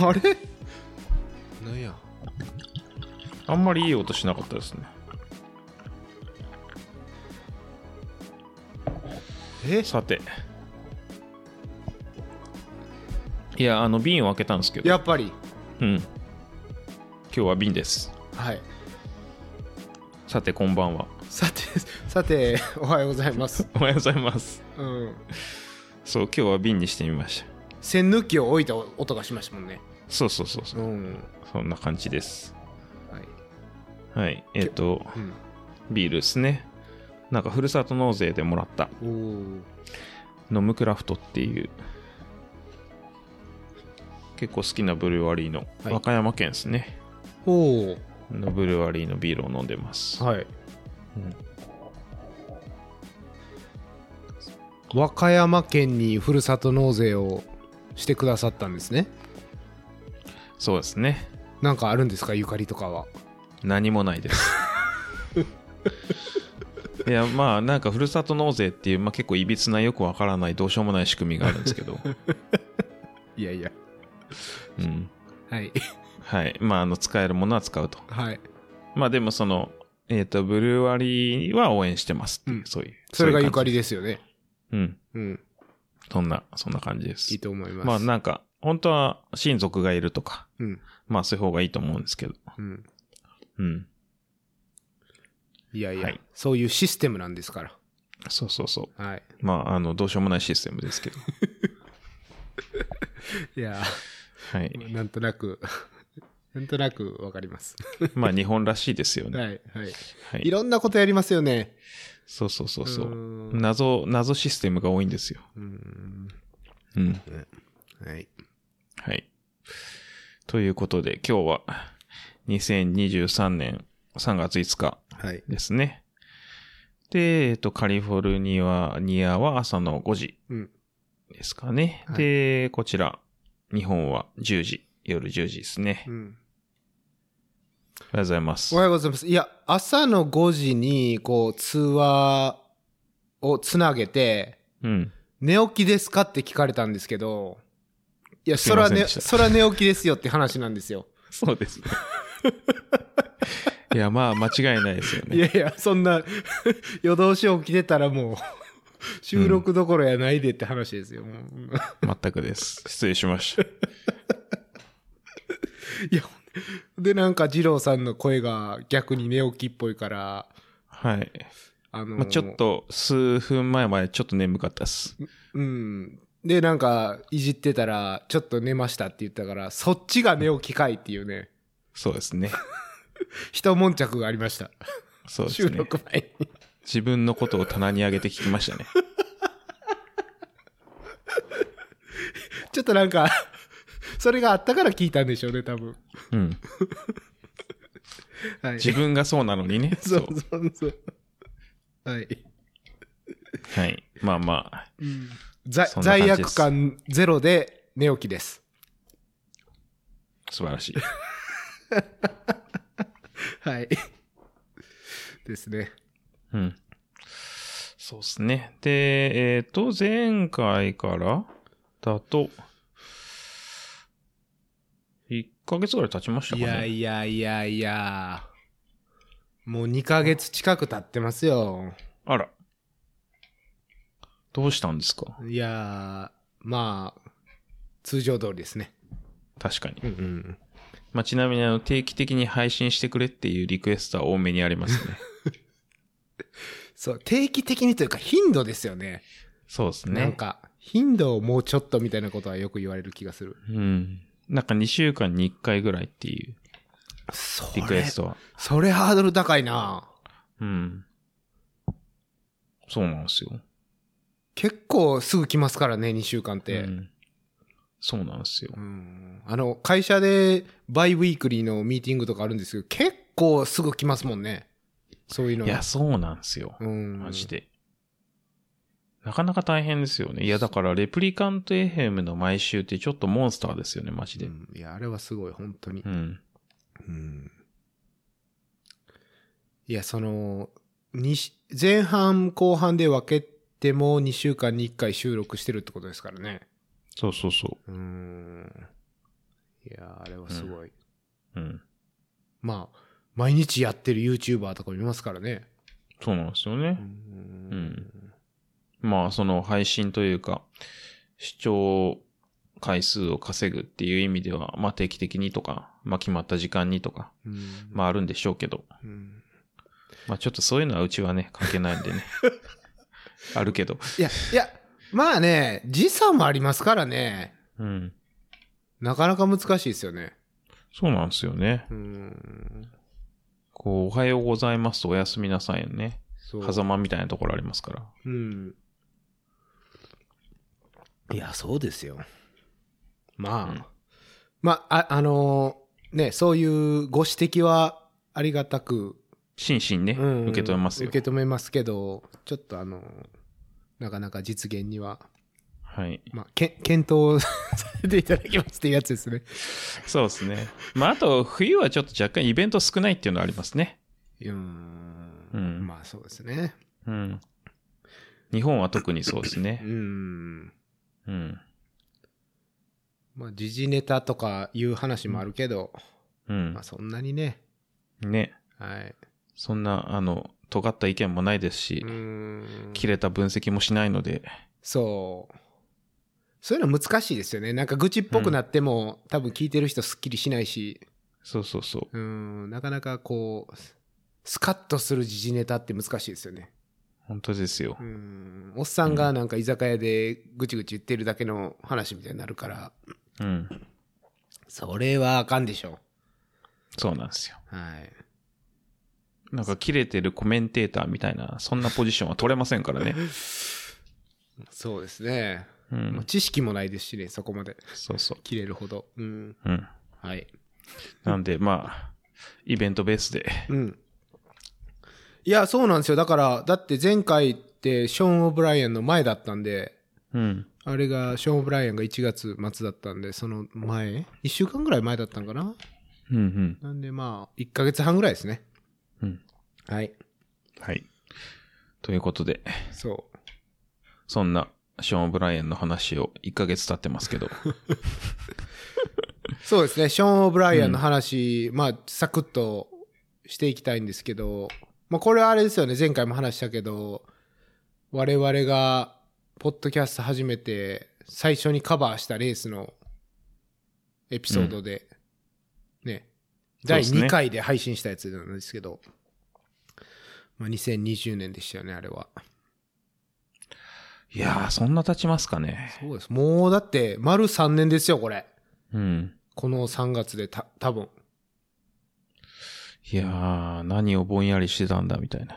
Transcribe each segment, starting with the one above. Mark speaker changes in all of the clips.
Speaker 1: あれ
Speaker 2: なんや。
Speaker 3: あんまりいい音しなかったですね。
Speaker 2: え
Speaker 3: さて。いや、あの、瓶を開けたんですけど。
Speaker 1: やっぱり
Speaker 3: うん。今日は瓶です。
Speaker 1: はい
Speaker 3: さて、こんばんは。
Speaker 1: さてさておはようございます
Speaker 3: おはようございます。
Speaker 1: うん
Speaker 3: そう、今日は瓶にしてみました。
Speaker 1: 栓抜きを置いた音がしましたもんね
Speaker 3: そうそうそうそうう。
Speaker 1: ん
Speaker 3: そんな感じです。
Speaker 1: はい、
Speaker 3: はい。えっ、と、
Speaker 1: うん
Speaker 3: ビールですね。なんか、ふるさと納税でもらった、
Speaker 1: おー
Speaker 3: ノムクラフトっていう、結構好きなブルワリーの、
Speaker 1: はい
Speaker 3: 和歌山県ですね。
Speaker 1: お
Speaker 3: のブルワリーのビールを飲んでます。
Speaker 1: はい
Speaker 3: うん
Speaker 1: 和歌山県にふるさと納税をしてくださったんですね
Speaker 3: そうですね。
Speaker 1: なんかあるんですかゆかりとかは
Speaker 3: 何もない です。いやまあなんかふるさと納税っていう、まあ、結構いびつなよくわからないどうしようもない仕組みがあるんですけ ど、
Speaker 1: いやいや
Speaker 3: うん、
Speaker 1: はい
Speaker 3: はいまああの使えるものは使うと
Speaker 1: はい
Speaker 3: まあでもそのえっ、とブルワリーは応援してますっていう、
Speaker 1: うん
Speaker 3: そういう
Speaker 1: それが
Speaker 3: うい
Speaker 1: ゆ
Speaker 3: う
Speaker 1: か
Speaker 3: 感
Speaker 1: り
Speaker 3: じ
Speaker 1: ですよね
Speaker 3: うん
Speaker 1: うん
Speaker 3: そんなそんな感じです
Speaker 1: いいと思います
Speaker 3: まあなんか本当は親族がいるとか
Speaker 1: うん
Speaker 3: まあそういう方がいいと思うんですけど
Speaker 1: うん
Speaker 3: うん
Speaker 1: いやいや、
Speaker 3: はい
Speaker 1: そういうシステムなんですから
Speaker 3: そうそうそう
Speaker 1: はい
Speaker 3: まああのどうしようもないシステムです けど
Speaker 1: いや
Speaker 3: はい
Speaker 1: なんとなく なんとなくわかります
Speaker 3: まあ日本らしいですよ
Speaker 1: は
Speaker 3: ね、
Speaker 1: いはい
Speaker 3: はい
Speaker 1: いろんなことやりますよね
Speaker 3: そうそうそうそう
Speaker 1: ー
Speaker 3: うん謎謎システムが多いんですよ
Speaker 1: うーん
Speaker 3: うん
Speaker 1: はい
Speaker 3: はいということで今日は2023年3月5日
Speaker 1: はい
Speaker 3: ですねで、えっと、カリフォルニアニアは朝の5時
Speaker 1: うん
Speaker 3: ですかね。
Speaker 1: はい
Speaker 3: で、こちら、日本は10時、夜10時ですね。
Speaker 1: う
Speaker 3: おはよ
Speaker 1: ん
Speaker 3: うございます
Speaker 1: お。はようございます。いや、朝の5時に、こう、通話をつなげて、
Speaker 3: うん。
Speaker 1: 寝起きですかって聞かれたんですけど、いや、
Speaker 3: す
Speaker 1: そ
Speaker 3: い
Speaker 1: ら
Speaker 3: ません
Speaker 1: ね、
Speaker 3: でした
Speaker 1: そら寝起きですよって話なんですよ。
Speaker 3: そうですね。 いや、まあ、間違いないですよ
Speaker 1: い
Speaker 3: ね。
Speaker 1: やいや、そんな、 夜通し起きてたらもう、収録どころやないでって話ですよ。もう
Speaker 3: 全くです。失礼しました。
Speaker 1: いや、ほんで、でなんか、二郎さんの声が逆に寝起きっぽいから、
Speaker 3: はい。
Speaker 1: あの
Speaker 3: まあ、ちょっ。と、数分前までちょっと眠かったです。
Speaker 1: うん。で、なんか、いじってたら、ちょっと寝ましたって言ったから、そっちが寝起きかいっていうね。
Speaker 3: そうですね。
Speaker 1: 一悶着がありました、
Speaker 3: そうです
Speaker 1: 収
Speaker 3: ね。
Speaker 1: 録前に
Speaker 3: 自分のことを棚に上げて聞きましたね。
Speaker 1: ちょっとなんかそれがあったから聞いたんでしょうね多分
Speaker 3: うん。
Speaker 1: はい
Speaker 3: 自分がそうなのにね。
Speaker 1: そ
Speaker 3: そうう。
Speaker 1: そうそうはい、
Speaker 3: はい。まあまあ、
Speaker 1: うん、罪
Speaker 3: そんな感じ
Speaker 1: 罪
Speaker 3: です
Speaker 1: 悪感ゼロで寝起きです
Speaker 3: 素晴らしい。
Speaker 1: はいですね
Speaker 3: うん。そうですね。で、えっ、と、前回からだと、1ヶ月ぐらい経ちました
Speaker 1: い
Speaker 3: かね。
Speaker 1: やいやいやいやもう2ヶ月近く経ってますよ
Speaker 3: あら。どうしたんですか
Speaker 1: いやーまあ通常通りですね
Speaker 3: 確かに。
Speaker 1: うんうん
Speaker 3: まあ、ちなみにあの定期的に配信してくれっていうリクエストは多めにあります ね。
Speaker 1: そう定期的にというか頻度ですよね
Speaker 3: そうですね。
Speaker 1: なんか、頻度をもうちょっとみたいなことはよく言われる気がする。
Speaker 3: うん。なんか2週間に1回ぐらいっていう
Speaker 1: そ
Speaker 3: リクエストは。
Speaker 1: それハードル高いな
Speaker 3: うん。そうなんですよ。
Speaker 1: 結構すぐ来ますからね、2週間って。
Speaker 3: う
Speaker 1: うん
Speaker 3: んそうなんですよ。
Speaker 1: あの、会社でバイウィークリーのミーティングとかあるんですけど、結構すぐ来ますもんね。そういうの
Speaker 3: いや、そうなんですよ。
Speaker 1: うん。
Speaker 3: マジで。なかなか大変ですよね。いや、だから、レプリカントエヘムの毎週ってちょっとモンスターですよね、マジで。
Speaker 1: う
Speaker 3: うん。
Speaker 1: んいや、あれはすごい、本当に。うんいや、その、にし前半後半で分けても2週間に1回収録してるってことですからね。
Speaker 3: そうそうそう
Speaker 1: ーん。いやーあれはすごい。
Speaker 3: うん。
Speaker 1: まあ、毎日やってる YouTuber とか見ますからね。
Speaker 3: そうなんですよね。
Speaker 1: うん。
Speaker 3: まあ、その配信というか、視聴回数を稼ぐっていう意味では、まあ定期的にとか、まあ決まった時間にとか、
Speaker 1: うん
Speaker 3: まああるんでしょうけど、
Speaker 1: うん
Speaker 3: まあちょっとそういうのはうちはね、関係ないんでね。 あるけど。
Speaker 1: いや、いや、まあね、時差もありますからね。
Speaker 3: うん。
Speaker 1: なかなか難しいですよね。
Speaker 3: そうなんですよね。
Speaker 1: うん。
Speaker 3: こう、おはようございますとおやすみなさいね。
Speaker 1: そう。
Speaker 3: 狭間みたいなところありますから。
Speaker 1: うん。いや、そうですよ。まあ、
Speaker 3: うん
Speaker 1: まあ、あ、あのーね、そういうご指摘はありがたく、
Speaker 3: 心身ね、
Speaker 1: うん
Speaker 3: 受け止めますよ。
Speaker 1: 受け止めますけど、ちょっとあのーなかなか実現には、
Speaker 3: はい。
Speaker 1: まあ、け検討させていただきますっていうやつですね。
Speaker 3: そうですね。まああと、冬はちょっと若干イベント少ないっていうのはありますね。
Speaker 1: うーん。
Speaker 3: うん
Speaker 1: まあ、そうですね。
Speaker 3: うん。日本は特にそうです
Speaker 1: う
Speaker 3: ね。
Speaker 1: ん。
Speaker 3: うん。
Speaker 1: まあ、時事ネタとかいう話もあるけど、
Speaker 3: う
Speaker 1: ま
Speaker 3: ん
Speaker 1: あ、。そんなにね、
Speaker 3: ね。
Speaker 1: はい。
Speaker 3: そんな、あの、尖った意見もないですし
Speaker 1: う、ん。
Speaker 3: 切れた分析もしないので、
Speaker 1: そう。そういうの難しいですよね。なんか愚痴っぽくなっても、多分聞いてる人すっきりしないし、
Speaker 3: そうそうそう。
Speaker 1: うん、なかなかこう、スカッとする時事ネタって難しいですよね。
Speaker 3: 本当ですよ
Speaker 1: う。ん、おっさんがなんか居酒屋でぐちぐち言ってるだけの話みたいになるから、
Speaker 3: うん。
Speaker 1: それはあかんでしょ。
Speaker 3: そうなんですよ。
Speaker 1: はい。
Speaker 3: なんか切れてるコメンテーターみたいな、そんなポジションは取れませんからね。
Speaker 1: そうですね。
Speaker 3: う
Speaker 1: まあ
Speaker 3: ん。
Speaker 1: 知識もないですしね、そこまで
Speaker 3: そうそう。
Speaker 1: 切れるほど。うん。
Speaker 3: うん。
Speaker 1: はい。
Speaker 3: なんで、まあ、イベントベースで。
Speaker 1: うん。いや、そうなんですよ。だから、だって前回ってショーン・オブライアンの前だったんで、
Speaker 3: うん。
Speaker 1: あれが、ショーン・オブライアンが1月末だったんで、その前 ?1 週間ぐらい前だったんかな
Speaker 3: うんうん。
Speaker 1: なんでまあ、1ヶ月半ぐらいですね。
Speaker 3: うん。
Speaker 1: はい。
Speaker 3: はい。ということで、
Speaker 1: そ
Speaker 3: そんな、ショーン・オブライエンの話を1ヶ月経ってますけど。
Speaker 1: う。そうですね、ショーン・オブライアンの話、まあ、サクッとしていきたいんですけど、まあ、これはあれですよね、前回も話したけど、我々が、ポッドキャスト始めて、最初にカバーしたレースのエピソードで、ね、
Speaker 3: そう
Speaker 1: 第
Speaker 3: ですね
Speaker 1: 2回で配信したやつなんですけど、まあ、2020年でしたよね、あれは。
Speaker 3: いやー、そんな経ちますかね。
Speaker 1: そうです。もうだって、丸3年ですよ、これ。
Speaker 3: うん。
Speaker 1: この3月でた、多分
Speaker 3: いやー、何をぼんやりしてたんだ、みたいな。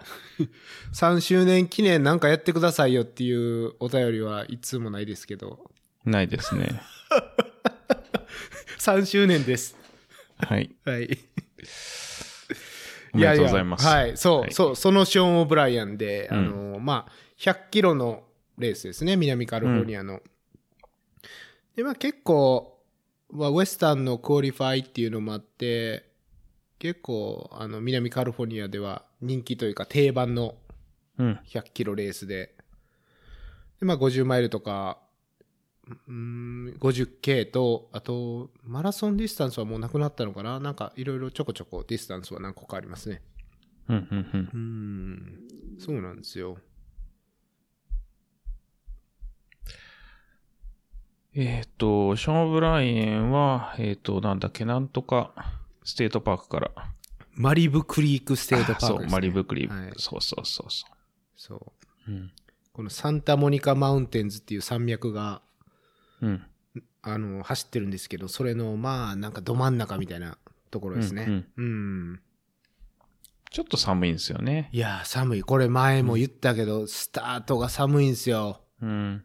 Speaker 1: 3周年記念なんかやってくださいよっていうお便りはいつもないですけど、
Speaker 3: ないです ね。
Speaker 1: 3周年です。
Speaker 3: はい。
Speaker 1: はい。
Speaker 3: おめでとうございます。
Speaker 1: ややはい、そう、
Speaker 3: はい
Speaker 1: そう、そのショーン・オブライアンで、あの、まあ、100キロのレースですね、南カリフォルニアの。で、まあ結構、まあ、ウエスタンのクオリファイっていうのもあって、結構、あの、南カリフォルニアでは人気というか定番の
Speaker 3: うん。
Speaker 1: 100キロレースで、でまあ、50マイルとか、うーん、50K と、あと、マラソンディスタンスはもうなくなったのかななんか、いろいろちょこちょこディスタンスは何個かありますね。
Speaker 3: うん、うん、うん。
Speaker 1: うーん、そうなんですよ。
Speaker 3: えっ、と、ショーン・オブライエンは、えっ、と、なんだっけ、なんとか、ステートパークから。
Speaker 1: マリブクリークステートパークです、ね。
Speaker 3: そう、マリブクリー
Speaker 1: はい
Speaker 3: そうそうそうそ
Speaker 1: そう。
Speaker 3: う。うん。
Speaker 1: このサンタモニカマウンテンズっていう山脈が、
Speaker 3: うん。
Speaker 1: あの、走ってるんですけど、それの、まあ、なんかど真ん中みたいなところですね。うん
Speaker 3: ちょっと寒いんですよね。
Speaker 1: いやー、寒い。これ前も言ったけど、スタートが寒いんすよ。
Speaker 3: うん。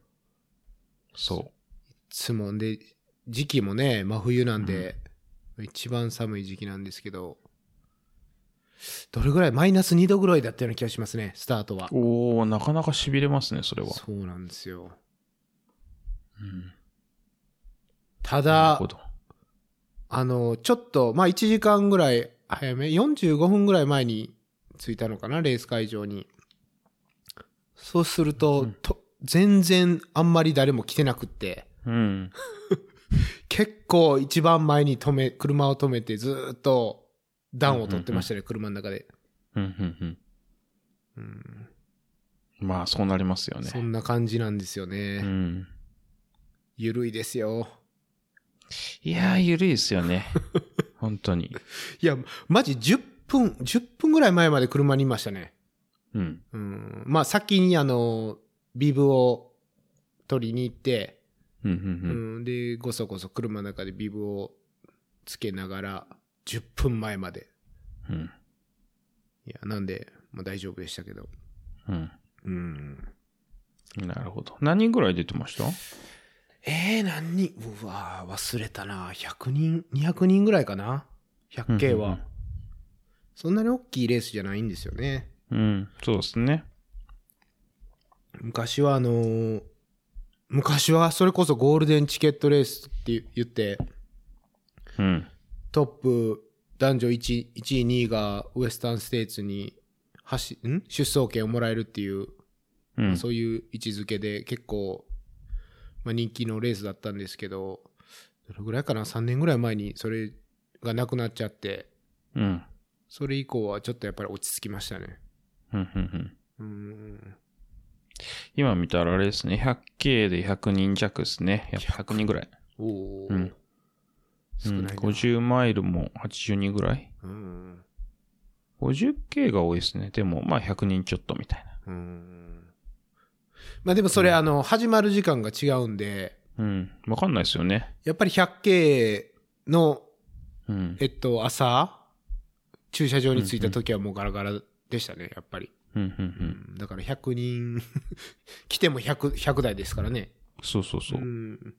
Speaker 3: そ
Speaker 1: いつもんで、時期もね、真冬なんで、一番寒い時期なんですけど、どれぐらいマイナス2度ぐらいだったような気がしますね、スタートは
Speaker 3: う。。おおなかなか痺れますね、それは。
Speaker 1: そうなんですよ。
Speaker 3: うん。
Speaker 1: た
Speaker 3: なる
Speaker 1: だ
Speaker 3: ほ、ど。
Speaker 1: あの、ちょっと、まあ1時間ぐらい早め、45分ぐらい前に着いたのかな、レース会場に。そうすると、
Speaker 3: うん
Speaker 1: と全然あんまり誰も来てなくって、
Speaker 3: うん。
Speaker 1: 結構一番前に止め、車を止めてずーっと暖を取ってましたね、車の中で。
Speaker 3: うんうん
Speaker 1: うん
Speaker 3: うん。まあ、そうなりますよね。
Speaker 1: そんな感じなんですよね。
Speaker 3: うん。
Speaker 1: ゆるいですよ。
Speaker 3: いやー、ゆるいですよ ね。本当に。
Speaker 1: いや、マジ10分、10分ぐらい前まで車にいましたね。
Speaker 3: うん。
Speaker 1: うん。まあ先にあの、ビブを取りに行って、
Speaker 3: うんう
Speaker 1: うんん、で、ごそごそ車の中でビブをつけながら、10分前まで。
Speaker 3: うん。うん。
Speaker 1: いや、なんで、まあ大丈夫でしたけど。
Speaker 3: うん。
Speaker 1: うん。
Speaker 3: なるほど。何人ぐらい出てました
Speaker 1: えー、何人うわー忘れたな。100人、200人ぐらいかな。100K は。
Speaker 3: うんうんうん
Speaker 1: そんなに大きいレースじゃないんですよね。
Speaker 3: うん。そうですね。
Speaker 1: 昔はあのー昔はそれこそゴールデンチケットレースって言って、
Speaker 3: うん。
Speaker 1: トップ男女 1, 1位、2位がウエスタンステーツに走ん出走権をもらえるっていう、
Speaker 3: うん。
Speaker 1: そういう位置づけで結構、まあ、人気のレースだったんですけど、どれぐらいかな ?3 年ぐらい前にそれがなくなっちゃって、
Speaker 3: うん。
Speaker 1: それ以降はちょっとやっぱり落ち着きましたね。
Speaker 3: うんうんうん。
Speaker 1: うーん。
Speaker 3: 今見たらあれですね。100K で100人弱ですね。やっぱ100人ぐらい。
Speaker 1: おお、
Speaker 3: うん
Speaker 1: 少
Speaker 3: うん、
Speaker 1: ないな。
Speaker 3: 50マイルも80人ぐらい。
Speaker 1: うん。
Speaker 3: 50K が多いですね。でも、まあ100人ちょっとみたいな。
Speaker 1: うんまあでもそれ、あの、始まる時間が違うんで、
Speaker 3: うん。わかんないですよね。
Speaker 1: やっぱり 100K の、
Speaker 3: うん。
Speaker 1: えっと、朝、駐車場に着いた時はもうガラガラでしたね、やっぱり。
Speaker 3: うん、うん、うん。
Speaker 1: だから100人、 来ても100、100台ですからね。
Speaker 3: そうそうそうう。
Speaker 1: ん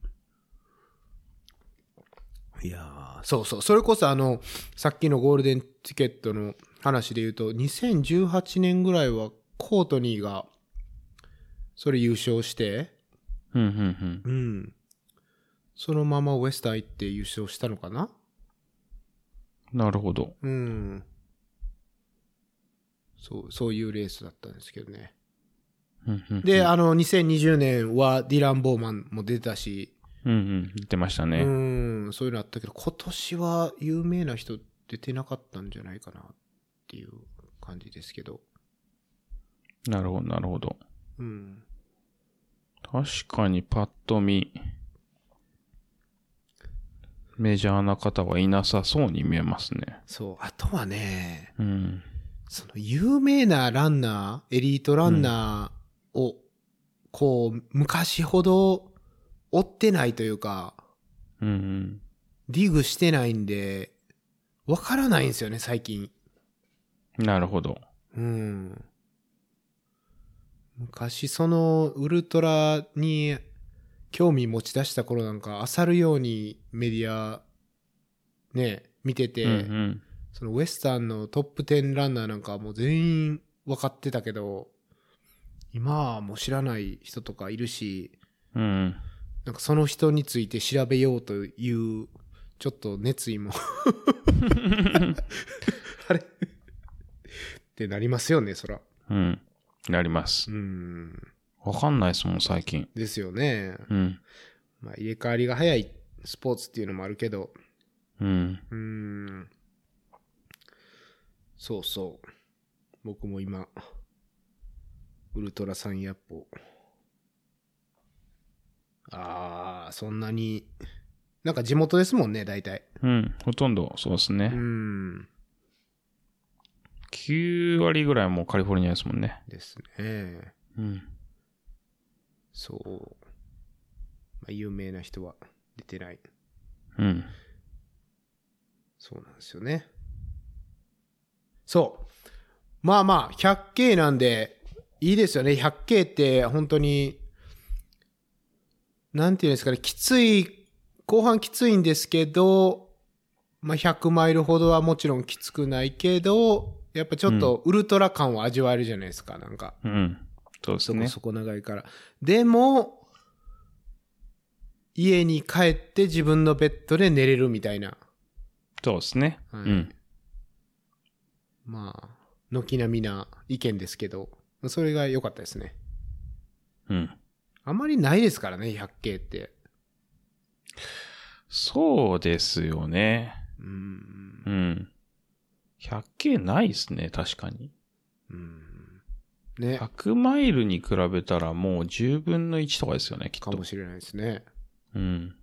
Speaker 1: いやーそうそう。それこそあの、さっきのゴールデンチケットの話で言うと、2018年ぐらいはコートニーが、それ優勝して、
Speaker 3: うん、うん、うん。
Speaker 1: うん。そのままウエスタン行って優勝したのかな
Speaker 3: なるほど。
Speaker 1: うん。そう、そういうレースだったんですけどね。
Speaker 3: うん、うん。
Speaker 1: で、
Speaker 3: うん、
Speaker 1: あの、2020年はディラン・ボーマンも出たし、
Speaker 3: うん。言ってました
Speaker 1: う
Speaker 3: ね。
Speaker 1: ん、そういうのあったけど、今年は有名な人出てなかったんじゃないかなっていう感じですけど。
Speaker 3: なるほど、なるほど。
Speaker 1: うん。
Speaker 3: 確かにパッと見、メジャーな方はいなさそうに見えますね。
Speaker 1: そう。あとはね、
Speaker 3: うん。
Speaker 1: その有名なランナー、エリートランナーを、こう、昔ほど追ってないというか、
Speaker 3: うん、うん。
Speaker 1: ディグしてないんで、わからないんですよね、最近。
Speaker 3: なるほど。
Speaker 1: うん。昔、その、ウルトラに興味持ち出した頃なんか、漁るようにメディア、ね、見てて、
Speaker 3: うん、うん。
Speaker 1: そのウエスタンのトップ10ランナーなんかはもう全員分かってたけど、今はもう知らない人とかいるし、
Speaker 3: うん。
Speaker 1: なんかその人について調べようという、ちょっと熱意も、あれってなりますよね、そら。
Speaker 3: うん。なります
Speaker 1: う。ん。
Speaker 3: わかんないですもん、最近。
Speaker 1: ですよね。
Speaker 3: うん。
Speaker 1: まあ入れ替わりが早いスポーツっていうのもあるけど、
Speaker 3: うん。
Speaker 1: うん。そうそう。僕も今、ウルトラ300歩。ああ、そんなに、なんか地元ですもんね、大体。
Speaker 3: うん。ほとんどそうです
Speaker 1: う
Speaker 3: ね。
Speaker 1: ん。
Speaker 3: 9割ぐらいもうカリフォルニアですもんね。
Speaker 1: ですね。
Speaker 3: うん。
Speaker 1: そう。まあ、有名な人は出てない。
Speaker 3: うん。
Speaker 1: そうなんですよね。そう。まあまあ、100K なんで、いいですよね。100K って本当に、なんていうんですかね、きつい、後半きついんですけど、まあ100マイルほどはもちろんきつくないけど、やっぱちょっとウルトラ感を味わえるじゃないですか、なんか。
Speaker 3: うん。そうで
Speaker 1: そ
Speaker 3: す
Speaker 1: こ
Speaker 3: ね。
Speaker 1: そこ長いから。でも、家に帰って自分のベッドで寝れるみたいな。
Speaker 3: そうですね。う
Speaker 1: はい
Speaker 3: ん。
Speaker 1: まあ、軒並みな意見ですけど、それが良かったですね。
Speaker 3: うん。
Speaker 1: あまりないですからね、100系って。
Speaker 3: そうですよね。
Speaker 1: うん
Speaker 3: う。ん。100K ないですね、確かに。
Speaker 1: うん。ね。
Speaker 3: 100マイルに比べたらもう10分の1とかですよね、きっ
Speaker 1: か
Speaker 3: と
Speaker 1: も。しれないですね。
Speaker 3: うん。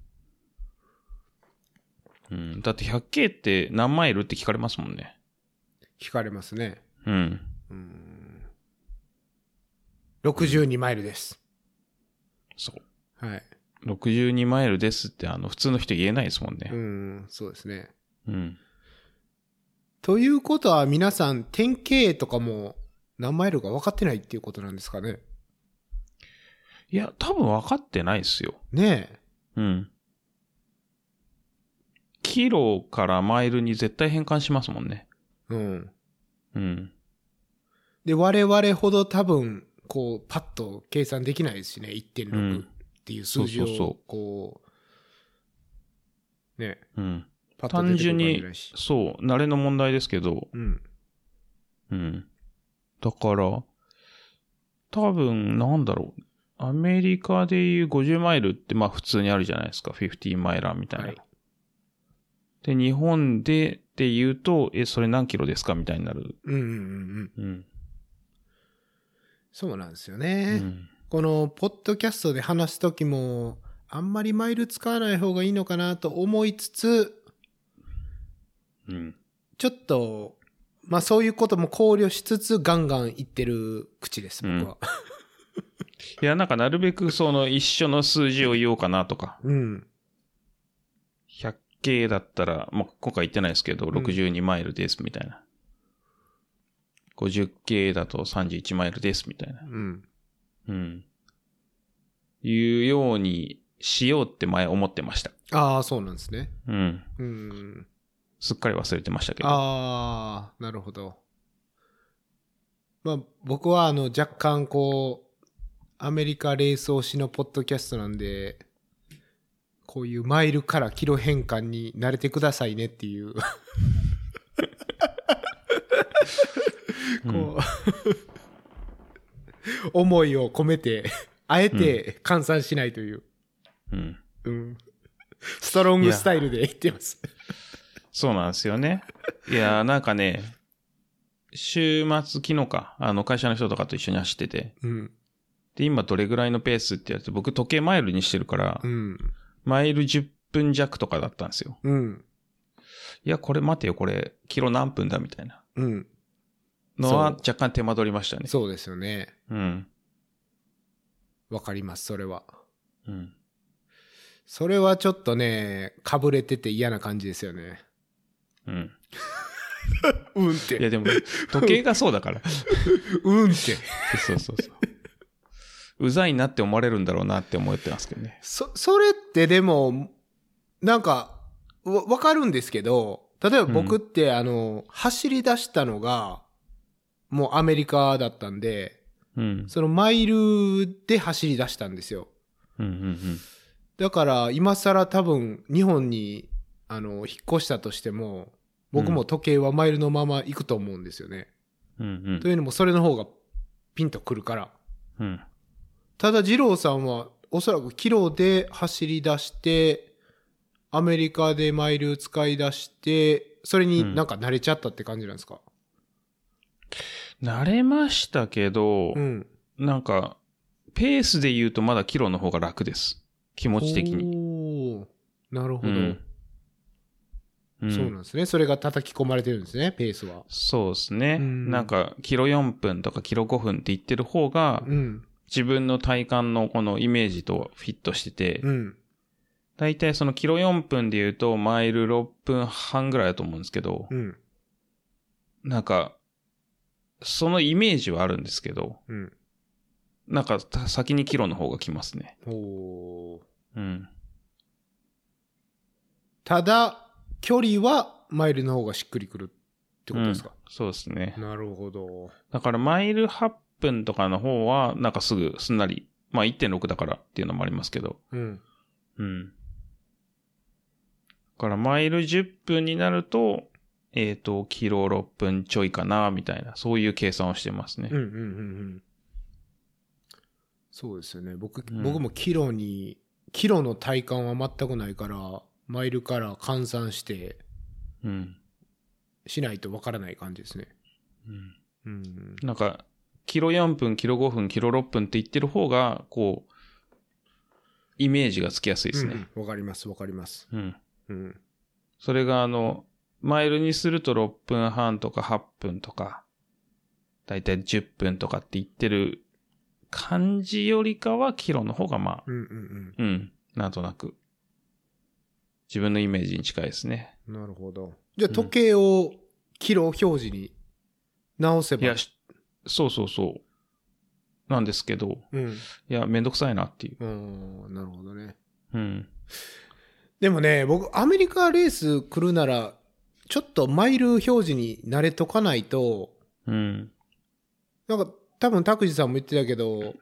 Speaker 3: うん、だって 100K って何マイルって聞かれますもんね。
Speaker 1: 聞かれますね。
Speaker 3: うん。
Speaker 1: うん。62マイルです。
Speaker 3: そ
Speaker 1: はい。
Speaker 3: う。62マイルですって、あの、普通の人言えないですもん
Speaker 1: う
Speaker 3: ね。
Speaker 1: ん、そうですね。
Speaker 3: うん。
Speaker 1: ということは皆さん、点形とかも何マイルか分かってないっていうことなんですかね。
Speaker 3: いや、多分分かってないですよ。
Speaker 1: ねえ。
Speaker 3: うん。キロからマイルに絶対変換しますもんね。
Speaker 1: うん。
Speaker 3: うん。
Speaker 1: で、我々ほど多分、こう、パッと計算できないですしね、
Speaker 3: う
Speaker 1: 1.6っ
Speaker 3: ん。
Speaker 1: ていう数字を
Speaker 3: そうそうそ、
Speaker 1: こう、ね、
Speaker 3: うん。
Speaker 1: パッと
Speaker 3: 単
Speaker 1: 出てく
Speaker 3: 純
Speaker 1: るわけじ
Speaker 3: に
Speaker 1: ゃないし。、
Speaker 3: そう、慣れの問題ですけど、
Speaker 1: うん。
Speaker 3: うん。だから、多分、なんだろう。アメリカでいう50マイルって、まあ普通にあるじゃないですか。50マイラーみたいな。
Speaker 1: はい
Speaker 3: で、日本でって言うと、え、それ何キロですかみたいになる。
Speaker 1: うんうんうんうん。
Speaker 3: うん。
Speaker 1: そうなんですよ
Speaker 3: う
Speaker 1: ね。
Speaker 3: ん、
Speaker 1: この、ポッドキャストで話すときも、あんまりマイル使わない方がいいのかなと思いつつ、
Speaker 3: うん。
Speaker 1: ちょっと、まあそういうことも考慮しつつ、ガンガンいってる口です、僕は。
Speaker 3: いや、なんかなるべくその一緒の数字を言おうかなとか。
Speaker 1: うん。
Speaker 3: 100系だったら、まあ、今回言ってないですけど、
Speaker 1: ん
Speaker 3: 62マイルですみたいな。50系だと31マイルですみたいな。
Speaker 1: うん。
Speaker 3: うん。いうようにしようって前思ってました。
Speaker 1: ああ、そうなんですね。
Speaker 3: うん。
Speaker 1: うん。
Speaker 3: すっかり忘れてましたけど。
Speaker 1: ああ、なるほど。まあ僕は、あの、若干こう、アメリカレース推しのポッドキャストなんで、こういうマイルからキロ変換に慣れてくださいねっていう、こう、
Speaker 3: うん
Speaker 1: 思いを込めて、あえて換算しないという。
Speaker 3: うん。
Speaker 1: うん。ストロングスタイルで言ってます。
Speaker 3: そうなんですよ ね。いやー、なんかね、週末昨日か、あの、会社の人とかと一緒に走ってて、
Speaker 1: うん。
Speaker 3: で、今どれぐらいのペースって言われて、僕時計マイルにしてるから
Speaker 1: う、ん。
Speaker 3: マイル10分弱とかだったんですよ。
Speaker 1: うん。
Speaker 3: いや、これ待てよ、これ、キロ何分だみたいな
Speaker 1: うん。
Speaker 3: のは
Speaker 1: そう
Speaker 3: 若干手間取りましたね。
Speaker 1: そうですよね。
Speaker 3: うん。
Speaker 1: わかります、それは。
Speaker 3: うん。
Speaker 1: それはちょっとね、かぶれてて嫌な感じですよね。
Speaker 3: うん。
Speaker 1: うんっ
Speaker 3: いや、。でも、時計がそうだから。
Speaker 1: うんって。
Speaker 3: そうそうそう。うざいなって思われるんだろうなって思ってますけどね。
Speaker 1: そ、それってでも、なんか、わ、わかるんですけど、例えば僕って、あの、走り出したのが、もうアメリカだったんで、
Speaker 3: うん。
Speaker 1: そのマイルで走り出したんですよ。
Speaker 3: うんうん
Speaker 1: だから今更多分日本にあの引っ越したとしても僕も時計はマイルのまま行くと思うんですよね。
Speaker 3: うん。うん
Speaker 1: というのもそれの方がピンとくるから。
Speaker 3: うん。うん。
Speaker 1: ただ二郎さんはおそらくキロで走り出してアメリカでマイル使い出してそれになんか慣れちゃったって感じなんですか、
Speaker 3: 慣れましたけど、
Speaker 1: うん、
Speaker 3: なんか、ペースで言うとまだキロの方が楽です。気持ち的に。
Speaker 1: に。なる
Speaker 3: う
Speaker 1: ほど、
Speaker 3: ん。うん
Speaker 1: そうなんですね。それが叩き込まれてるんですね、ペースは。
Speaker 3: そうですね。
Speaker 1: うん
Speaker 3: なんか、キロ4分とかキロ5分って言ってる方が、
Speaker 1: うん。
Speaker 3: 自分の体感のこのイメージとフィットしてて、
Speaker 1: うん。
Speaker 3: だいたいそのキロ4分で言うと、マイル6分半ぐらいだと思うんですけど、
Speaker 1: うん。
Speaker 3: なんか、そのイメージはあるんですけど、
Speaker 1: うん。
Speaker 3: なんかた先にキロの方が来ますね。
Speaker 1: おー。
Speaker 3: うん。
Speaker 1: ただ、距離はマイルの方がしっくりくるってことですか、
Speaker 3: うんそうですね。
Speaker 1: なるほど。
Speaker 3: だからマイル8分とかの方は、なんかすぐすんなり、まあ1.6だからっていうのもありますけど、
Speaker 1: うん。
Speaker 3: うん。だからマイル10分になると、えっ、と、キロ6分ちょいかな、みたいな、そういう計算をしてますね。
Speaker 1: うんうんうんうん。そうですよね。僕、
Speaker 3: ん
Speaker 1: 僕もキロに、キロの体感は全くないから、マイルから換算して
Speaker 3: うん。
Speaker 1: しないとわからない感じですね。
Speaker 3: うん。
Speaker 1: うん。
Speaker 3: なんか、キロ4分、キロ5分、キロ6分って言ってる方が、こう、イメージがつきやすいですね。
Speaker 1: うんわかります、わかります。
Speaker 3: うん。
Speaker 1: うん。
Speaker 3: それが、あの、マイルにすると6分半とか8分とか、だいたい10分とかって言ってる感じよりかは、キロの方が、まあ、
Speaker 1: うんうん
Speaker 3: うん、なんとなく、自分のイメージに近いですね。
Speaker 1: うん。なるほど。じゃあ時計をキロ表示に直せ
Speaker 3: い
Speaker 1: ば
Speaker 3: や、。しそうそうそう。なんですけど、
Speaker 1: うん。
Speaker 3: いや、めんどくさいなっていう。
Speaker 1: うん、なるほどね。
Speaker 3: うん。
Speaker 1: でもね、僕、アメリカレース来るなら、ちょっとマイル表示に慣れとかないと、
Speaker 3: うん。
Speaker 1: なんか多分拓司さんも言ってたけど、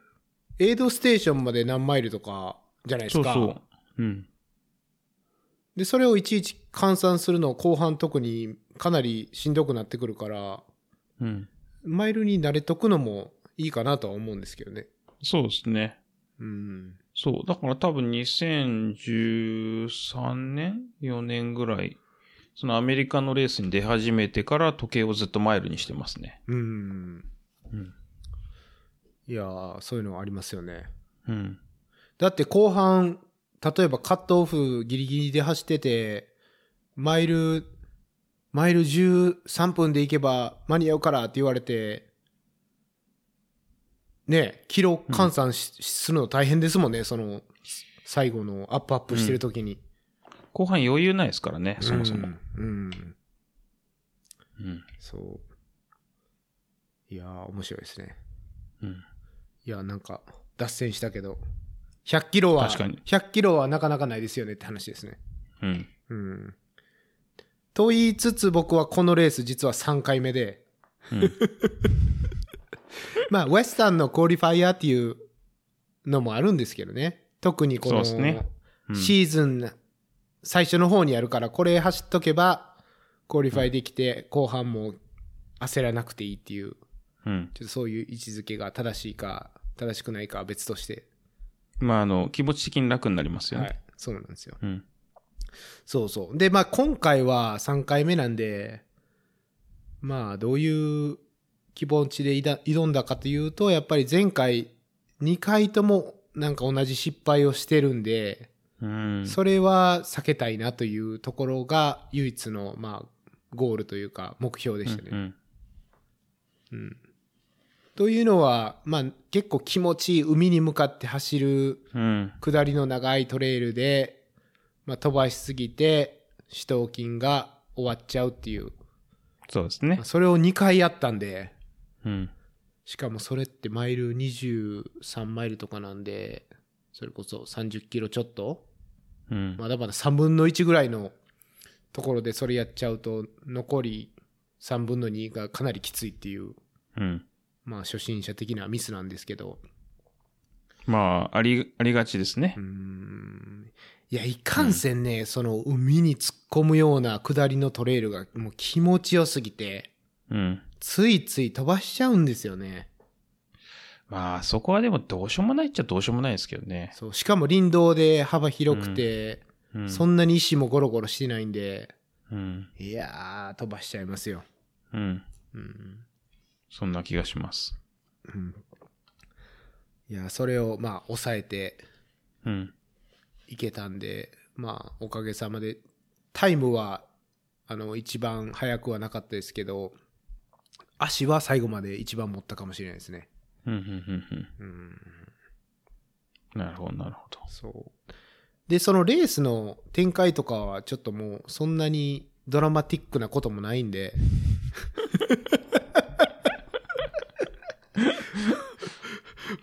Speaker 1: エイドステーションまで何マイルとかじゃないで
Speaker 3: そう
Speaker 1: すか。
Speaker 3: そう。うん。
Speaker 1: で、それをいちいち換算するの後半特にかなりしんどくなってくるから、
Speaker 3: うん。
Speaker 1: マイルに慣れとくのもいいかなとは思うんですけどね。
Speaker 3: そうですね。
Speaker 1: うん。
Speaker 3: そう。だから多分2013年 ?4 年ぐらい。そのアメリカのレースに出始めてから時計をずっとマイルにしてますね。
Speaker 1: うん。
Speaker 3: うん。
Speaker 1: いやー、そういうのありますよね。
Speaker 3: うん。
Speaker 1: だって後半、例えばカットオフギリギリで走ってて、マイル、マイル13分で行けば間に合うからって言われて、ねえ、キロ換算し、するの大変ですもんね、その、最後のアップアップしてる時に。
Speaker 3: 後半余裕ないですからね、そもそも。うん。
Speaker 1: うん。う
Speaker 3: う
Speaker 1: ん
Speaker 3: ん。
Speaker 1: そう。いやー、面白いですね。
Speaker 3: うん。
Speaker 1: いや、なんか、脱線したけど、100キロは、
Speaker 3: 確かに
Speaker 1: 100キロはなかなかないですよねって話ですね。
Speaker 3: うん。
Speaker 1: うん。と言いつつ僕はこのレース実は3回目で、
Speaker 3: うん
Speaker 1: まあ、ウェスタンのクオリファイアっていうのもあるんですけどね。特にこ
Speaker 3: そう
Speaker 1: の、
Speaker 3: ですねうん
Speaker 1: シーズン最初の方にやるから、これ走っとけば、クオリファイできて、後半も焦らなくていいっていう、
Speaker 3: うん。
Speaker 1: ちょっとそういう位置づけが正しいか、正しくないかは別として。
Speaker 3: まあ、あの、気持ち的に楽になりますよ
Speaker 1: は
Speaker 3: ね。
Speaker 1: い。そうなんですよ。
Speaker 3: うん。
Speaker 1: そうそう。で、まあ今回は3回目なんで、まあどういう気持ちで挑挑んだかというと、やっぱり前回2回ともなんか同じ失敗をしてるんで、
Speaker 3: うん。
Speaker 1: それは避けたいなというところが唯一のまあゴールというか目標でしたね。
Speaker 3: うん
Speaker 1: うんというのは、まあ結構気持ちいい海に向かって走る
Speaker 3: うん。うん。
Speaker 1: 下りの長いトレイルで、まあ、飛ばしすぎて、死闘筋が終わっちゃうっていう。
Speaker 3: そうです
Speaker 1: ま
Speaker 3: ね
Speaker 1: あ。それを2回やったんで、
Speaker 3: うん。
Speaker 1: しかもそれってマイル23マイルとかなんで、それこそ30キロちょっと
Speaker 3: うん。
Speaker 1: まだまだ3分の1ぐらいのところでそれやっちゃうと、残り3分の2がかなりきついっていう、
Speaker 3: うん。
Speaker 1: まあ初心者的なミスなんですけど、
Speaker 3: まあ、あり、ありがちですね
Speaker 1: うー。んいや、いかんせんね、その海に突っ込むような下りのトレイルがもう気持ちよすぎて、
Speaker 3: うん。
Speaker 1: ついつい飛ばしちゃうんですよね。
Speaker 3: まあ、そこはでもどうしようもないっちゃどうしようもないですけどね。
Speaker 1: そうしかも林道で幅広くて、
Speaker 3: うん。
Speaker 1: そんなに石もゴロゴロしてないんで、
Speaker 3: うん。
Speaker 1: いやー、飛ばしちゃいますよ。
Speaker 3: うん。
Speaker 1: うん。
Speaker 3: そんな気がします。
Speaker 1: うん、いや、それをまあ抑えて
Speaker 3: うん。
Speaker 1: いけたんで、まあおかげさまで、タイムは、あの、一番早くはなかったですけど、足は最後まで一番持ったかもしれないですね。
Speaker 3: うん、うん、うん、
Speaker 1: うん。
Speaker 3: うん。なるほど、なるほど。
Speaker 1: そう。で、そのレースの展開とかはちょっともうそんなにドラマティックなこともないんで、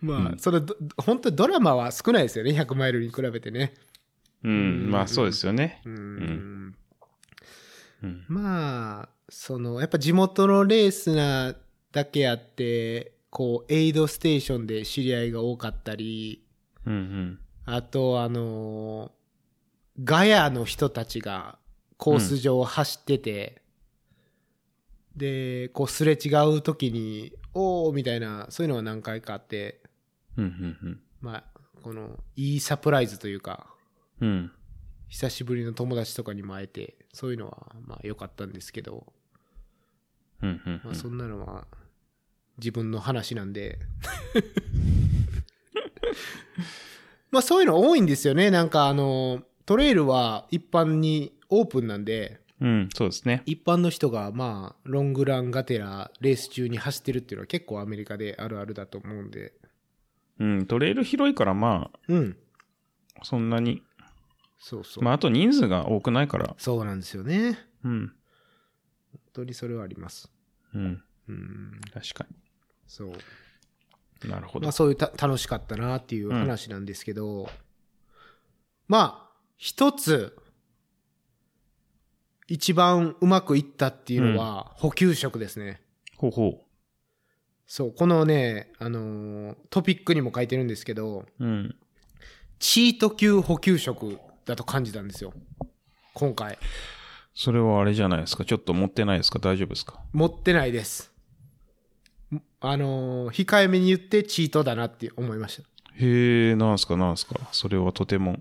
Speaker 1: まあ、
Speaker 3: うん
Speaker 1: それど、本当にドラマは少ないですよね、100マイルに比べてね。
Speaker 3: うん、
Speaker 1: うん
Speaker 3: まあそうですよね。
Speaker 1: うん。
Speaker 3: うん。
Speaker 1: まあ、その、やっぱ地元のレースなだけあって、こう、エイドステーションで知り合いが多かったり、
Speaker 3: うん、うん。
Speaker 1: あと、あのーガヤの人たちがコース上を走ってて、で、こうすれ違う時に、おーみたいな、そういうのが何回かあって、
Speaker 3: うん、うん、
Speaker 1: まあ、この、いいサプライズというか、
Speaker 3: うん。
Speaker 1: 久しぶりの友達とかにも会えて、そういうのは、まあ良かったんですけど、
Speaker 3: うんうん
Speaker 1: まあそんなのは、自分の話なんで。 まあそういうの多いんですよね。なんかあの、トレイルは一般にオープンなんで、
Speaker 3: うん。うん、そうですね。
Speaker 1: 一般の人がまあロングランがてらレース中に走ってるっていうのは結構アメリカであるあるだと思うんで。
Speaker 3: うん、トレイル広いから、ま
Speaker 1: うん。
Speaker 3: あ、そんなに。
Speaker 1: そうそう。
Speaker 3: まあ、あと人数が多くないから。
Speaker 1: そうなんですよね。本
Speaker 3: うん。
Speaker 1: 当にそれはあります。
Speaker 3: うん。
Speaker 1: うん。
Speaker 3: 確か
Speaker 1: そう。
Speaker 3: に。なるほ
Speaker 1: ま
Speaker 3: ど
Speaker 1: あ。そういうた楽しかったなっていう話なんですけど、まあ、一つ、一番うまくいったっていうのは補給食ですね。
Speaker 3: ほうほ
Speaker 1: そう、このね、あのートピックにも書いてるんですけど、
Speaker 3: う。うん。
Speaker 1: チート級補給食だと感じたんですよ。今回。
Speaker 3: それはあれじゃないですか。ちょっと持ってないですか大丈夫ですか
Speaker 1: 持ってないです。んあのー控えめに言ってチートだなって思いました。
Speaker 3: へえ、なんすかなんすか。それはとても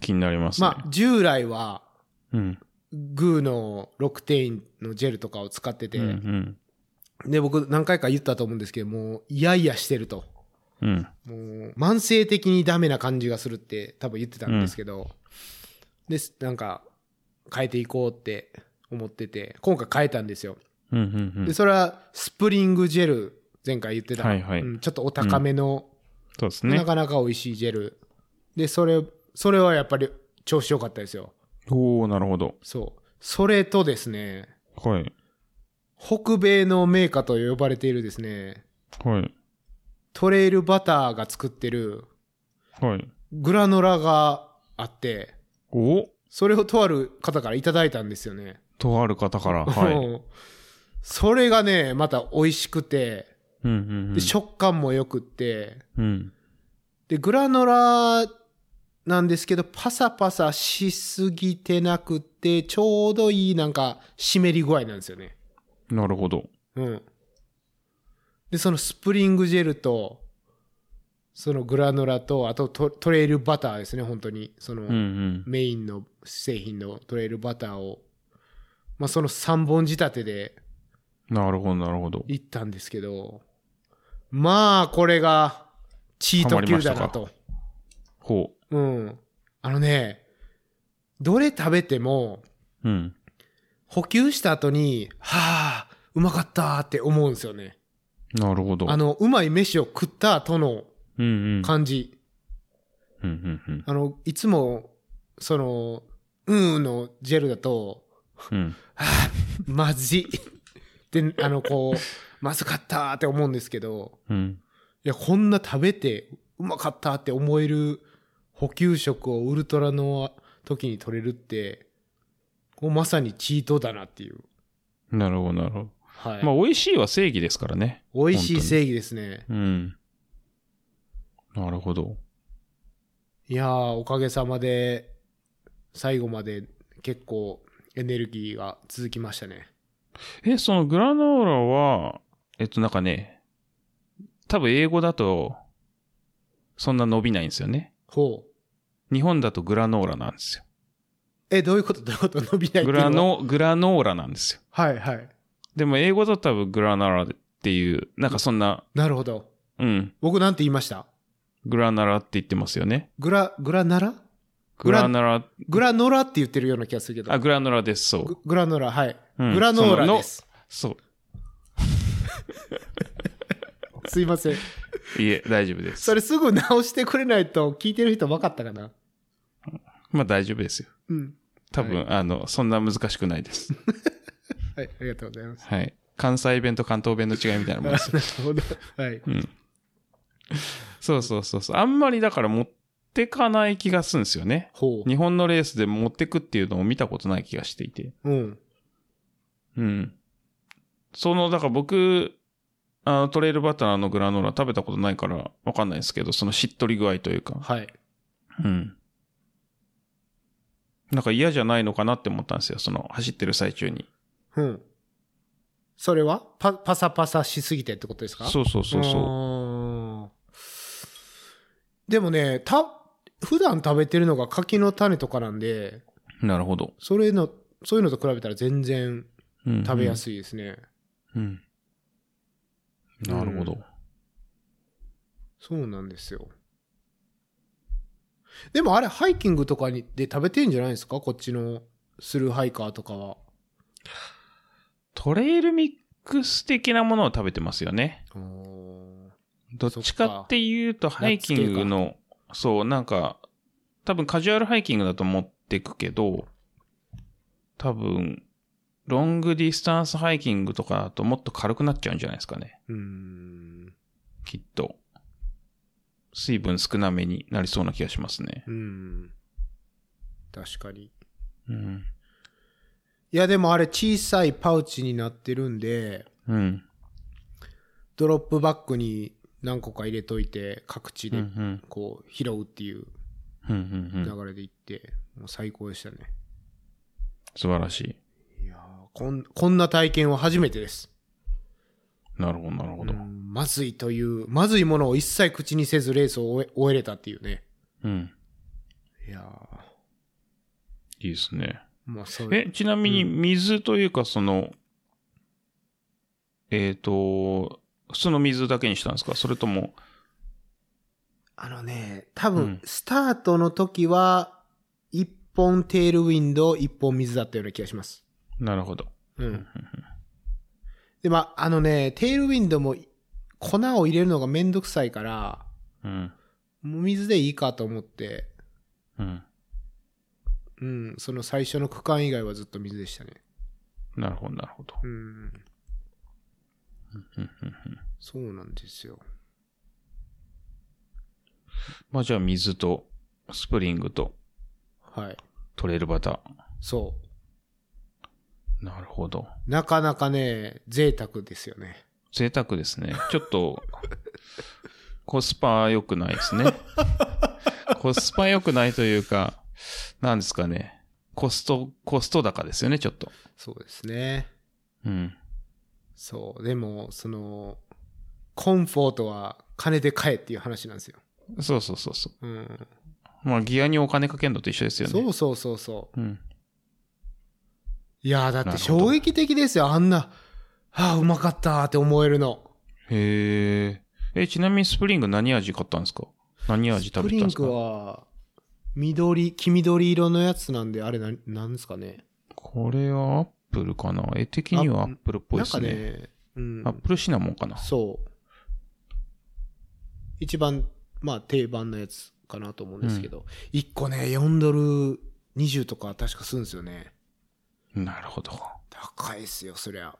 Speaker 3: 気になりますね。
Speaker 1: まあ、従来は、
Speaker 3: うん。
Speaker 1: グーのロクテインのジェルとかを使ってて、
Speaker 3: うんうん。
Speaker 1: で、僕何回か言ったと思うんですけど、もう、イヤイヤしてると。
Speaker 3: うん。
Speaker 1: もう、慢性的にダメな感じがするって多分言ってたんですけど、です、なんか、変えていこうって思ってて、今回変えたんですよ。
Speaker 3: うんうんうん。
Speaker 1: で、
Speaker 3: そ
Speaker 1: それはスプリングジェル、前回言ってた、
Speaker 3: はいはい
Speaker 1: うんちょっとお高めの、
Speaker 3: うですね
Speaker 1: な。かなか美味しいジェル。で、それ、それはやっぱり調子良かったですよ。
Speaker 3: おおなるほど。
Speaker 1: そう。それとですね、
Speaker 3: はい。
Speaker 1: 北米のメーカーと呼ばれているですね、
Speaker 3: はい。
Speaker 1: トレイルバターが作ってる
Speaker 3: はい。
Speaker 1: グラノラがあって、
Speaker 3: お
Speaker 1: それをとある方からいただいたんですよね。
Speaker 3: とある方から。はい。うん
Speaker 1: それがね、また美味しくて、
Speaker 3: うんうん
Speaker 1: で。食感も良くって、
Speaker 3: うん。
Speaker 1: で、グラノラなんですけど、パサパサしすぎてなくて、ちょうどいいなんか湿り具合なんですよね。
Speaker 3: なるほど。
Speaker 1: うん。で、そのスプリングジェルと、そのグラノラと、あとトトレイルバターですね、本当に。その、
Speaker 3: うんうん。
Speaker 1: メインの製品のトレイルバターを、まあ、その3本仕立てで
Speaker 3: なるほど、なるほど。
Speaker 1: いったんですけど、まあ、これが、チート級だ
Speaker 3: ハマ
Speaker 1: な
Speaker 3: りました
Speaker 1: と。
Speaker 3: ほ
Speaker 1: うん。あのね、どれ食べても、
Speaker 3: う。うん。
Speaker 1: 補給した後に、はあ、うまかったって思うんですよね。
Speaker 3: なるほど。
Speaker 1: あの、うまい飯を食った後の
Speaker 3: うんうん。
Speaker 1: 感じ。
Speaker 3: うんうんうん
Speaker 1: あの、いつも、その、うんのジェルだと、
Speaker 3: うん。
Speaker 1: はあ、まずい。で、あの、こう、まずかったって思うんですけど、
Speaker 3: うん。
Speaker 1: いや、こんな食べて、うまかったって思える補給食をウルトラの時に取れるって、こうまさにチートだなっていう。
Speaker 3: なるほど、なるほ
Speaker 1: はい。
Speaker 3: ど。まあ、美味しいは正義ですからね。
Speaker 1: 美味しい正義ですね。
Speaker 3: うん。なるほど。
Speaker 1: いやー、おかげさまで、最後まで結構エネルギーが続きましたね。
Speaker 3: え、そのグラノーラは、えっと、なんかね、多分英語だと、そんな伸びないんですよね。
Speaker 1: ほう。
Speaker 3: 日本だとグラノーラなんですよ。
Speaker 1: え、どういうことどういうこと伸びないっ
Speaker 3: グ
Speaker 1: ていうのは
Speaker 3: ラノ、グラノーラなんですよ。
Speaker 1: はいはい。
Speaker 3: でも英語だと多分グラナラっていう、なんかそんな、
Speaker 1: なるほど。
Speaker 3: うん、
Speaker 1: 僕なんて言いました
Speaker 3: グラナラって言ってますよね。
Speaker 1: グラ、グラナラグ
Speaker 3: グ
Speaker 1: ラ
Speaker 3: ラナラ、
Speaker 1: グラノラって言ってるような気がするけど。
Speaker 3: あ、グラノラです、そう。
Speaker 1: ググラノラ、はい。
Speaker 3: うん
Speaker 1: グラノーラです。
Speaker 3: そ
Speaker 1: すいません。
Speaker 3: う。いえ、大丈夫です。
Speaker 1: それすぐ直してくれないと聞いてる人分かったかな。
Speaker 3: まあ大丈夫ですよ。
Speaker 1: うん。
Speaker 3: 多分、あの、そんな難しくないです。
Speaker 1: はい、ありがとうございます。
Speaker 3: はい。関西弁と関東弁の違いみたいなもんですよ。
Speaker 1: なるほど。はい。
Speaker 3: そうそうそうそう。あんまりだから持ってかない気がするんですよね。
Speaker 1: ほ
Speaker 3: 日本のレースで持ってくっていうのを見たことない気がしていて。
Speaker 1: う。うん。
Speaker 3: うん。その、だから僕、あのトレイルバターのグラノーラ食べたことないからわかんないですけど、そのしっとり具合というか。
Speaker 1: はい。
Speaker 3: うん。なんか嫌じゃないのかなって思ったんですよ。その走ってる最中に。
Speaker 1: うん。それはパパサパサしすぎてってことですか
Speaker 3: そうそうそうそう
Speaker 1: ーんでもね、た、普段食べてるのが柿の種とかなんで、
Speaker 3: なるほど。
Speaker 1: それの、そういうのと比べたら全然
Speaker 3: うん
Speaker 1: 食べやすいですね。
Speaker 3: うん。なるほど。
Speaker 1: そうなんですよ。でもあれ、ハイキングとかにで食べてんじゃないですかこっちのスルーハイカーとかは。
Speaker 3: トレイルミックス的なものを食べてますよね。どっちかっていうと、ハイキングの、そう、なんか、多分カジュアルハイキングだと思ってくけど、多分、ロングディスタンスハイキングとかだともっと軽くなっちゃうんじゃないですかね。
Speaker 1: うーん。
Speaker 3: きっと。水分少なめになりそうな気がしますね。
Speaker 1: うーん。確かに。
Speaker 3: うん。
Speaker 1: いや、でもあれ、小さいパウチになってるんで、
Speaker 3: うん。
Speaker 1: ドロップバッグに何個か入れといて、各地
Speaker 3: うん。う
Speaker 1: で
Speaker 3: ん。
Speaker 1: こう、拾うっていう
Speaker 3: うん。うんうん。
Speaker 1: 流れで行って、もう最高でしたね。
Speaker 3: 素晴らしい。
Speaker 1: いやーこん、こんな体験は初めてです。
Speaker 3: なるほど、なるほど。
Speaker 1: うんまずいという、まずいものを一切口にせずレースを終え終えれたっていうね。
Speaker 3: うん。
Speaker 1: いやー
Speaker 3: いいですね。
Speaker 1: まあそう
Speaker 3: え、ちなみに
Speaker 1: う
Speaker 3: 水というか、その、えっ、と、普通の水だけにしたんですかそれとも、
Speaker 1: あのね、多
Speaker 3: う
Speaker 1: 分
Speaker 3: ん、
Speaker 1: スタートの時は、一本テールウィンド、一本水だったような気がします。
Speaker 3: なるほど。
Speaker 1: うん。で、まあ、あのね、テールウィンドも、粉を入れるのがめんどくさいから、
Speaker 3: うん。
Speaker 1: もう水でいいかと思って、
Speaker 3: うん。
Speaker 1: うん、その最初の区間以外はずっと水でしたね。
Speaker 3: なるほど、なるほど。
Speaker 1: うん。
Speaker 3: うんうんうん
Speaker 1: そうなんですよ。
Speaker 3: まあじゃあ水と、スプリングと、
Speaker 1: はい。
Speaker 3: トレイルバタ
Speaker 1: そ
Speaker 3: ー。なるほど。
Speaker 1: う。なかなかね、贅沢ですよね。
Speaker 3: 贅沢です ね。ちょっと、コスパ良くないです ね。コスパ良くないというか、なんですかね。コスト、コスト高ですよね、ちょっと。
Speaker 1: そうですね。
Speaker 3: うん。
Speaker 1: そう。でも、その、コンフォートは金で買えっていう話なんですよ。
Speaker 3: そうそうそうそ
Speaker 1: うん。
Speaker 3: う。まあ、ギアにお金かけんのと一緒ですよね。
Speaker 1: そうそうそうそう。
Speaker 3: うん。
Speaker 1: いやー、だっ
Speaker 3: な
Speaker 1: て
Speaker 3: るほど
Speaker 1: 衝撃的ですよ。あんな、ああ、うまかったーって思えるの。
Speaker 3: へえ。え、ちなみにスプリング何味買ったんですか何味
Speaker 1: スプ
Speaker 3: 食べて
Speaker 1: リ
Speaker 3: たんで
Speaker 1: ン
Speaker 3: すか
Speaker 1: クは、緑、黄緑色のやつなんで、あれな、なんですかね。
Speaker 3: これはアップルかな絵的にはアップルっぽい
Speaker 1: な
Speaker 3: で
Speaker 1: んか
Speaker 3: すね。
Speaker 1: ね、うん
Speaker 3: アッ。プルシナモンかな
Speaker 1: そう。一番、まあ、定番のやつかなと思うんですけど、1個ね、4ドル20とか確かするんですよね。
Speaker 3: なるほど。
Speaker 1: 高いっすよ、そりゃ。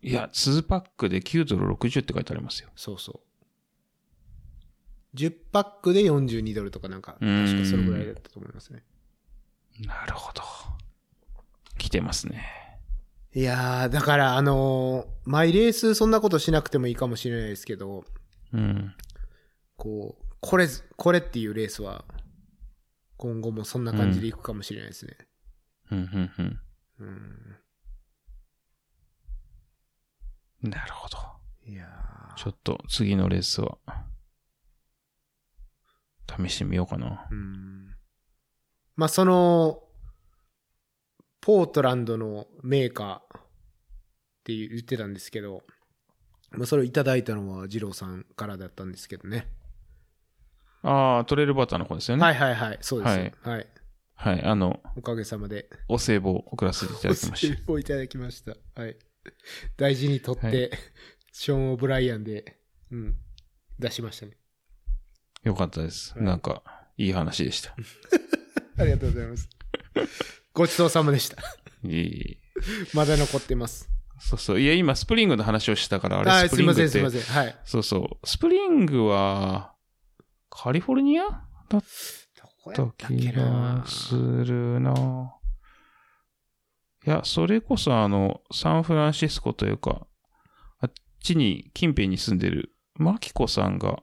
Speaker 3: いや、2パックで9ドル60って書いてありますよ。
Speaker 1: そうそう。10パックで42ドルとかなんか、
Speaker 3: うーん
Speaker 1: 確かそれぐらいだったと思いますね。
Speaker 3: なるほど。来てますね。
Speaker 1: いやー、だからあのーマイレースそんなことしなくてもいいかもしれないですけど、
Speaker 3: うん。
Speaker 1: こう、これ、これっていうレースは、今後もそんな感じでいくかもしれないですね。
Speaker 3: うん、うん、うん。
Speaker 1: うん。
Speaker 3: なるほど。
Speaker 1: いや
Speaker 3: ちょっと次のレースは、試してみようかな。
Speaker 1: ー。うん。まあ、その、ポートランドのメーカーって言ってたんですけど、まあ、それをいただいたのは二郎さんからだったんですけどね。
Speaker 3: ああ、トレイルバターの子ですよね。。
Speaker 1: はいいはいはい、そうです。はい。
Speaker 3: はい。あの、
Speaker 1: おかげさまで。
Speaker 3: お歳暮を送らせていただきまし
Speaker 1: おいただきました。はい。大事にとって、
Speaker 3: は
Speaker 1: ショーン・オブライアンで、うん、出しましたね。
Speaker 3: た。よかったです。
Speaker 1: はい
Speaker 3: なんか、いい話でした。
Speaker 1: ありがとうございます。ごちそうさまでした。
Speaker 3: いい。
Speaker 1: まだ残ってます。
Speaker 3: そうそう。いや、今、スプリングの話をしたから、あれ、
Speaker 1: はい
Speaker 3: スプ
Speaker 1: す
Speaker 3: リ
Speaker 1: い
Speaker 3: ングっ
Speaker 1: ま
Speaker 3: て。
Speaker 1: せん、すいません。はい。
Speaker 3: そうそう。スプリングは、カリフォルニアだっ
Speaker 1: どこや
Speaker 3: た
Speaker 1: ったっ
Speaker 3: 気
Speaker 1: け
Speaker 3: が
Speaker 1: な
Speaker 3: するな。いや、それこそ、あの、サンフランシスコというか、あっちに、近辺に住んでる、マキコさんが、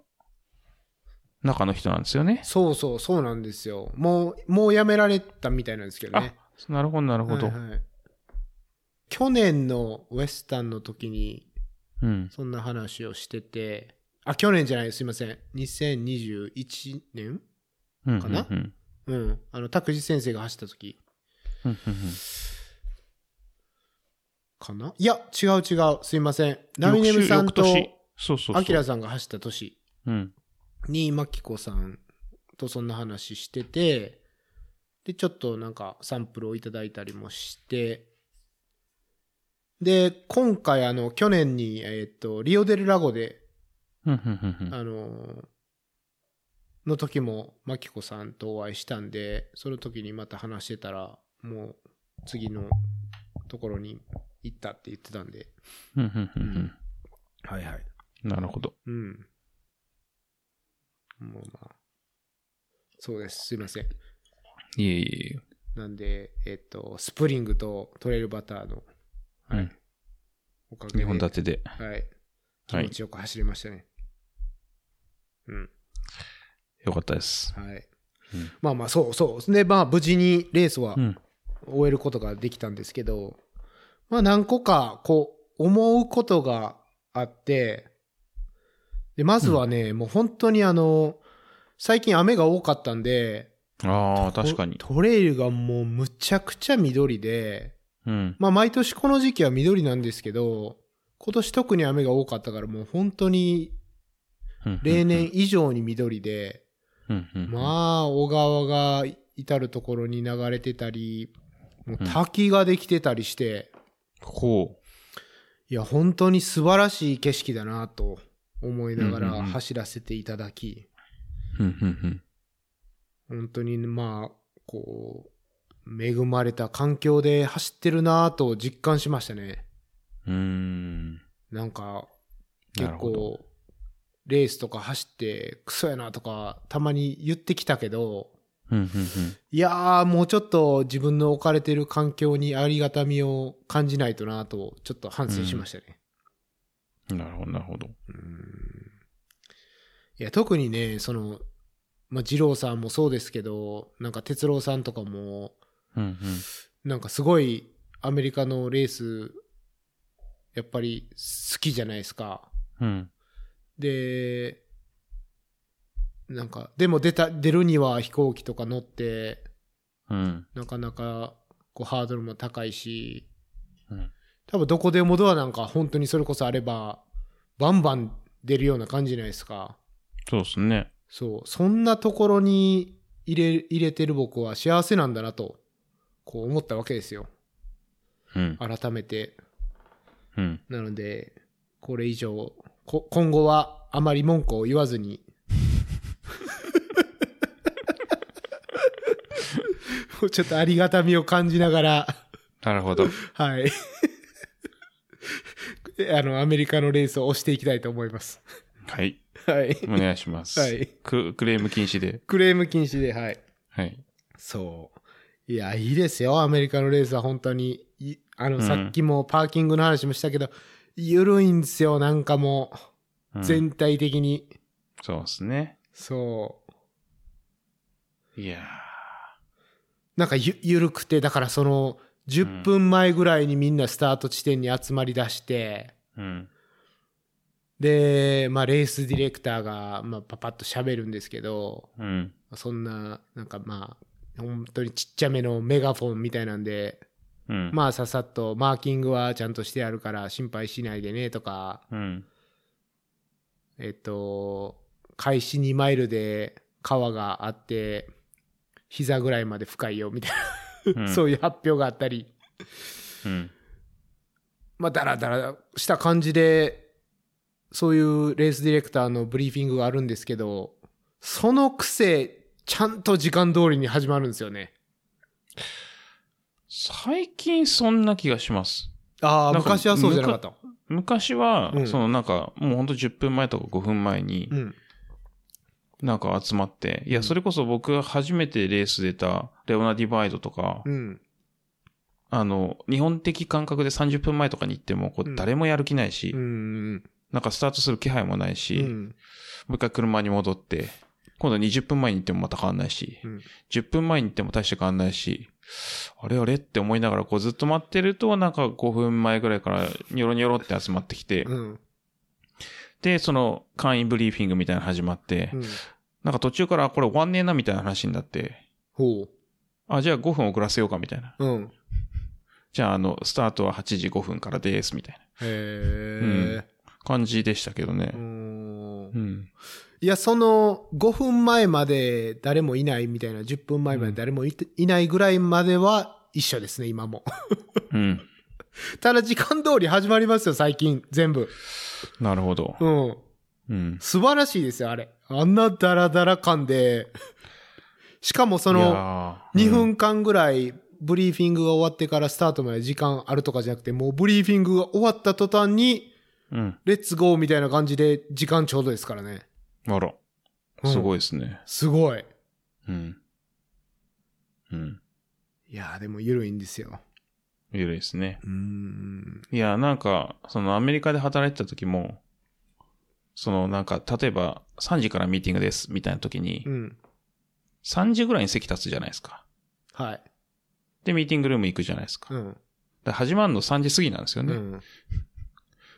Speaker 3: 中の人なんですよね。
Speaker 1: そうそう、そうなんですよ。もう、もうやめられたみたいなんですけど
Speaker 3: あ
Speaker 1: ね。、
Speaker 3: なるほど、なるほど。
Speaker 1: はいはい去年のウエスタンの時に、
Speaker 3: うん。
Speaker 1: そんな話をしてて、あ、去年じゃない、すいません。2021年
Speaker 3: うん
Speaker 1: かな
Speaker 3: うん
Speaker 1: うん。あの、拓司先生が走った時
Speaker 3: うんうんうん
Speaker 1: かないや、違う違う。すいません。ナミネ
Speaker 3: 翌
Speaker 1: ム
Speaker 3: 週
Speaker 1: さん
Speaker 3: 翌
Speaker 1: と、
Speaker 3: 年そうそうそう。
Speaker 1: アキラさんが走った年
Speaker 3: うん。
Speaker 1: に、マキコさんとそんな話してて、で、ちょっとなんかサンプルをいただいたりもして、で、今回あの、去年に、えっ、と、リオデルラゴで、
Speaker 3: うんうんうんうん
Speaker 1: あのの時も、マキコさんとお会いしたんで、その時にまた話してたら、もう、次のところに行ったって言ってたんで。
Speaker 3: うんうんうん
Speaker 1: はいはい。
Speaker 3: うん。なるほど。
Speaker 1: うん。もうまあ。そうです。すいません。
Speaker 3: いえいえいえ。
Speaker 1: なんで、えっと、スプリングとトレイルバターの、はい。
Speaker 3: うん
Speaker 1: おか
Speaker 3: 2
Speaker 1: げで、
Speaker 3: 本立てで。
Speaker 1: はい。気
Speaker 3: はい
Speaker 1: 持。ちよく走れましたね。
Speaker 3: よかったです。
Speaker 1: うん。はい。
Speaker 3: うん
Speaker 1: まあまあ、そうそう。で、まあ、無事にレースは
Speaker 3: うん。
Speaker 1: 終えることができたんですけど、まあ、何個か、こう、思うことがあって、で、まずはね、もう本当にあの、最近雨が多かったんで、
Speaker 3: ああ、確かに。
Speaker 1: トトレイルがもうむちゃくちゃ緑で、
Speaker 3: うん。
Speaker 1: まあ毎年この時期は緑なんですけど、今年特に雨が多かったからもう本当に例年以上に緑で、
Speaker 3: うんうんうん、
Speaker 1: まあ小川が至る所に流れてたり、もう滝ができてたりして、
Speaker 3: こ
Speaker 1: いや本当に素晴らしい景色だなと思いながら
Speaker 3: うんうんうん
Speaker 1: 走らせていただき、
Speaker 3: う。うんうん
Speaker 1: 本当にまあ、こう、恵まれた環境で走ってるなと実感しましたね。
Speaker 3: うん。うーん。
Speaker 1: なんか、
Speaker 3: な
Speaker 1: 結
Speaker 3: るほど
Speaker 1: 構、レースとか走って、クソやなとか、たまに言ってきたけど、
Speaker 3: うんうん
Speaker 1: いやー、もうちょっと自分の置かれてる環境にありがたみを感じないとなと、ちょっと反省しましたね。
Speaker 3: うん。なるほど、なるほど。
Speaker 1: うんいや、特にね、その、まあ、二郎さんもそうですけど、なんか哲郎さんとかも、
Speaker 3: うんうん。
Speaker 1: なんかすごいアメリカのレース、やっぱり好きじゃないですか。
Speaker 3: うん。
Speaker 1: で、なんか、でも出た、出るには飛行機とか乗って、
Speaker 3: うん。
Speaker 1: なかなか、こう、ハードルも高いし、
Speaker 3: うん
Speaker 1: 多分どこでもドアなんか本当にそれこそあれば、バンバン出るような感じじゃないですか。
Speaker 3: そうですね。
Speaker 1: そう、そんなところに入れ、入れてる僕は幸せなんだなと、こう思ったわけですよ。
Speaker 3: うん。
Speaker 1: 改めて。
Speaker 3: うん。
Speaker 1: なので、これ以上、こ今後はあまり文句を言わずに。 もうちょっとありがたみを感じながら、
Speaker 3: なるほど。
Speaker 1: はい。 あの、アメリカのレースを押していきたいと思います。
Speaker 3: はい。
Speaker 1: はい。
Speaker 3: お願いします。
Speaker 1: はい
Speaker 3: ククレーム禁止で。
Speaker 1: クレーム禁止で、はい。
Speaker 3: はい。
Speaker 1: そう。いや、いいですよ、アメリカのレースは本当に。いあの、
Speaker 3: うん
Speaker 1: さっきもパーキングの話もしたけど、緩いんですよ、なんかも
Speaker 3: う
Speaker 1: う、
Speaker 3: ん
Speaker 1: 全体的に。
Speaker 3: そうですね。
Speaker 1: そう。
Speaker 3: いや
Speaker 1: なんかゆ、ゆるくて、だからその、10分前ぐらいにみんなスタート地点に集まり出して、
Speaker 3: ー。うん。
Speaker 1: で、まあ、レースディレクターが、まあ、パパッと喋るんですけど、
Speaker 3: うん。
Speaker 1: そんな、なんかまあ、本当にちっちゃめのメガフォンみたいなんで、
Speaker 3: うん。
Speaker 1: まあ、ささっとマーキングはちゃんとしてあるから心配しないでね、とか、
Speaker 3: うん。
Speaker 1: えっと、開始2マイルで川があって、膝ぐらいまで深いよ、みたいな、
Speaker 3: うん
Speaker 1: そういう発表があったり、
Speaker 3: うん。
Speaker 1: まあ、だらだらした感じで、そういうレースディレクターのブリーフィングがあるんですけど、そのくせ、ちゃんと時間通りに始まるんですよね。
Speaker 3: 最近そんな気がします。
Speaker 1: ああ、
Speaker 3: なんか
Speaker 1: 昔はそうじゃなかった。
Speaker 3: 昔は、
Speaker 1: うん
Speaker 3: そのなんか、もうほんと10分前とか5分前に
Speaker 1: う、ん。
Speaker 3: なんか集まって、いうや、
Speaker 1: ん
Speaker 3: それこそ僕が初めてレース出た、レオナ・ディバイドとか、
Speaker 1: うん。
Speaker 3: あの、日本的感覚で30分前とかに行っても、こ
Speaker 1: う
Speaker 3: うん誰もやる気ないし、
Speaker 1: うん。
Speaker 3: なんかスタートする気配もないうし、
Speaker 1: ん。
Speaker 3: もう一回車に戻って、今度20分前に行ってもまた変わんないし、
Speaker 1: うん
Speaker 3: 10分前に行っても大して変わんないし、あれあれって思いながらこうずっと待ってると、なんか5分前ぐらいからニョロニョロって集まってきて、
Speaker 1: うん。
Speaker 3: で、その簡易ブリーフィングみたいなの始まって、
Speaker 1: うん
Speaker 3: なんか途中からあこれ終わんねえなみたいな話になって、
Speaker 1: ほ
Speaker 3: あ、じゃあ5分遅らせようかみたいな。
Speaker 1: う。うん。
Speaker 3: じゃああの、スタートは8時5分からですみたいな
Speaker 1: へえ。
Speaker 3: 感じでしたけどね
Speaker 1: う。ん
Speaker 3: うん。
Speaker 1: いや、その5分前まで誰もいないみたいな、10分前まで誰もいていないぐらいまでは一緒ですね、今も。
Speaker 3: うん。
Speaker 1: ただ時間通り始まりますよ、最近、全部。
Speaker 3: なるほど。
Speaker 1: うん。
Speaker 3: うん。
Speaker 1: 素晴らしいですよ、あれ。あんなダラダラ感で、しかもそ
Speaker 3: いや
Speaker 1: の
Speaker 3: ー
Speaker 1: 2
Speaker 3: うん
Speaker 1: 分間ぐらいブリーフィングが終わってからスタートまで時間あるとかじゃなくて、もうブリーフィングが終わった途端に、
Speaker 3: うん。
Speaker 1: レッツゴーみたいな感じで時間ちょうどですからね。
Speaker 3: あら。
Speaker 1: うん
Speaker 3: すごいですね。
Speaker 1: すごい。
Speaker 3: うん。うん。
Speaker 1: いやーでも緩いんですよ。
Speaker 3: ゆるいですね。
Speaker 1: うーん。
Speaker 3: いや、なんか、そのアメリカで働いてた時も、そのなんか、例えば3時からミーティングですみたいな時に
Speaker 1: う、ん。
Speaker 3: 3時ぐらいに席立つじゃないですか。
Speaker 1: はい。
Speaker 3: で、ミーティングルーム行くじゃないですか。
Speaker 1: う
Speaker 3: だか
Speaker 1: ん。
Speaker 3: ら始まるの3時過ぎなんですよ
Speaker 1: う
Speaker 3: ね。
Speaker 1: ん。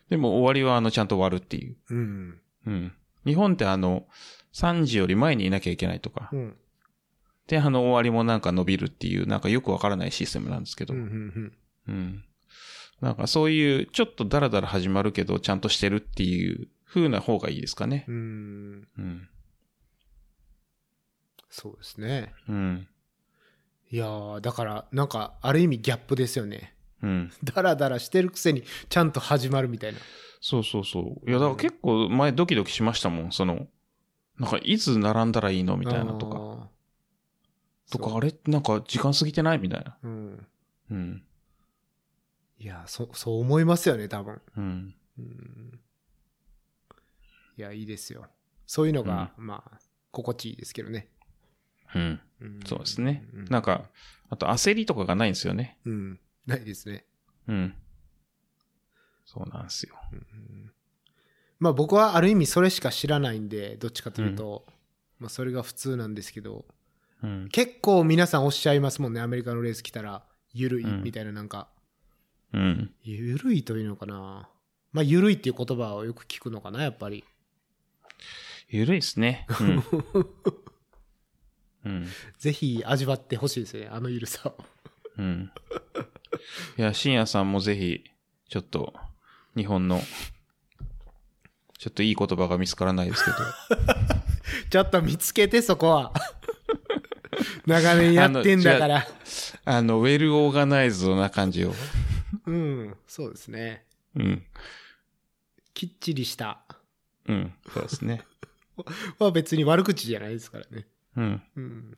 Speaker 3: でも終わりはあの、ちゃんと終わるっていう。
Speaker 1: うん。
Speaker 3: うん。日本ってあの、3時より前にいなきゃいけないとか
Speaker 1: う、ん。
Speaker 3: で、あの、終わりもなんか伸びるっていう、なんかよくわからないシステムなんですけ
Speaker 1: う
Speaker 3: ど、うん。
Speaker 1: ん。
Speaker 3: なんかそういう、ちょっとダラダラ始まるけど、ちゃんとしてるっていう風な方がいいですかね
Speaker 1: う。ん。
Speaker 3: うん。
Speaker 1: そうですね。
Speaker 3: うん。
Speaker 1: いやーだから、なんか、ある意味ギャップですよね。
Speaker 3: うん。
Speaker 1: ダラダラしてるくせに、ちゃんと始まるみたいな。
Speaker 3: そうそうそう。いや、だから結構前ドキドキしましたもん、その、なんかいつ並んだらいいのみたいなとか。
Speaker 1: か。
Speaker 3: とか、
Speaker 1: そう
Speaker 3: あれなんか時間過ぎてないみたいな。
Speaker 1: うん。
Speaker 3: うん。
Speaker 1: いや、そ、そう思いますよね、多分。
Speaker 3: うん。
Speaker 1: うん。いや、いいですよ。そういうのが、まあ、心地いいですけどね。
Speaker 3: うん。
Speaker 1: ん
Speaker 3: そうですね
Speaker 1: うん。
Speaker 3: なんか、あと焦りとかがないんですよね。
Speaker 1: うん。ないですね。
Speaker 3: うん。そうなんですよ。
Speaker 1: うんまあ僕はある意味それしか知らないんで、どっちかというと、まあそれが普通なんですけど、
Speaker 3: うん。
Speaker 1: 結構皆さんおっしゃいますもんね、アメリカのレース来たら、ゆるいみたいななんか、
Speaker 3: うん。
Speaker 1: ゆるいというのかな。まあゆるいっていう言葉をよく聞くのかな、やっぱり。
Speaker 3: ゆるいですね。 うん。うん。
Speaker 1: ぜひ味わってほしいですね、あのゆるさを。
Speaker 3: うん。いや、深夜さんもぜひ、ちょっと、日本の、ちょっといい言葉が見つからないですけ ど。
Speaker 1: ちょっと見つけて、そこは。長年やってんだから。
Speaker 3: あの、ウェルオーガナイズドな感じを。
Speaker 1: うん、そうですね。
Speaker 3: うん。
Speaker 1: きっちりした。
Speaker 3: うん。そうですね。
Speaker 1: まあ別に悪口じゃないですからね。
Speaker 3: うん。
Speaker 1: うん。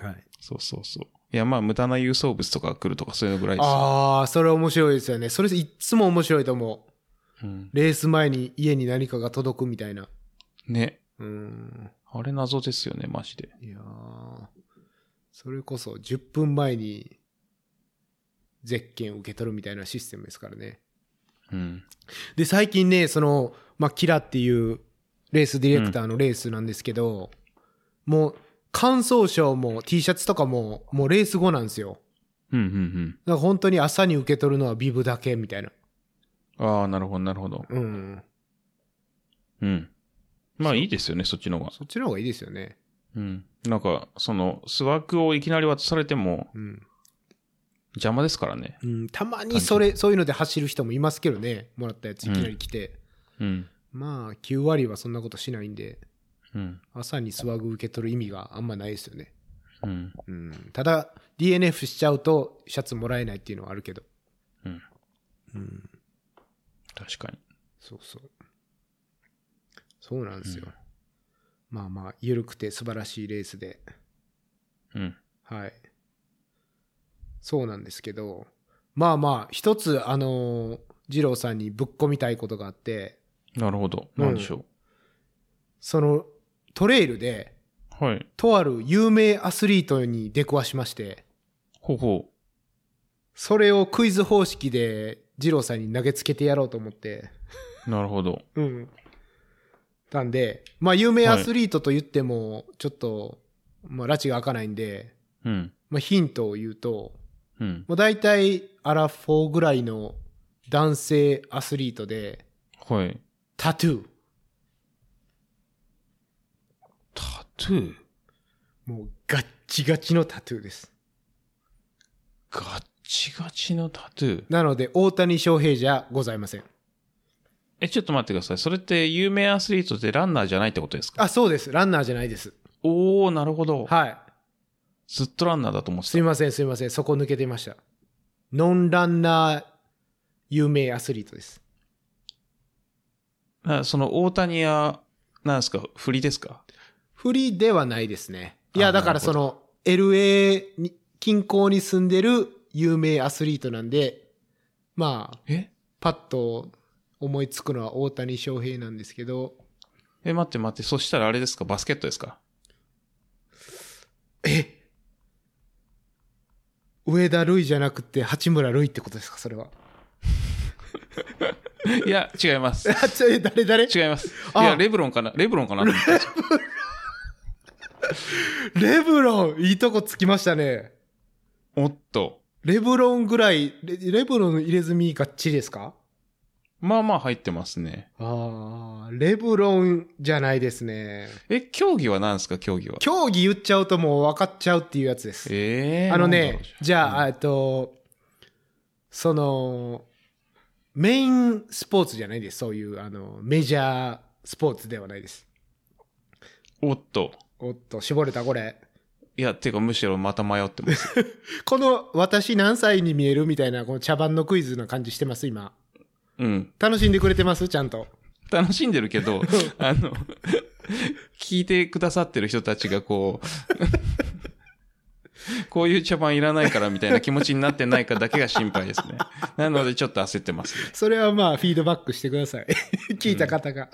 Speaker 1: はい。
Speaker 3: そうそうそう。いや、まあ、無駄な郵送物とかが来るとか、そういうのぐらいですよ。
Speaker 1: ああ、それ面白いですよね。それいっつも面白いと思う。
Speaker 3: うん。
Speaker 1: レース前に家に何かが届くみたいな。
Speaker 3: ね。
Speaker 1: うーん。
Speaker 3: あれ謎ですよね、マジで。
Speaker 1: いやーそれこそ10分前に、ゼッケン受け取るみたいなシステムですからね。
Speaker 3: うん。
Speaker 1: で、最近ね、その、まあ、キラっていうレースディレクターのレースなんですけど、もう、感想賞も T シャツとかも、もうレース後なんですよ。
Speaker 3: うん、うん、
Speaker 1: だから本当に朝に受け取るのはビブだけみたいな。
Speaker 3: うん。ああ、なるほど、なるほど。
Speaker 1: うん。
Speaker 3: うん。まあいいですよね、そっちの方が。
Speaker 1: そっちの方がいいですよね。
Speaker 3: うん。なんか、その、スワークをいきなり渡されても
Speaker 1: うん。
Speaker 3: 邪魔ですからね。
Speaker 1: うん、たまにそれそういうので走る人もいますけどねもらったやついきなり来て、
Speaker 3: うん。
Speaker 1: まあ9割はそんなことしないんで
Speaker 3: うん。
Speaker 1: 朝にスワグ受け取る意味があんまないですよね、
Speaker 3: うん。
Speaker 1: うん、ただ DNF しちゃうとシャツもらえないっていうのはあるけど、
Speaker 3: うん。
Speaker 1: うん、
Speaker 3: 確かに。
Speaker 1: そうそうそうなんですよ、まあまあ緩くて素晴らしいレースで
Speaker 3: うん。
Speaker 1: はい。そうなんですけど、まあまあ、一つ、あのー、二郎さんにぶっ込みたいことがあって、
Speaker 3: なるほど。
Speaker 1: うん
Speaker 3: なんでしょ
Speaker 1: その、トレイルで、
Speaker 3: う。はい。
Speaker 1: とある有名アスリートに出くわしまして、
Speaker 3: ほうほ
Speaker 1: それをクイズ方式で二郎さんに投げつけてやろうと思って、
Speaker 3: う。なるほど。
Speaker 1: うん。なんで、まあ、有名アスリートと言っても、ちょっと、まあ、拉致が開かないんで、
Speaker 3: うん。
Speaker 1: まあ、ヒントを言うと、
Speaker 3: うん。
Speaker 1: もう大体アラフォーぐらいの男性アスリートで、
Speaker 3: はい。
Speaker 1: タトゥー。
Speaker 3: タトゥー
Speaker 1: もうガッチガチのタトゥーです。
Speaker 3: ガッチガチのタトゥー。
Speaker 1: なので、大谷翔平じゃございません。
Speaker 3: え、ちょっと待ってください。それって有名アスリートってランナーじゃないってことですか
Speaker 1: あ、そうです。ランナーじゃないです。
Speaker 3: おー、なるほど。
Speaker 1: はい。
Speaker 3: ずっとランナーだと思って
Speaker 1: す
Speaker 3: た
Speaker 1: い。ません、すいません。そこ抜けてました。ノンランナー有名アスリートです。
Speaker 3: なその大谷や、なんですか、振りですか
Speaker 1: フリーではないですね。い
Speaker 3: あ
Speaker 1: や、だから
Speaker 3: なるほ
Speaker 1: その、LA に近郊に住んでる有名アスリートなんで、まあ、
Speaker 3: え
Speaker 1: パッと思いつくのは大谷翔平なんですけど、
Speaker 3: え、待って待って。そしたらあれですかバスケットですか
Speaker 1: 上田瑠衣じゃなくて八村塁ってことですか、それは。
Speaker 3: いや、違います。
Speaker 1: あ、ちょ、え誰誰
Speaker 3: 違います。い
Speaker 1: あ
Speaker 3: や、レブロンかなレブロンか なと思った
Speaker 1: レブロン、いいとこつきましたね。
Speaker 3: おっと。
Speaker 1: レブロンぐらい、レレブロンの入れ墨がっちりですか
Speaker 3: まあまあ入ってますね。
Speaker 1: ああ、レブロンじゃないですね。
Speaker 3: え、競技は何ですか競技は。
Speaker 1: 競技言っちゃうともう分かっちゃうっていうやつです。
Speaker 3: ええ
Speaker 1: あのね、じゃあ、
Speaker 3: あ、
Speaker 1: えっと、その、メインスポーツじゃないです。そういう、あの、メジャースポーツではないです。
Speaker 3: おっと。
Speaker 1: おっと、絞れた、これ。
Speaker 3: いや、てかむしろまた迷ってます。
Speaker 1: この、私何歳に見えるみたいな、この茶番のクイズな感じしてます、今。
Speaker 3: うん。
Speaker 1: 楽しんでくれてますちゃんと。
Speaker 3: 楽しんでるけど、あの、聞いてくださってる人たちがこう、 こういう茶番いらないからみたいな気持ちになってないかだけが心配ですね。なのでちょっと焦ってますね。
Speaker 1: それはまあ、フィードバックしてください。聞いた方が。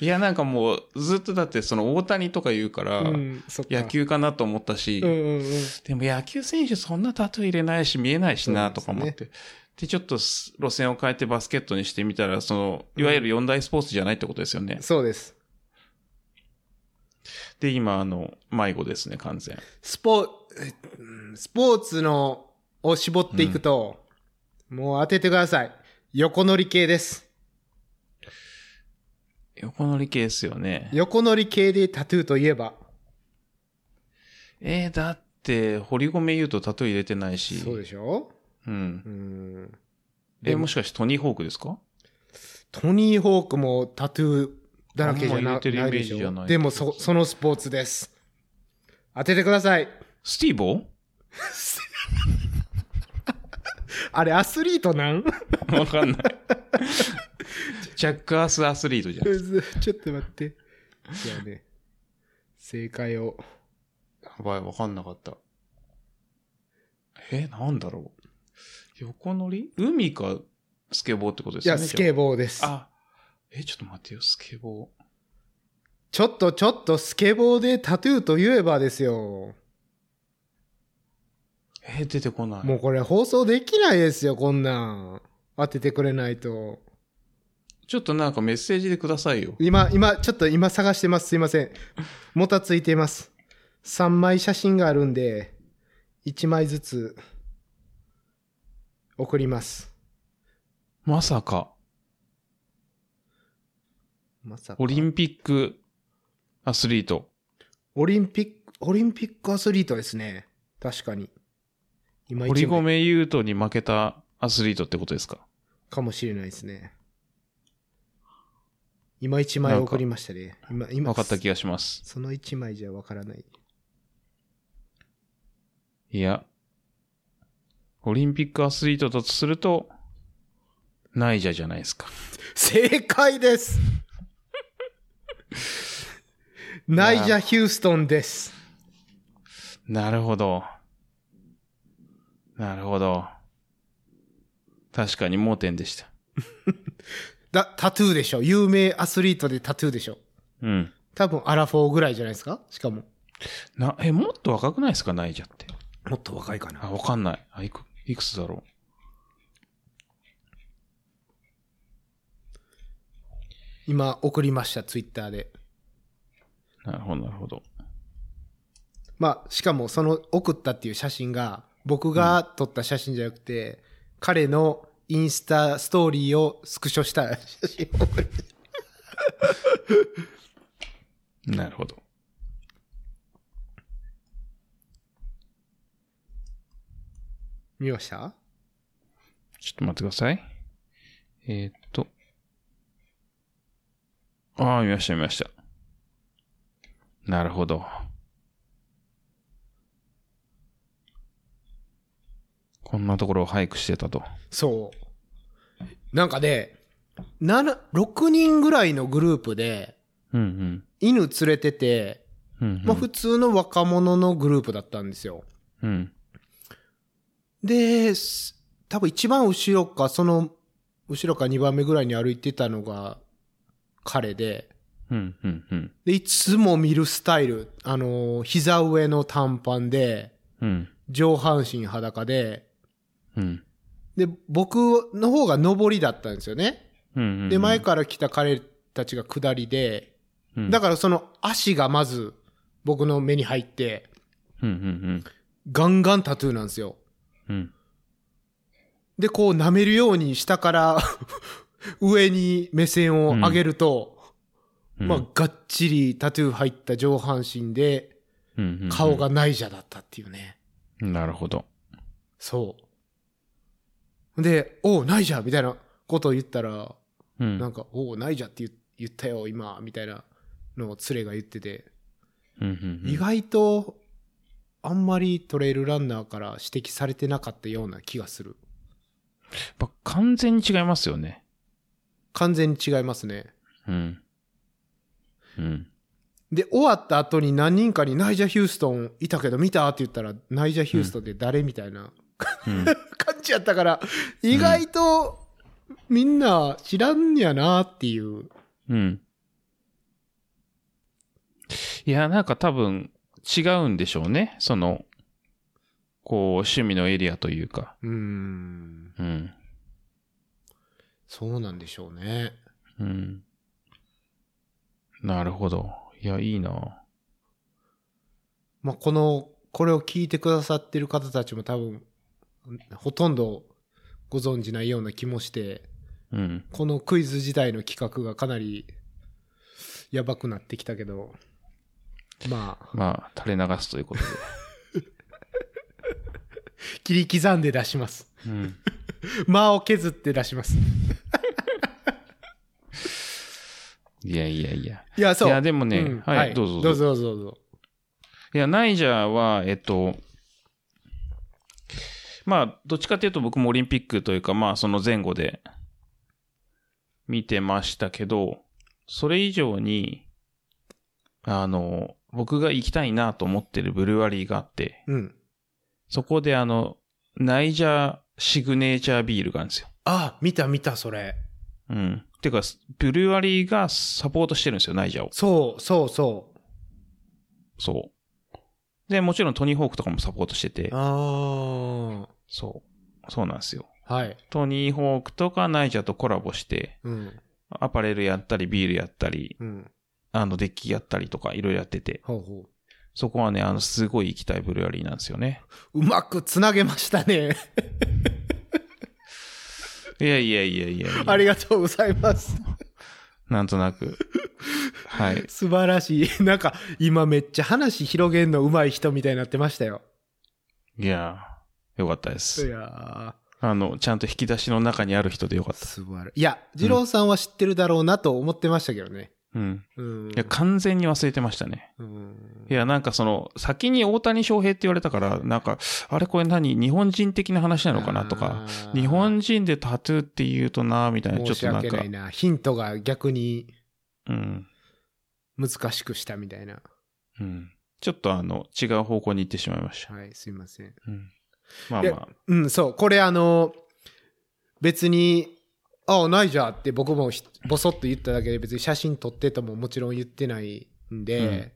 Speaker 3: いや、なんかもう、ずっとだってその大谷とか言うから、
Speaker 1: うん、そっか。
Speaker 3: 野。球かなと思ったし、
Speaker 1: うんうんうん。
Speaker 3: でも野球選手そんなタトゥー入れないし見えないしなとか思っ
Speaker 1: そう
Speaker 3: て。でちょっとす路線を変えてバスケットにしてみたら、その、いわゆる四大スポーツじゃないってことですよね。
Speaker 1: そうです。
Speaker 3: で、今、あの、迷子ですね、完全。
Speaker 1: スポ、えうんスポーツの、を絞っていくと、もう当ててください。横乗り系です。
Speaker 3: 横乗り系ですよね。
Speaker 1: 横乗り系でタトゥーといえば。
Speaker 3: えー、だって、堀米優斗タトゥー入れてないし。
Speaker 1: そうでしょ
Speaker 3: うん
Speaker 1: う。ん。
Speaker 3: え、もしかしてトニーホークですか
Speaker 1: トニーホークもタトゥーだらけじゃ
Speaker 3: あんま入
Speaker 1: な
Speaker 3: れてるイメ
Speaker 1: ない
Speaker 3: ー
Speaker 1: で
Speaker 3: ジ
Speaker 1: し
Speaker 3: じゃない
Speaker 1: ょでもそ、そのスポーツです。当ててください。
Speaker 3: スティーボー
Speaker 1: あれ、アスリートなん
Speaker 3: わか んない。ジャックアースアスリートじゃん。
Speaker 1: ちょっと待って。じゃあね、正解を。
Speaker 3: やばい、わかんなかった。え、なんだろう。横乗り海か、スケボーってことで
Speaker 1: い
Speaker 3: すよ
Speaker 1: や、
Speaker 3: ね。
Speaker 1: スケボーです
Speaker 3: じゃ。あ。あ、え、ちょっと待ってよ、スケボー。
Speaker 1: ちょっとちょっとスケボーでタトゥーと言えばですよ。
Speaker 3: え、出てこない。
Speaker 1: もうこれ放送できないですよ、こんなん。当ててくれないと。
Speaker 3: ちょっとなんかメッセージでくださいよ。
Speaker 1: 今、今、ちょっと今探してます。すいません。もたついています。3枚写真があるんで、1枚ずつ送ります。
Speaker 3: まさか、
Speaker 1: まさか
Speaker 3: オリンピックアスリート。
Speaker 1: オリンピック、オリンピックアスリートですね。確かに。今
Speaker 3: 堀
Speaker 1: 一枚
Speaker 3: 米優斗に負けたアスリートってことですか
Speaker 1: かもしれないですね。今1枚送りましたね。今、今、
Speaker 3: 分かった気がします。
Speaker 1: その1枚じゃわからない。
Speaker 3: いや、オリンピックアスリートだとすると、ナイジャじゃないですか。
Speaker 1: 正解ですナイジャ・ヒューストンです。
Speaker 3: なるほど。なるほど。確かに盲点でした。
Speaker 1: だ、タトゥーでしょ。有名アスリートでタトゥーでしょ。
Speaker 3: うん。
Speaker 1: 多分アラフォーぐらいじゃないですかしかも。
Speaker 3: な、え、もっと若くないですかナイジャって。
Speaker 1: もっと若いか
Speaker 3: あ、。わかんない。あ、いく、いくつだろ
Speaker 1: 今送りました、ツイッターで。
Speaker 3: う。なるほど、なるほど。
Speaker 1: まあ、しかもその送ったっていう写真が、僕が撮った写真じゃなくて、彼のインスタストーリーをスクショした写真を送り
Speaker 3: なるほど。
Speaker 1: 見ました
Speaker 3: ちょっと待ってください。えーっと。ああ、見ました、見ました。なるほど。こんなところを俳句してたと。
Speaker 1: そう。なんかね、7 6人ぐらいのグループで、
Speaker 3: うん
Speaker 1: 犬連れてて、
Speaker 3: うん。うんうん、
Speaker 1: まあ普通の若者のグループだったんですよ。
Speaker 3: うん。
Speaker 1: で、す多分一番後ろか、その、後ろか2番目ぐらいに歩いてたのが彼で、
Speaker 3: うんうんうん。
Speaker 1: で、いつも見るスタイル、あのー、膝上の短パンで、
Speaker 3: うん。
Speaker 1: 上半身裸で、
Speaker 3: うん。
Speaker 1: で、僕の方が上りだったんですよね。
Speaker 3: うんうん。
Speaker 1: で、前から来た彼たちが下りで、
Speaker 3: うん、
Speaker 1: だからその足がまず僕の目に入って、
Speaker 3: うんうん
Speaker 1: ガンガンタトゥーなんですよ。
Speaker 3: うん。うん。
Speaker 1: で、こう舐めるように下から 上に目線を上げると、
Speaker 3: うん
Speaker 1: まあ、、がっちりタトゥー入った上半身で、
Speaker 3: うんうんうん
Speaker 1: 顔。がないじゃだったっていうね。
Speaker 3: なるほど。
Speaker 1: そう。で、おう、ないじゃみたいなことを言ったら、
Speaker 3: うん。
Speaker 1: なんか、おう、ないじゃって言言ったよ、今、みたいなのを連れが言ってて、
Speaker 3: うんうんうん
Speaker 1: 意外と、あんまりトレイルランナーから指摘されてなかったような気がする。
Speaker 3: やっぱ完全に違いますよね。
Speaker 1: 完全に違いますね。
Speaker 3: うん。うん。
Speaker 1: で、終わった後に何人かにナイジャ・ヒューストンいたけど見たって言ったら、ナイジャ・ヒューストンって誰、みたいな
Speaker 3: うん。
Speaker 1: 感じやったから、意外とみんな知らんやなっていう。
Speaker 3: うん。 いや、なんか多分違うんでしょうね。その、こう、趣味のエリアというか。
Speaker 1: うーん、
Speaker 3: うん。
Speaker 1: そうなんでしょうね。
Speaker 3: うん。なるほど。いや、いいな
Speaker 1: まあ、この、これを聞いてくださってる方たちも多分、ほとんどご存じないような気もして、
Speaker 3: うん。
Speaker 1: このクイズ自体の企画がかなりやばくなってきたけど、まあ、
Speaker 3: まあ、垂れ流すということで。
Speaker 1: 切り刻んで出します。
Speaker 3: うん。
Speaker 1: 間を削って出します。
Speaker 3: いやいやいや。
Speaker 1: いや、
Speaker 3: い
Speaker 1: そう。
Speaker 3: や、でもね、
Speaker 1: うん
Speaker 3: はい、どうぞ
Speaker 1: どうぞ。どうぞどうぞ。
Speaker 3: いや、ナイジャーは、えっと、まあ、どっちかというと僕もオリンピックというか、まあ、その前後で見てましたけど、それ以上に、あの、僕が行きたいなと思ってるブルワリーがあって、
Speaker 1: うん。
Speaker 3: そこであの、ナイジャーシグネーチャービールがあるんですよ。
Speaker 1: あ、見た見た、それ。
Speaker 3: うん。てか、ブルワリーがサポートしてるんですよ、ナイジャーを。
Speaker 1: そうそうそ
Speaker 3: そう。で、もちろんトニーホークとかもサポートしてて
Speaker 1: う。、あ
Speaker 3: そう。そうなんですよ。
Speaker 1: あ。はい。
Speaker 3: トニーホークとかナイジャーとコラボして、
Speaker 1: うん。
Speaker 3: アパレルやったり、ビールやったり、
Speaker 1: うん。
Speaker 3: あの、デッキやったりとか、いろいろやってて、
Speaker 1: ほうほ
Speaker 3: そこはね、あの、すごい行きたいブルワリーなんですよね。
Speaker 1: う。うまくつなげましたね。
Speaker 3: いやいやいやいやいや
Speaker 1: ありがとうございます。
Speaker 3: なんとなく。はい。
Speaker 1: 素晴らしい。なんか、今めっちゃ話広げんの上手い人みたいになってましたよ。
Speaker 3: いやーよかったで
Speaker 1: い
Speaker 3: す。
Speaker 1: や
Speaker 3: あの、ちゃんと引き出しの中にある人でよか
Speaker 1: ー
Speaker 3: った。
Speaker 1: 素晴らしい。いや、二郎さんは知ってるだろうなと思ってましたけどね。
Speaker 3: うん。
Speaker 1: うん。
Speaker 3: いや、完全に忘れてましたね。
Speaker 1: うん
Speaker 3: いや、なんかその、先に大谷翔平って言われたから、なんか、あれこれ何日本人的な話なのかなとか、
Speaker 1: あー
Speaker 3: 日本人でタトゥーって言うとな、みたいな、ちょ
Speaker 1: 申
Speaker 3: っ
Speaker 1: し
Speaker 3: となん
Speaker 1: 訳
Speaker 3: か
Speaker 1: な、いな。ヒントが逆に
Speaker 3: うん。
Speaker 1: 難しくしたみたいな。
Speaker 3: うん。ちょっとあの、違う方向に行ってしまいました。
Speaker 1: はい、すいません。
Speaker 3: うん。まあ
Speaker 1: いや
Speaker 3: まあ。
Speaker 1: うん、そう。これあの、別に、ああ、ないじゃんって僕もひぼそっと言っただけで別に写真撮ってとももちろん言ってないんで、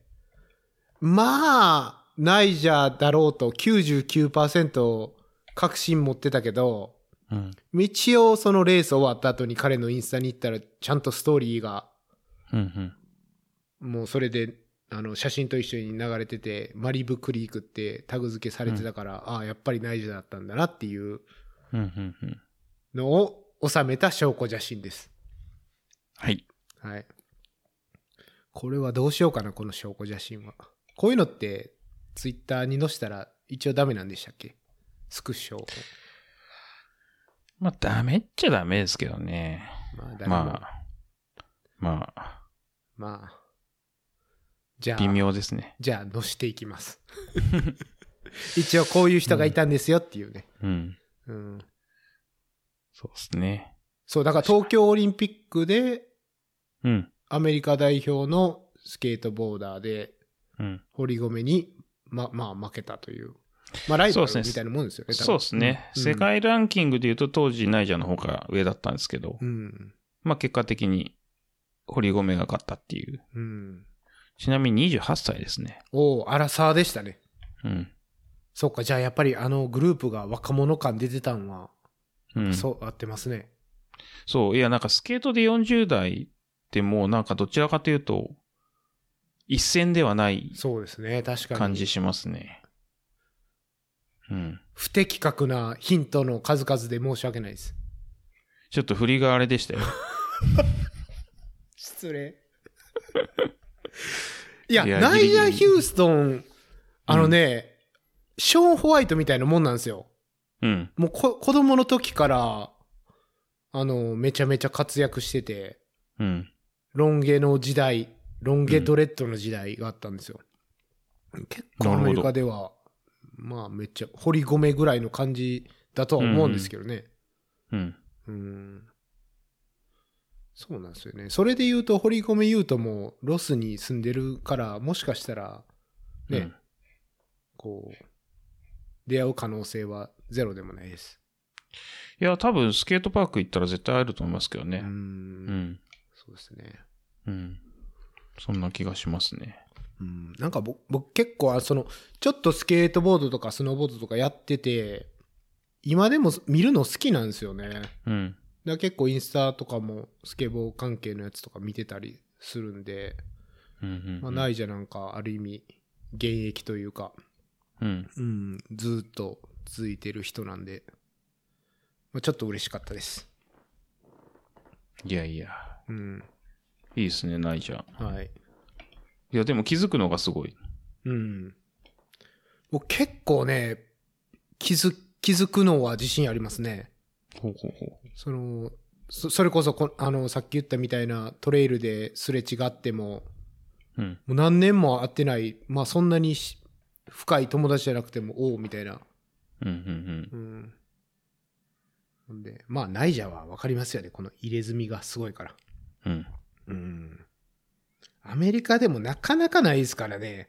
Speaker 1: まあ、ないじゃだろうと99%確信持ってたけど、
Speaker 3: うん。
Speaker 1: 一応そのレース終わった後に彼のインスタに行ったらちゃんとストーリーが
Speaker 3: うんうん。
Speaker 1: もうそれで、あの、写真と一緒に流れてて、マリブクリークってタグ付けされてたから、ああ、やっぱりナイジャだったんだなっていう
Speaker 3: うんうんうん。
Speaker 1: のを収めた証拠写真です。
Speaker 3: はい。
Speaker 1: はい。これはどうしようかな、この証拠写真は。こういうのって、ツイッターに載せたら一応ダメなんでしたっけスクショを。
Speaker 3: まあ、ダメっちゃダメですけどね。
Speaker 1: まあ、誰も
Speaker 3: まあ、まあ、
Speaker 1: まあ。じゃあ、
Speaker 3: 微妙ですね。
Speaker 1: じゃあ、載していきます。一応、こういう人がいたんですよっていうね。
Speaker 3: うん。
Speaker 1: うん。
Speaker 3: そうですね。
Speaker 1: そう、だから東京オリンピックで、
Speaker 3: うん。
Speaker 1: アメリカ代表のスケートボーダーで、
Speaker 3: うん。
Speaker 1: 堀米に、ま、まあ、負けたという。まあ、ライバ
Speaker 3: そう
Speaker 1: ル
Speaker 3: ですね
Speaker 1: みたいなもんですよね。多分
Speaker 3: そうですね、
Speaker 1: うん
Speaker 3: 世界ランキングで言うと当時ナイジャーの方が上だったんですけど、
Speaker 1: うん。
Speaker 3: まあ結果的に堀米が勝ったっていう。
Speaker 1: うん。
Speaker 3: ちなみに28歳ですね。
Speaker 1: おお、荒沢でしたね。
Speaker 3: うん。
Speaker 1: そっか、じゃあやっぱりあのグループが若者感出てたんは、
Speaker 3: うん、そう
Speaker 1: そう、合ってますね。
Speaker 3: いや、なんかスケートで40代ってもうなんかどちらかというと、一線ではない
Speaker 1: そうですね、確かに。
Speaker 3: 感じしますね。うん。
Speaker 1: 不的確なヒントの数々で申し訳ないです。
Speaker 3: ちょっと振りがあれで したよ。
Speaker 1: 失礼。いや、
Speaker 3: いや
Speaker 1: ナ
Speaker 3: ギ
Speaker 1: イジャー・
Speaker 3: リギリ
Speaker 1: ヒューストン、あのね、ショーン・ホワイトみたいなもんなんですよ。
Speaker 3: うん。
Speaker 1: もうこ子供の時から、あの、めちゃめちゃ活躍してて、
Speaker 3: うん。
Speaker 1: ロン毛の時代、ロン毛ドレッドの時代があったんですよ。結構アメリカでは、まあめっちゃ、堀米ぐらいの感じだとは思うんですけどね。
Speaker 3: うん。
Speaker 1: うん。そうなんですよね。それで言うと、堀米優斗もロスに住んでるから、もしかしたら、ね、
Speaker 3: うん
Speaker 1: こう、出会う可能性はゼロでもないです。
Speaker 3: いや、多分スケートパーク行ったら絶対会えると思いますけど
Speaker 1: う。
Speaker 3: ね。うんん。
Speaker 1: そうですね。
Speaker 3: うん。そんな気がしますね。
Speaker 1: うん、なんか僕僕結構あそのちょっとスケートボードとかスノーボードとかやってて今でも見るの好きなんですよねだか
Speaker 3: うん。
Speaker 1: ら結構インスタとかもスケボー関係のやつとか見てたりするんで、
Speaker 3: うんうん、
Speaker 1: まあ、ナイジャなんかある意味現役というか、
Speaker 3: うん。
Speaker 1: うん、ずーっと続いてる人なんで、まあ、ちょっと嬉しかったです
Speaker 3: いやいや。
Speaker 1: うん
Speaker 3: いいですね、ナイジャー。
Speaker 1: はい
Speaker 3: いや、でも気づくのがすごい。
Speaker 1: うん僕結構ね気づ気づくのは自信ありますね
Speaker 3: ほうほうほ
Speaker 1: そのそそれこそこあのさっき言ったみたいなトレイルですれ違っても
Speaker 3: う。うん。
Speaker 1: もう何年も会ってない、まあ、そんなにし深い友達じゃなくてもおおみたいな、
Speaker 3: うんうん
Speaker 1: うん、ほんでまあナイジャは分かりますよねこの入れ墨がすごいから、
Speaker 3: うん。うん。
Speaker 1: うん、アメリカでもなかなかないですからね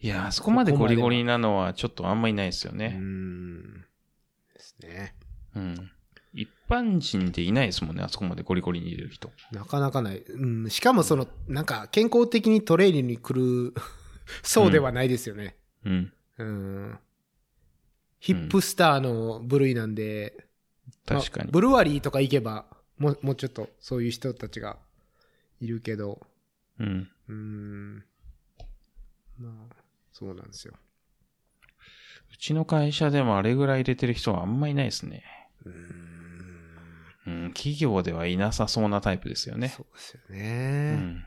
Speaker 3: いや、あそこまでゴリゴリなのはちょっとあんまりないですよ
Speaker 1: う
Speaker 3: ね。
Speaker 1: んですね
Speaker 3: うん。一般人でいないですもんね、あそこまでゴリゴリに入れる人。
Speaker 1: なかなかない、うん、しかもそのなんか健康的にトレイルに来る そうではないですよね、
Speaker 3: うん。
Speaker 1: うんヒップスターの部類なんで、
Speaker 3: 確か
Speaker 1: まあ
Speaker 3: に。
Speaker 1: ブルワリーとか行けばもう、もうちょっとそういう人たちがいるけど、
Speaker 3: うん。
Speaker 1: うーん、まあ、そうなんですよ。
Speaker 3: うちの会社でもあれぐらい入れてる人はあんまりいないですね。
Speaker 1: うーん、
Speaker 3: うん。企業ではいなさそうなタイプですよね。
Speaker 1: そうですよ
Speaker 3: う
Speaker 1: ね、
Speaker 3: ん。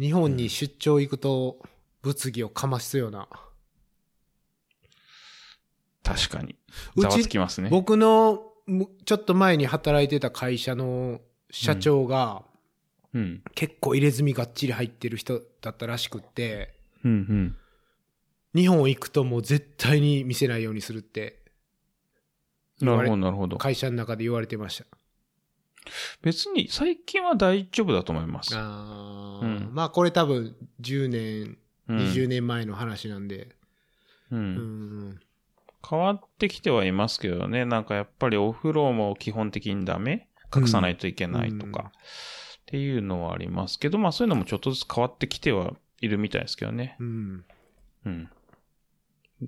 Speaker 1: 日本に出張行くと、物議をかますような。
Speaker 3: 確かに。
Speaker 1: うち
Speaker 3: ざわつきますね。
Speaker 1: 僕のむちょっと前に働いてた会社の社長が、
Speaker 3: うん。
Speaker 1: 結構入れ墨がっちり入ってる人だったらしくって、
Speaker 3: うんうん。
Speaker 1: 日本行くともう絶対に見せないようにするって言
Speaker 3: な
Speaker 1: わ
Speaker 3: る
Speaker 1: れ
Speaker 3: ほど、なるほど。
Speaker 1: 会社の中で言われてました
Speaker 3: 別に最近は大丈夫だと思います。
Speaker 1: あ、
Speaker 3: ー
Speaker 1: まあこれ多分10年
Speaker 3: うん
Speaker 1: 20年前の話なんで
Speaker 3: う。
Speaker 1: うんん
Speaker 3: 変わってきてはいますけどね、なんかやっぱりお風呂も基本的にダメ隠さないといけないと
Speaker 1: うん
Speaker 3: か、っていうのはありますけど、まあそういうのもちょっとずつ変わってきてはいるみたいですけどね。
Speaker 1: うん
Speaker 3: うん。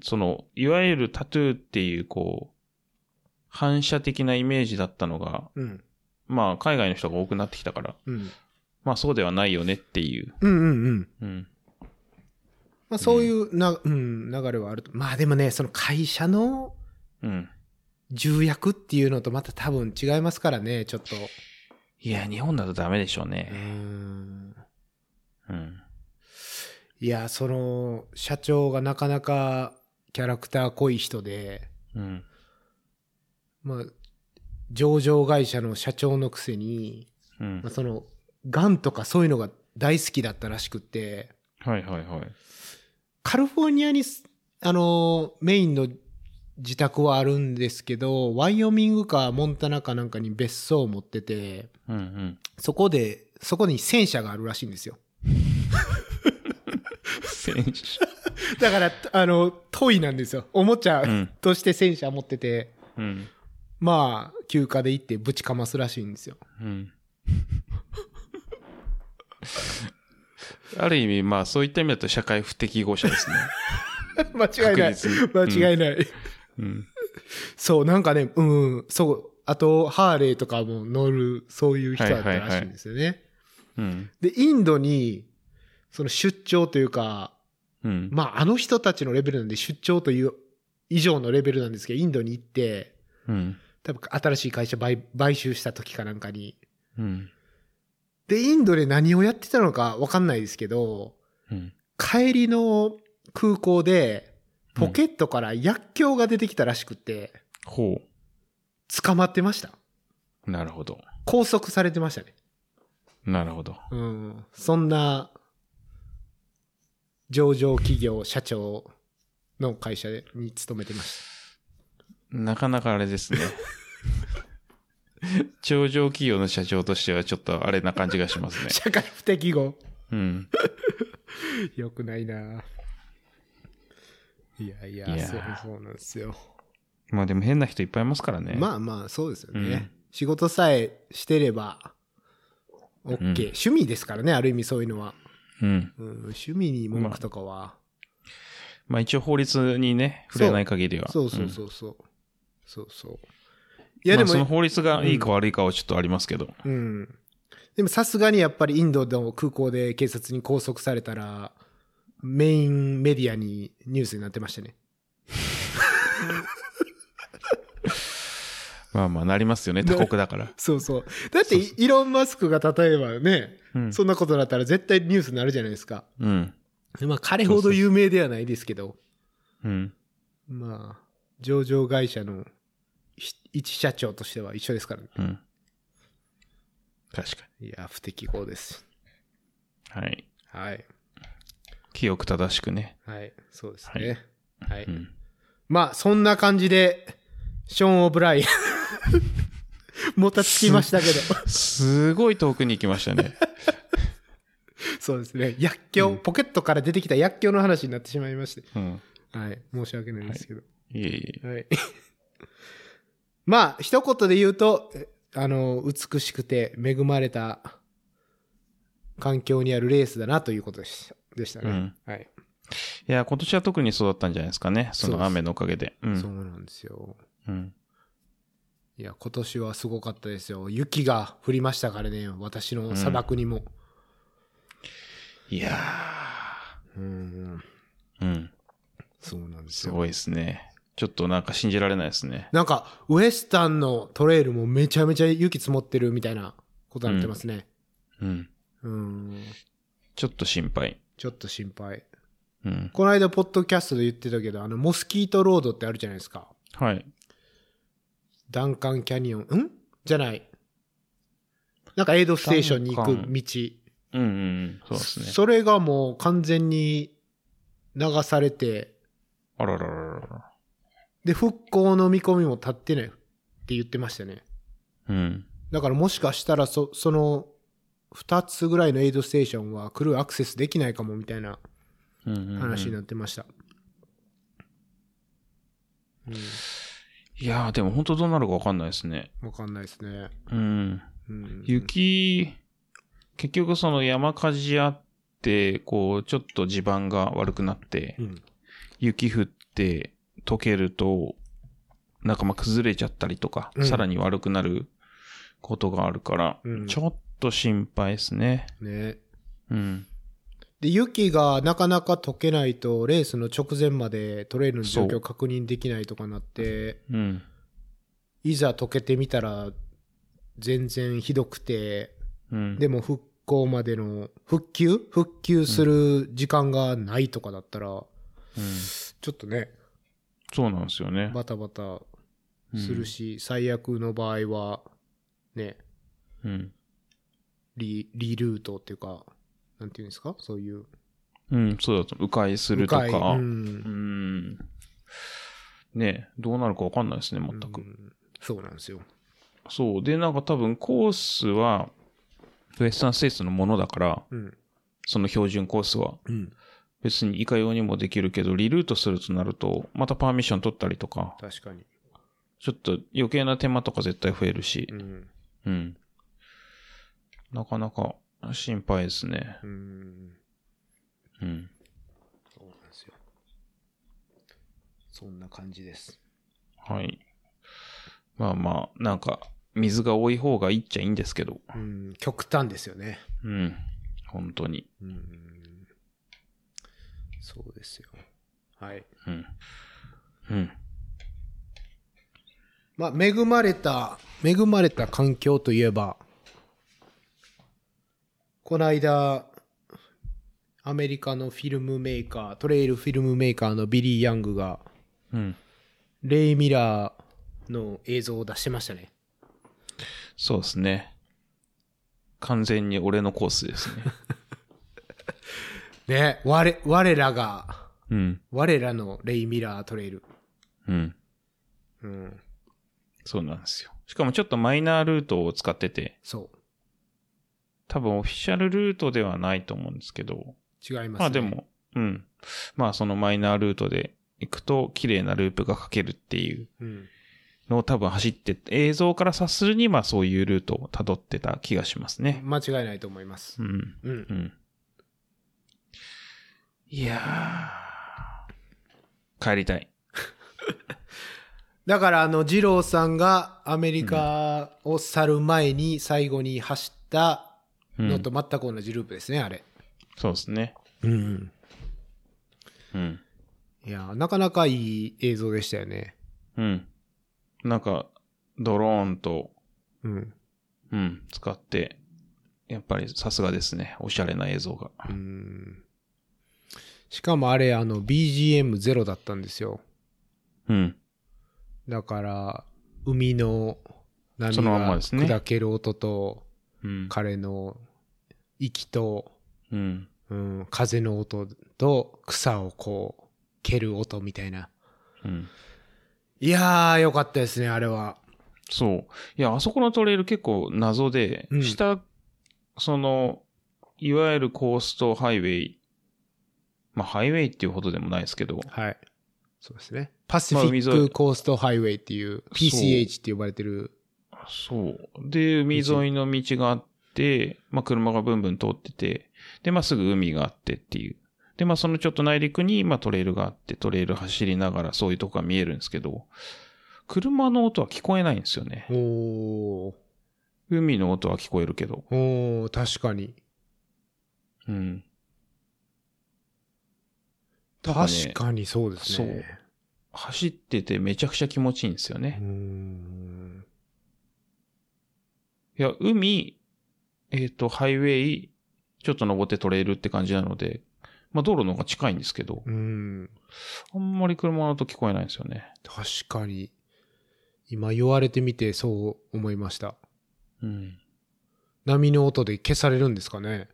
Speaker 3: その、いわゆるタトゥーっていう、こう、反射的なイメージだったのが、
Speaker 1: うん
Speaker 3: まあ海外の人が多くなってきたから、
Speaker 1: うん
Speaker 3: まあそうではないよねっていう。
Speaker 1: うんうんうん
Speaker 3: うん。
Speaker 1: まあそういうな、うん、流れはあるとまあでもねその会社の
Speaker 3: うん。
Speaker 1: 重役っていうのとまた多分違いますからねちょっと
Speaker 3: いや、日本だとダメでしょう
Speaker 1: う
Speaker 3: ね。
Speaker 1: ん
Speaker 3: うん。
Speaker 1: いやその社長がなかなかキャラクター濃い人で、
Speaker 3: うん。
Speaker 1: まあ、上場会社の社長のくせに、
Speaker 3: うん
Speaker 1: まあ、。その、ガンとかそういうのが大好きだったらしくって、
Speaker 3: はいはいはい。
Speaker 1: カリフォルニアにす、あのーメインの自宅はあるんですけど、ワイオミングかモンタナかなんかに別荘を持ってて、
Speaker 3: うん うん。
Speaker 1: そこで、そこに戦車があるらしいんですよ。
Speaker 3: 戦車。
Speaker 1: だから、あの、トイなんですよ。おもちゃ
Speaker 3: うん。
Speaker 1: として戦車持ってて、
Speaker 3: うん。
Speaker 1: まあ、休暇で行ってぶちかますらしいんですよ。
Speaker 3: うん。ある意味、まあそういった意味だと社会不適合者ですね。
Speaker 1: 間違いない。
Speaker 3: 確実に
Speaker 1: 間違いない。
Speaker 3: うん。
Speaker 1: そう、なんかね、うん、そう。あと、ハーレーとかも乗る、そういう人だったらしいんですよね。
Speaker 3: うん。
Speaker 1: で、インドに、その出張というか、
Speaker 3: うん。
Speaker 1: まあ、あの人たちのレベルなんで、出張という以上のレベルなんですけど、インドに行って、
Speaker 3: うん。
Speaker 1: 多分新しい会社買買収した時かなんかに。
Speaker 3: うん。
Speaker 1: で、インドで何をやってたのかわかんないですけど、
Speaker 3: うん。
Speaker 1: 帰りの空港で、ポケットから薬莢が出てきたらしくって、
Speaker 3: ほ
Speaker 1: 捕まってました。
Speaker 3: う。なるほど。
Speaker 1: 拘束されてましたね。
Speaker 3: なるほど。
Speaker 1: うん。そんな、上場企業社長の会社に勤めてまし
Speaker 3: なかなかあれ ですね。上場企業の社長としてはちょっとあれな感じがしますね
Speaker 1: た。。社会不適 合。
Speaker 3: うん。
Speaker 1: よくないないやいや
Speaker 3: いや
Speaker 1: そう、そうなんですよ。
Speaker 3: まあでも変な人いっぱいいますからね。
Speaker 1: まあまあ、そうですよね。
Speaker 3: うん
Speaker 1: 仕事さえしてれば、
Speaker 3: う
Speaker 1: OK、
Speaker 3: ん
Speaker 1: 趣味ですからね、ある意味そういうのは。
Speaker 3: うん。
Speaker 1: うん、趣味に文句とかは。
Speaker 3: まあ一応法律にね、触れない限りは。
Speaker 1: そうそう
Speaker 3: うん。
Speaker 1: そうそう。そうそう。い
Speaker 3: い
Speaker 1: や、
Speaker 3: やで
Speaker 1: でも、
Speaker 3: も。その法律がいいか悪いかはちょっとありますけど。
Speaker 1: うん。でもさすがにやっぱりインドの空港で警察に拘束されたら、メインメディアにニュースになってましたね。
Speaker 3: まあまあなりますよね、他国だから。
Speaker 1: そうそう。だってイイロン・マスクが例えばね、
Speaker 3: うん。
Speaker 1: そんなことだったら絶対ニュースになるじゃないですか。
Speaker 3: うん。
Speaker 1: でまあ彼ほど有名ではないですけど、
Speaker 3: うん。
Speaker 1: まあ、上場会社のひ一社長としては一緒ですからね。
Speaker 3: うん。確か
Speaker 1: いや、不適合です。
Speaker 3: に。はい。
Speaker 1: はい。
Speaker 3: 記憶正しくね。
Speaker 1: はい。そうですね。はい。
Speaker 3: うん。
Speaker 1: まあ、そんな感じで、ショーン・オブライアン。 もたつきましたけど。
Speaker 3: すごい遠くに行きました ね。
Speaker 1: そうですね。薬莢、
Speaker 3: うん
Speaker 1: ポケットから出てきた薬莢の話になってしまいまして。
Speaker 3: うん。
Speaker 1: はい。申し訳ないですけど。
Speaker 3: いえいえ。
Speaker 1: はい。 まあ、一言で言うと、えあの、美しくて恵まれた環境にあるレースだなということでしたでしたね。
Speaker 3: うん
Speaker 1: はい、
Speaker 3: いや、今年は特にそうだったんじゃないですかね。そ
Speaker 1: そう
Speaker 3: の
Speaker 1: です
Speaker 3: 雨のおかげで。う。
Speaker 1: そうんなんですよ。
Speaker 3: うん。
Speaker 1: いや、今年はすごかったですよ。雪が降りましたからね、私の砂漠にも。
Speaker 3: いや
Speaker 1: うん、
Speaker 3: ー。うん。
Speaker 1: そうなんです
Speaker 3: す
Speaker 1: よ。
Speaker 3: ごいですね。ちょっとなんか信じられないですね。
Speaker 1: なんか、ウエスタンのトレイルもめちゃめちゃ雪積もってるみたいなことになってますね。
Speaker 3: うん。
Speaker 1: うん、
Speaker 3: ちょっと心配。
Speaker 1: ちょっと心配。
Speaker 3: うん。
Speaker 1: この間、ポッドキャストで言ってたけど、あの、モスキートロードってあるじゃないですか。
Speaker 3: はい。
Speaker 1: ダンカンキャニオン、んじゃない。なんかエイドステーションに行く
Speaker 3: ダンカン
Speaker 1: 道。
Speaker 3: うんうんうん。そうですね。
Speaker 1: それがもう完全に流されて、
Speaker 3: あららららら。
Speaker 1: で、復興の見込みも立ってないって言ってましたね。
Speaker 3: うん。
Speaker 1: だからもしかしたらそ、その、二つぐらいのエイドステーションはクルーアクセスできないかもみたいな
Speaker 3: うんうんうん
Speaker 1: 話になってました。うん、わ、
Speaker 3: いやー、でも本当どうなるかわかんないですね。
Speaker 1: かんないですね。
Speaker 3: うん。
Speaker 1: うん、
Speaker 3: 雪、結局その山火事あって、こう、ちょっと地盤が悪くなって
Speaker 1: う、ん。
Speaker 3: 雪降って溶けると、なんかまあ崩れちゃったりとか、
Speaker 1: うん
Speaker 3: さらに悪くなることがあるから、
Speaker 1: うん
Speaker 3: ちょっと心配ですね。
Speaker 1: ね。
Speaker 3: うん。
Speaker 1: で、雪がなかなか溶けないと、レースの直前までトレイルの状況を確認できないとかなって、
Speaker 3: うん。
Speaker 1: いざ溶けてみたら、全然ひどくて、
Speaker 3: うん。
Speaker 1: でも復興までの、復旧復旧する時間がないとかだったら、
Speaker 3: うん
Speaker 1: ちょっとね、
Speaker 3: そうなんですよね。
Speaker 1: バタバタするし、最悪の場合は、ね、
Speaker 3: うん。
Speaker 1: リリルートっていうか、なんていうんですかそういう。
Speaker 3: うん、そうだと。迂回すると
Speaker 1: 迂
Speaker 3: か。
Speaker 1: 回
Speaker 3: う
Speaker 1: う。
Speaker 3: んん。ねえどうなるかわかんないですね、全く。
Speaker 1: うんそうなんですよ。
Speaker 3: そう。で、なんか多分コースは、ウエスタンステイツのものだから、
Speaker 1: うん。
Speaker 3: その標準コースは。
Speaker 1: うん。
Speaker 3: 別にいかようにもできるけど、リルートするとなると、またパーミッション取ったりとか、
Speaker 1: 確かに。
Speaker 3: ちょっと余計な手間とか絶対増えるし
Speaker 1: う、ん。
Speaker 3: うん。なかなか心配ですね。
Speaker 1: うん。
Speaker 3: うん。
Speaker 1: そうなんですよ。そんな感じです。
Speaker 3: はい。まあまあ、なんか、水が多い方がいいっちゃいいんですけど、
Speaker 1: うん。極端ですよね。
Speaker 3: うん。本当に。
Speaker 1: うん。そうですよ。はい。
Speaker 3: うん。うん。
Speaker 1: まあ、恵まれた、恵まれた環境といえば、この間、アメリカのフィルムメーカー、トレイルフィルムメーカーのビリー・ヤングが、
Speaker 3: うん。
Speaker 1: レイ・ミラーの映像を出してま したね。
Speaker 3: そうですね。完全に俺のコースですね。
Speaker 1: ね、我、我らが、
Speaker 3: うん。
Speaker 1: 我らのレイ・ミラートレイル。
Speaker 3: うん。
Speaker 1: うん、
Speaker 3: そうなんですよ。しかもちょっとマイナールートを使ってて、
Speaker 1: そ
Speaker 3: 多分オフィシャルルートではないと思うんですけど、
Speaker 1: う。違います、ね。
Speaker 3: まあで。も、うん。まあそのマイナールートで行くと綺麗なループが書けるっていう
Speaker 1: うん。
Speaker 3: のを多分走って、映像から察するにまあそういうルートを辿ってた気がしますね。
Speaker 1: 間違いないと思います。
Speaker 3: うん。
Speaker 1: うん
Speaker 3: う。ん。いやー。帰りたい。
Speaker 1: だから、あの、二郎さんがアメリカを去る前に最後に走った
Speaker 3: うん
Speaker 1: のと全く同じループですね、あれ。
Speaker 3: そうですね。
Speaker 1: うん。
Speaker 3: うん。
Speaker 1: いやー、なかなかいい映像でしたよね。
Speaker 3: うん。なんか、ドローンと、
Speaker 1: うん。
Speaker 3: うん、使って、やっぱりさすがですね。おしゃれな映像が。
Speaker 1: うん。しかもあれ、あの、BGM ゼロだったんですよ。
Speaker 3: うん。
Speaker 1: だから、海の波
Speaker 3: そのまんま
Speaker 1: が
Speaker 3: ですね
Speaker 1: 砕ける音と、
Speaker 3: うん。
Speaker 1: 彼の息と、
Speaker 3: うん。
Speaker 1: うん、風の音と草をこう蹴る音みたいな。
Speaker 3: うん。
Speaker 1: いやー、よかったですね、あれは。
Speaker 3: そう。いや、あそこのトレイル結構謎で、
Speaker 1: うん
Speaker 3: 下、その、いわゆるコースとハイウェイ、まあ、ハイウェイっていうほどでもないですけど、
Speaker 1: はい。そうですね。パシフィッ
Speaker 3: まあ海沿
Speaker 1: ク
Speaker 3: い
Speaker 1: コーストハイウェイっていう、PCH って呼ばれてる。
Speaker 3: そう。で、海沿いの道があって、まあ、車がブンブン通ってて、で、まあ、すぐ海があってっていう。で、まあ、そのちょっと内陸に、まあ、トレイルがあって、トレイル走りながらそういうとこが見えるんですけど、車の音は聞こえないんですよね。
Speaker 1: おー。
Speaker 3: 海の音は聞こえるけど。
Speaker 1: おー、確かに。
Speaker 3: うん。だからね
Speaker 1: 確かにそうですね。
Speaker 3: 走っててめちゃくちゃ気持ちいいんですよ
Speaker 1: うー
Speaker 3: ね。
Speaker 1: ん。
Speaker 3: いや、海、えっ、と、ハイウェイ、ちょっと登ってトレイルって感じなので、まあ、道路の方が近いんですけど
Speaker 1: う、ん。
Speaker 3: あんまり車の音聞こえないんですよね。
Speaker 1: 確かに。今言われてみてそう思いました。
Speaker 3: うん。
Speaker 1: 波の音で消されるんですかね。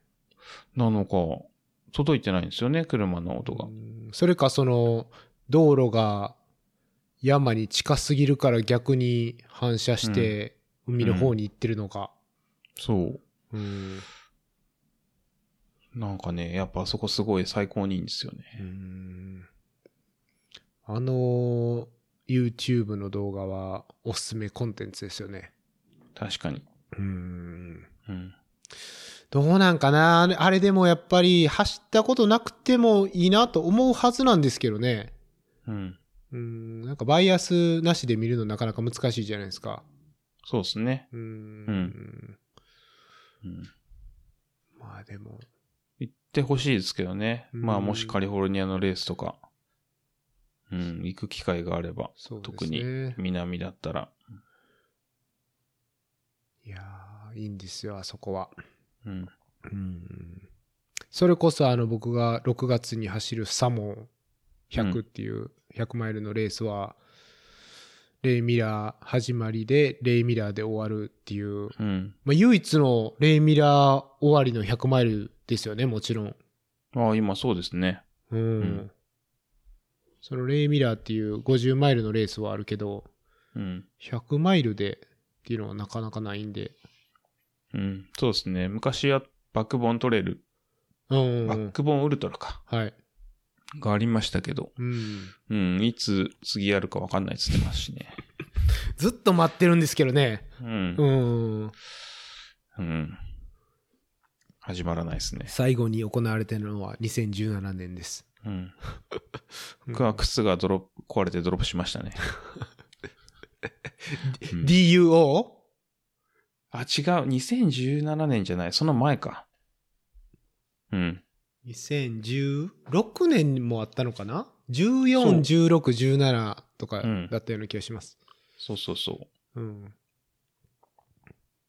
Speaker 3: なのか、届いてないんですよね、車の音が
Speaker 1: う。んそれかその道路が山に近すぎるから逆に反射して海の方に行ってるのか。
Speaker 3: そう。
Speaker 1: うん
Speaker 3: なんかね、やっぱあそこすごい最高にいいんですよね。
Speaker 1: うんあの YouTube の動画はおすすめコンテンツですよね。
Speaker 3: 確かに。
Speaker 1: うん
Speaker 3: うん。
Speaker 1: どうなんかなあれあれでもやっぱり走ったことなくてもいいなと思うはずなんですけどね。
Speaker 3: うん。
Speaker 1: うん、なんかバイアスなしで見るのなかなか難しいじゃないですか。
Speaker 3: そうですね。
Speaker 1: う
Speaker 3: うんうん。
Speaker 1: まあでも、
Speaker 3: 行ってほしいですけどね。
Speaker 1: うん
Speaker 3: まあ、もしカリフォルニアのレースとか、うん、行く機会があれば、
Speaker 1: そうで
Speaker 3: 特
Speaker 1: す
Speaker 3: に
Speaker 1: ね。
Speaker 3: 南だったら、
Speaker 1: いやーいいんですよ、あそこは。
Speaker 3: うん。
Speaker 1: うん。それこそ、あの、僕が6月に走るサモン100っていう100マイルのレースは、レイミラー始まりで、レイミラーで終わるっていう、
Speaker 3: うん。
Speaker 1: まあ、唯一のレイミラー終わりの100マイルですよね、もちろん。
Speaker 3: ああ、今そうですね。
Speaker 1: うん。
Speaker 3: ん
Speaker 1: そのレイミラーっていう50マイルのレースはあるけど、
Speaker 3: うん。
Speaker 1: 100マイルでっていうのはなかなかないんで。
Speaker 3: うん。そうですね。昔はバックボーントレイル、
Speaker 1: うんうん
Speaker 3: バ
Speaker 1: う
Speaker 3: ッ
Speaker 1: ん。
Speaker 3: クボーンウルトラか、
Speaker 1: はい。
Speaker 3: がありましたけど、
Speaker 1: うん。
Speaker 3: うん。いつ次やるかわかんないっつってますしね。
Speaker 1: ずっと待ってるんですけどね。
Speaker 3: うん
Speaker 1: う。ん。
Speaker 3: うん。始まらないですね。
Speaker 1: 最後に行われてるのは2017年です。
Speaker 3: うん。
Speaker 1: うん
Speaker 3: 僕は靴がドロップ、壊れてドロップしましたね。うん
Speaker 1: DUO?
Speaker 3: あ、違う。2017年じゃない。その前か。うん。
Speaker 1: 2016年もあったのかな
Speaker 3: そう
Speaker 1: ?14、16、17とか
Speaker 3: うん
Speaker 1: だったような気がします。
Speaker 3: そうそうそう。
Speaker 1: うん。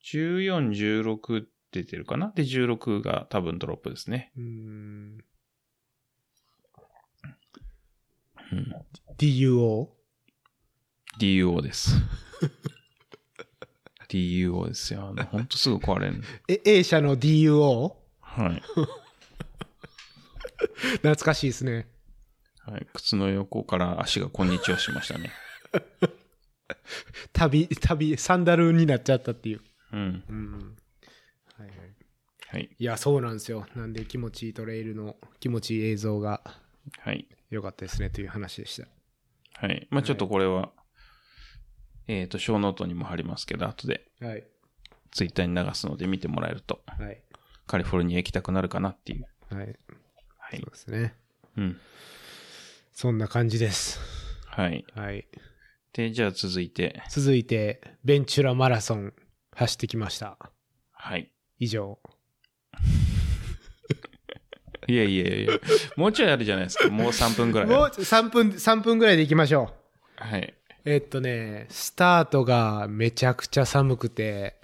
Speaker 3: 14、16出てるかなで、16が多分ドロップですね。
Speaker 1: うん、
Speaker 3: うん
Speaker 1: DUO?
Speaker 3: DUO です。DUO ですよ。あのほんとすぐ壊れる。
Speaker 1: え、A 社の DUO?
Speaker 3: はい。
Speaker 1: 懐かしいですね。
Speaker 3: はい。靴の横から足がこんにちはしましたね。
Speaker 1: 旅、旅、サンダルになっちゃったっていう。
Speaker 3: うん。
Speaker 1: うん。はいはい。
Speaker 3: はい。
Speaker 1: いや、そうなんですよ。なんで気持ちいいトレイルの気持ちいい映像が
Speaker 3: はい。
Speaker 1: 良かったですねという話でした。
Speaker 3: はい。まあちょっとこれは、えっ、と、小ノートにも貼りますけど、後で
Speaker 1: はい。
Speaker 3: ツイッターに流すので見てもらえると、
Speaker 1: はい。
Speaker 3: カリフォルニア行きたくなるかなっていう。
Speaker 1: はい。
Speaker 3: は
Speaker 1: そ。
Speaker 3: いう
Speaker 1: ですね。
Speaker 3: うん。
Speaker 1: そんな感じです。
Speaker 3: はい。
Speaker 1: はい。
Speaker 3: で、じゃあ続いて、
Speaker 1: 続いて、ベンチュラマラソン走ってきました。
Speaker 3: はい。
Speaker 1: 以上。
Speaker 3: いやいやいやもうちょいあるじゃないですか。もう3分ぐらいある。
Speaker 1: もう3分、3分ぐらいで行きましょ
Speaker 3: はい。
Speaker 1: う。えっとね、スタートがめちゃくちゃ寒くて、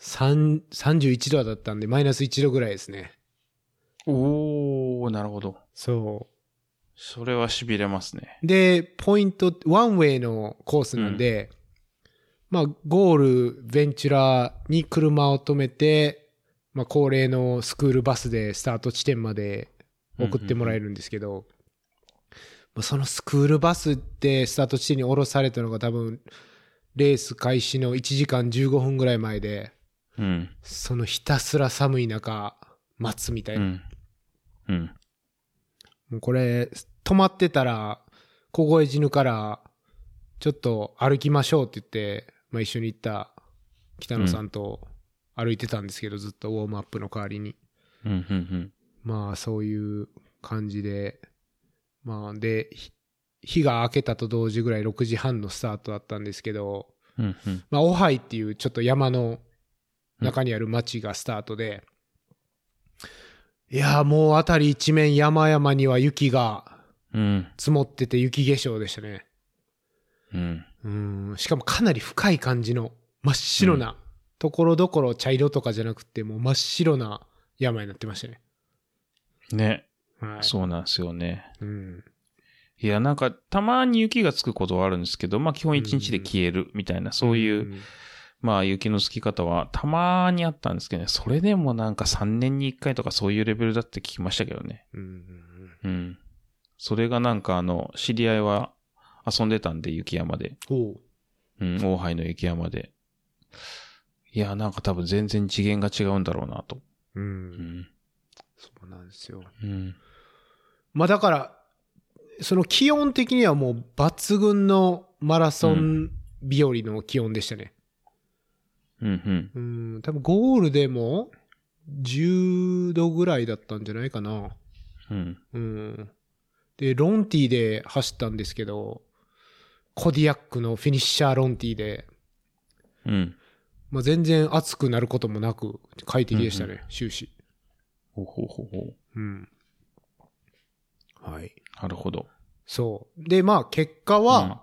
Speaker 1: 3 31度だったんで、マイナス1度ぐらいですね。
Speaker 3: おー、なるほど。
Speaker 1: そ
Speaker 3: それは痺れますね。
Speaker 1: う。で、ポイント、ワンウェイのコースなんで、まあ、ゴール、ベンチュラーに車を止めて、まあ、恒例のスクールバスでスタート地点まで送ってもらえ
Speaker 3: る。
Speaker 1: るんですけど、まあそのスクールバスってスタート地点に降ろされたのが多分レース開始の1時間15分ぐらい前で
Speaker 3: うん。
Speaker 1: そのひたすら寒い中待つみたいうな、
Speaker 3: ん。うん。
Speaker 1: もうこれ止まってたら凍え死ぬからちょっと歩きましょうって言って、まあ、一緒に行った北野さんと歩いてたんですけど、ずっとウォームアップの代わりに
Speaker 3: うん。うん。うん。
Speaker 1: まあそういう感じで、まあで、ひ日が明けたと同時ぐらい6時半のスタートだったんですけど、
Speaker 3: うん。うん。
Speaker 1: まあオハイっていうちょっと山の中にある町がスタートで、いやーもう辺り一面山々には雪が
Speaker 3: うん。
Speaker 1: 積もってて雪化粧でしたね。
Speaker 3: うん。
Speaker 1: うん、しかもかなり深い感じの真っ白な、ところどころ茶色とかじゃなくてもう真っ白な山になってましたね。
Speaker 3: ね。
Speaker 1: はい。
Speaker 3: そうなんですよね。
Speaker 1: うん。
Speaker 3: いや、なんか、たまに雪がつくことはあるんですけど、まあ、基本一日で消えるみたいな、そういう、
Speaker 1: ん
Speaker 3: まあ、雪のつき方はたまにあったんですけどね、それでもなんか3年に1回とかそういうレベルだって聞きましたけどね。
Speaker 1: うん。
Speaker 3: うん。それがなんか、あの、知り合いは遊んでたんで、雪山で。
Speaker 1: おう。
Speaker 3: うん、大杯の雪山で。いや、なんか多分全然次元が違うんだろうなと。う
Speaker 1: う。
Speaker 3: んん。
Speaker 1: そうなんですよ。
Speaker 3: うん。
Speaker 1: まあだから、その気温的にはもう抜群のマラソン日和の気温でしたね。
Speaker 3: うん、
Speaker 1: うん、多分ゴールでも10度ぐらいだったんじゃないかな。
Speaker 3: うん。うん。
Speaker 1: うん。で、ロンティで走ったんですけど、コディアックのフィニッシャーロンティで、
Speaker 3: うん。
Speaker 1: まあ、全然暑くなることもなく快適でしたね、終始。
Speaker 3: ほうほうほうほ
Speaker 1: うん。はい。
Speaker 3: う。なるほど。
Speaker 1: そう。で、まあ結果は、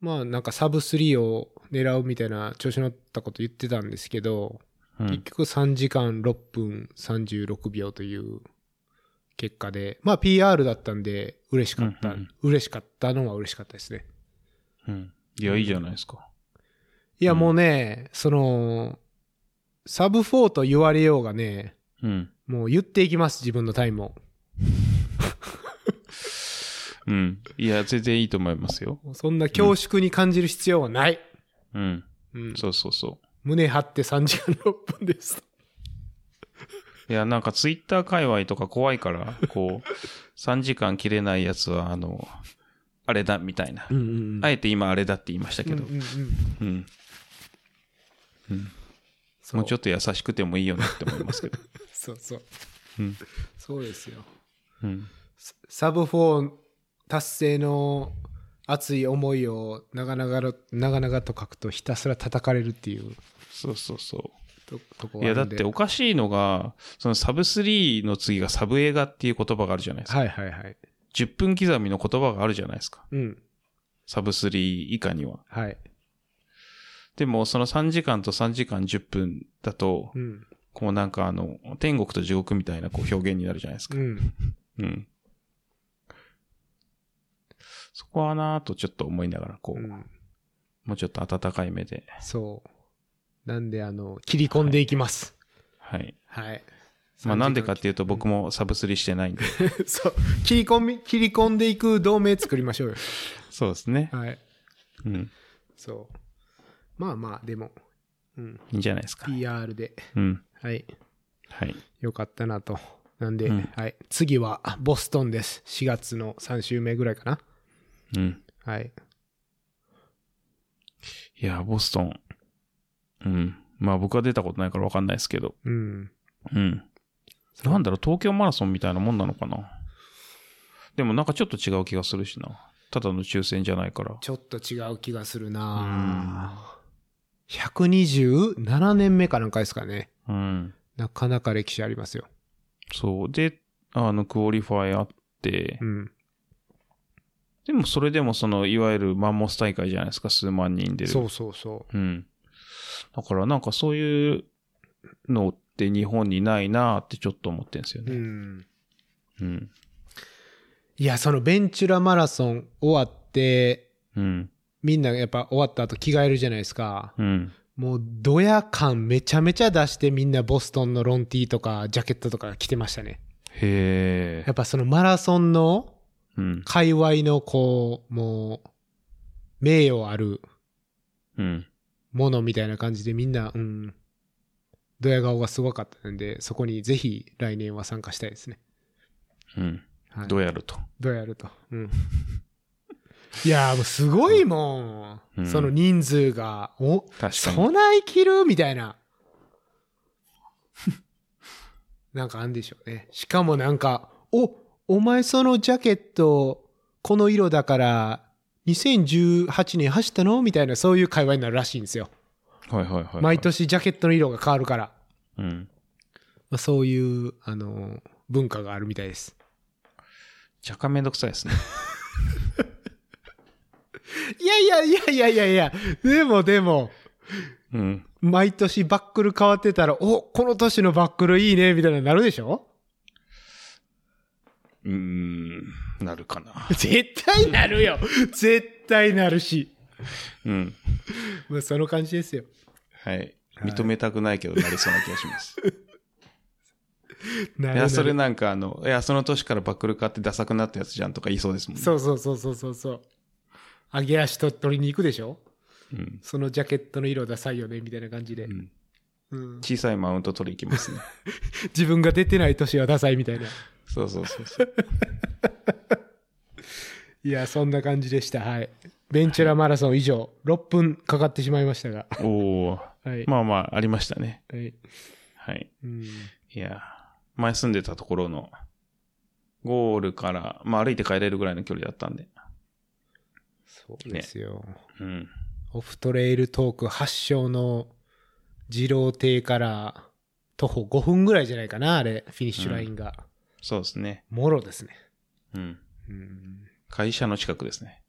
Speaker 1: まあなんかサブ3を狙うみたいな調子乗ったこと言ってたんですけど、
Speaker 3: うん。
Speaker 1: 結局3時間6分36秒という結果で。まあ PR だったんで、嬉しかった、
Speaker 3: うんうん
Speaker 1: 嬉しかったのは嬉しかったですね。
Speaker 3: うん。いや、いいじゃないですか。
Speaker 1: いや、
Speaker 3: うん
Speaker 1: もうね、その、サブ4と言われようがね、
Speaker 3: うん。
Speaker 1: もう言っていきます、自分のタイムを。
Speaker 3: うん。いや、全然いいと思いますよ。
Speaker 1: そんな恐縮に感じる必要はない。
Speaker 3: うん。
Speaker 1: うん。
Speaker 3: そうそうそ
Speaker 1: 胸張って3時間6分です。
Speaker 3: う。いや、なんかツイッター界隈とか怖いから、こう、3時 間切れないやつは、あの、あれだ、みたいな。
Speaker 1: んうん
Speaker 3: あ
Speaker 1: い。
Speaker 3: えて今あれだって言いましたけど。
Speaker 1: うんうんうん
Speaker 3: うん。うん。
Speaker 1: そう
Speaker 3: もうちょっと優しくてもいいよなって思いますけど。
Speaker 1: そうそう。
Speaker 3: うん。
Speaker 1: そうですよ。
Speaker 3: うん。
Speaker 1: ササブ4達成の熱い思いを長々ろ長々と書くとひたすら叩かれるっていう
Speaker 3: そうそうそ
Speaker 1: ととこ
Speaker 3: う。いや、
Speaker 1: あ
Speaker 3: だっ
Speaker 1: るんで
Speaker 3: ておかしいのが、そのサブ3の次がサブ映画っていう言葉があるじゃないですか。
Speaker 1: はいはいはい
Speaker 3: 10分刻みの言葉があるじゃないですか。
Speaker 1: うん
Speaker 3: サブ3以下には。
Speaker 1: はい
Speaker 3: でも、その3時間と3時間10分だと
Speaker 1: う、ん
Speaker 3: こうなんかあの、天国と地獄みたいなこう表現になるじゃないです
Speaker 1: う
Speaker 3: か。
Speaker 1: ん
Speaker 3: うん。そこはなぁとちょっと思いながら、こ
Speaker 1: う
Speaker 3: う、
Speaker 1: ん
Speaker 3: もうちょっと温かい目で、
Speaker 1: そうなんであの切り込んでいきます
Speaker 3: はい。
Speaker 1: はい、
Speaker 3: まあなんでかっていうと
Speaker 1: も
Speaker 3: 僕もサブスリしてないんで。
Speaker 1: そう切り込み切り込んでいく同盟作りましょうよ
Speaker 3: そうですね。
Speaker 1: はい
Speaker 3: うん。い
Speaker 1: そうまあまあでも、うん、
Speaker 3: いんじゃないですか。
Speaker 1: PR で
Speaker 3: うん。
Speaker 1: はい
Speaker 3: はい。
Speaker 1: よかったなと。 なんで、
Speaker 3: うん
Speaker 1: はい、次はボストンです。4月の3週目ぐらいかな。
Speaker 3: うん。
Speaker 1: はい。
Speaker 3: いや、ボストン。うん。まあ僕は出たことないからわかんないですけど。
Speaker 1: うん。
Speaker 3: うん。なんだろう、東京マラソンみたいなもんなのかな。でもなんかちょっと違う気がするしな。ただの抽選じゃないから。
Speaker 1: ちょっと違う気がするなぁ127年目かなんかですかね。
Speaker 3: うん。
Speaker 1: なかなか歴史ありますよ。
Speaker 3: そう。で、あの、クオリファイあって
Speaker 1: う、ん。
Speaker 3: でもそれでもその、いわゆるマンモス大会じゃないですか、数万人出る。
Speaker 1: そうそうそ
Speaker 3: うん。だからなんかそういうのって日本にないなーってちょっと思ってんですよ
Speaker 1: う。う
Speaker 3: ね。
Speaker 1: ん。
Speaker 3: うん。
Speaker 1: いや、そのベンチュラマラソン終わって、
Speaker 3: うん。
Speaker 1: みんなやっぱ終わった後着替えるじゃないですか。
Speaker 3: うん。
Speaker 1: もうドヤ感めちゃめちゃ出してみんなボストンのロンティーとかジャケットとか着てましたね。
Speaker 3: へ
Speaker 1: や
Speaker 3: え。
Speaker 1: っぱそのマラソンの
Speaker 3: うん。
Speaker 1: 界隈のこう、もう、名誉ある
Speaker 3: うん。
Speaker 1: ものみたいな感じでみんな、うん、ドヤ顔がすごかったんで、そこにぜひ来年は参加したいですね。
Speaker 3: うん。
Speaker 1: はい、
Speaker 3: どうやると。
Speaker 1: ドヤると。うん。 いやーもうすごいもん。
Speaker 3: うん
Speaker 1: その人数が、お、
Speaker 3: 確かに。
Speaker 1: そない着るみたいな。 なんかあんでしょうね。しかもなんか、お、お前そのジャケット、この色だから、2018年走ったのみたいな、そういう会話になるらしいんですよ。
Speaker 3: はいはいはいはい。
Speaker 1: 毎。年ジャケットの色が変わるから。
Speaker 3: うん。
Speaker 1: まあ、そういう、あの、文化があるみたいです。
Speaker 3: 若干めんどくさいですね。
Speaker 1: いやいやいやいやいやいや、でもでも、
Speaker 3: うん。
Speaker 1: 毎年バックル変わってたら、お、この年のバックルいいね、みたいなのなるでしょ
Speaker 3: うーん。なるかな。
Speaker 1: 絶対なるよ絶対なるし。
Speaker 3: うん。
Speaker 1: まあ、その感じですよ。
Speaker 3: はい。認めたくないけど、なりそうな気がします。
Speaker 1: ない
Speaker 3: や、それなんかあの、いや、その年からバックル買ってダサくなったやつじゃんとか言いそうですもんね。
Speaker 1: そうそうそうそうそうそう。揚げ足と取りに行くでしょ
Speaker 3: うん。
Speaker 1: そのジャケットの色ダサいよね、みたいな感じで。
Speaker 3: うん。
Speaker 1: うん
Speaker 3: 小さいマウント取り行きますね。
Speaker 1: 自分が出てない年はダサいみたいな。
Speaker 3: そうそうそうそう。
Speaker 1: いや、そんな感じでした。はい。ベンチュラマラソン以上、6分かかってしまいましたが。
Speaker 3: おお。
Speaker 1: はい。
Speaker 3: まあまあ、ありましたね。
Speaker 1: はい。
Speaker 3: はい。
Speaker 1: うん。
Speaker 3: いやー、前住んでたところの、ゴールから、まあ歩いて帰れるぐらいの距離だったんで。
Speaker 1: そうですよ。
Speaker 3: うん。
Speaker 1: オフトレイルトーク発祥の二郎亭から徒歩5分ぐらいじゃないかな、あれ、フィニッシュラインが。
Speaker 3: そうですね。
Speaker 1: もろですね。
Speaker 3: うん。
Speaker 1: うん。
Speaker 3: 会社の近くですね。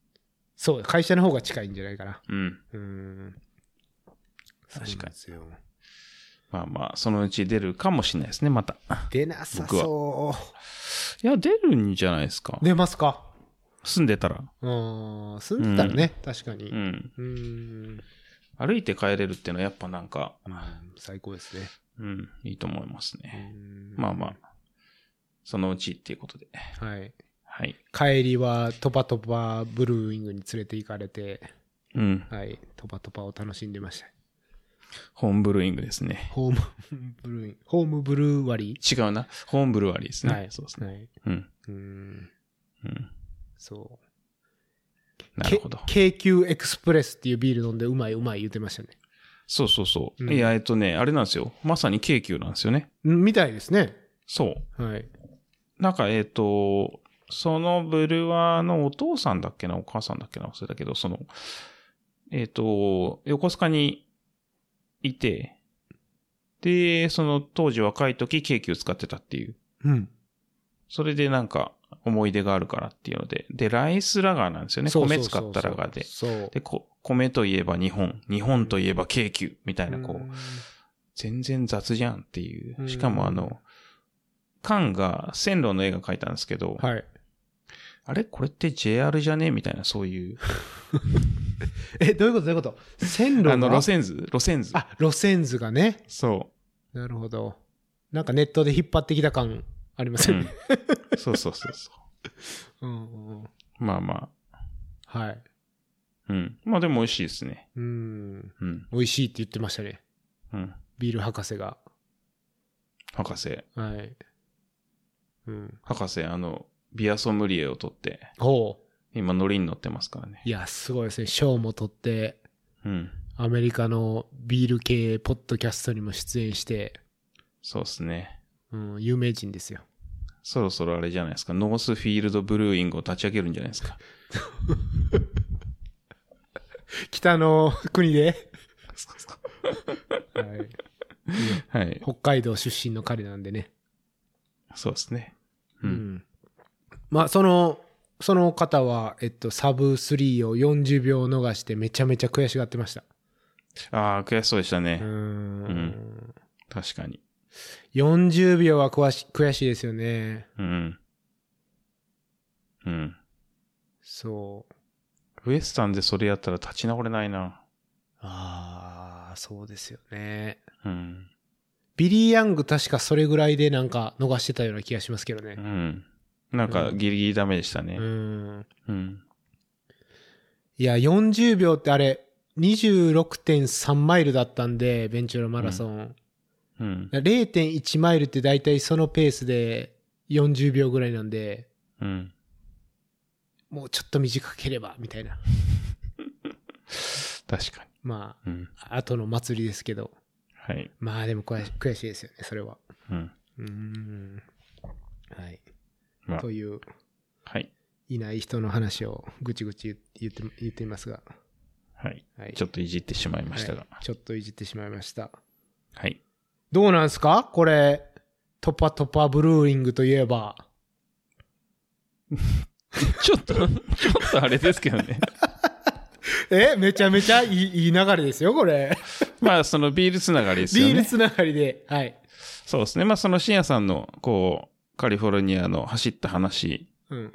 Speaker 1: そう、会社の方が近いんじゃないかな。
Speaker 3: うん。
Speaker 1: うん。
Speaker 3: 確かに
Speaker 1: そうなんですよ。
Speaker 3: まあまあ、そのうち出るかもしれないですね、また。
Speaker 1: 出なさそ
Speaker 3: いや、出るんじゃないですか
Speaker 1: う。。出ますか
Speaker 3: 住んでたら。
Speaker 1: うん。住んでたらね、確かに。
Speaker 3: う。
Speaker 1: うんーん。
Speaker 3: 歩いて帰れるっていうのはやっぱなんか、
Speaker 1: 最高ですね。
Speaker 3: うん、いいと思います
Speaker 1: う
Speaker 3: ね。
Speaker 1: ん
Speaker 3: まあまあ、そのうちっていうことで。
Speaker 1: あ。はい。
Speaker 3: はい。
Speaker 1: 帰りはトパトパブルーウィングに連れて行かれて、
Speaker 3: うん。
Speaker 1: はい、トパトパを楽しんでました。
Speaker 3: ホームブルーイングですね。
Speaker 1: ホームブルーイング、ホームブルー割
Speaker 3: 違うな。ホームブルワリーです
Speaker 1: り
Speaker 3: ね。そうですね。
Speaker 1: はい。
Speaker 3: うん。
Speaker 1: うーん、
Speaker 3: うん。
Speaker 1: そう。
Speaker 3: なるほど。
Speaker 1: K- KQ エクスプレスっていうビール飲んでうまいうまい言ってましたね。
Speaker 3: そうそうそう。
Speaker 1: うん
Speaker 3: いや、えっとね、あれなんですよ。まさに京急なんですよね。
Speaker 1: んみたいですね。
Speaker 3: そう。
Speaker 1: はい。
Speaker 3: なんか、えっ、と、そのブルワーのお父さんだっけな、お母さんだっけな、忘れたけど、その、えっ、と、横須賀にいて、で、その当時若い時、京急使ってたっていう。
Speaker 1: うん。
Speaker 3: それでなんか、思い出があるからっていうので。で、ライスラガーなんですよね。
Speaker 1: そうそ
Speaker 3: 米
Speaker 1: うそう
Speaker 3: 使
Speaker 1: そう
Speaker 3: ったラガーで。
Speaker 1: そう。
Speaker 3: で、こ米といえば日本、日本といえば京急、みたいな、こう、全然雑じゃんっていうう。
Speaker 1: ん
Speaker 3: しかもあの、缶が線路の絵が描いたんですけど、
Speaker 1: はい。
Speaker 3: あれこれって JR じゃねみたいな、そういう。
Speaker 1: え、どういうことどういうこと線路が
Speaker 3: あの、路線図路線図。
Speaker 1: あ、路線図がね。
Speaker 3: そ
Speaker 1: なるほど。なんかネットで引っ張ってきた感ありま
Speaker 3: う。
Speaker 1: す
Speaker 3: う
Speaker 1: よ
Speaker 3: ん
Speaker 1: ね。、
Speaker 3: そうそうそうそ
Speaker 1: うんうんうん
Speaker 3: う。まあま
Speaker 1: はい。
Speaker 3: あ。うん。まあでも美味しいですね。
Speaker 1: うん。
Speaker 3: うん。
Speaker 1: 美味しいって言ってましたね。
Speaker 3: うん。
Speaker 1: ビール博士が。
Speaker 3: 博士。
Speaker 1: はい。うん。
Speaker 3: 博士、あの、ビアソムリエを取って、
Speaker 1: ほう。
Speaker 3: 今、乗りに乗ってますからね。
Speaker 1: いや、すごいですね。賞も取って、
Speaker 3: うん。
Speaker 1: アメリカのビール系ポッドキャストにも出演して、
Speaker 3: そうですね。
Speaker 1: うん、有名人ですよ。
Speaker 3: そろそろあれじゃないですか。ノースフィールドブルーイングを立ち上げるんじゃないですか。
Speaker 1: 北の 国で、はい、
Speaker 3: はい。
Speaker 1: 北海道出身の彼なんでね。
Speaker 3: そうですね。うん。
Speaker 1: まあ、その、その方は、えっと、サブ3を40秒逃してめちゃめちゃ悔しがってました。
Speaker 3: ああ、悔しそうでした
Speaker 1: うー。
Speaker 3: ね。うん確かに。
Speaker 1: 40秒は悔し悔しいですよね。
Speaker 3: うん。うん。
Speaker 1: そう。
Speaker 3: ウエスタンでそれやったら立ち直れないな。
Speaker 1: ああ、そうですよね。
Speaker 3: うん。
Speaker 1: ビリー・ヤング確かそれぐらいでなんか逃してたような気がしますけど
Speaker 3: う
Speaker 1: ね。
Speaker 3: ん。なんかギリギリダメでした
Speaker 1: う
Speaker 3: ね。
Speaker 1: ん。
Speaker 3: うん。
Speaker 1: いや、40秒ってあれ、26.3マイルだったんで、ベンチュラマラソン。
Speaker 3: うん。
Speaker 1: 0.1マイルって大体そのペースで40秒ぐらいなんで、
Speaker 3: うん。
Speaker 1: もうちょっと短ければ、みたいな。
Speaker 3: 確か
Speaker 1: ま
Speaker 3: に。うん。
Speaker 1: あ、後の祭りですけど。
Speaker 3: はい。
Speaker 1: まあでも悔し悔しいですよね、それは。
Speaker 3: うん。
Speaker 1: うーん。はい。
Speaker 3: まあ
Speaker 1: と、いう、
Speaker 3: はい。
Speaker 1: いない人の話をぐちぐち言って、言っていますが。
Speaker 3: はい。
Speaker 1: はい。
Speaker 3: ちょっといじってしまいましたが
Speaker 1: は。いちょっといじってしまいました。
Speaker 3: はい。
Speaker 1: どうなんすかこれ、トパトパブルーイングといえば。
Speaker 3: ちょっと、ちょっとあれですけど ね。
Speaker 1: えめちゃめちゃいい いい流れですよ、これ。
Speaker 3: まあ、そのビールつながりですよ
Speaker 1: ビール
Speaker 3: ね。
Speaker 1: つながりで。はい。
Speaker 3: そうですね。まあ、その深夜さんの、こう、カリフォルニアの走った話
Speaker 1: うん。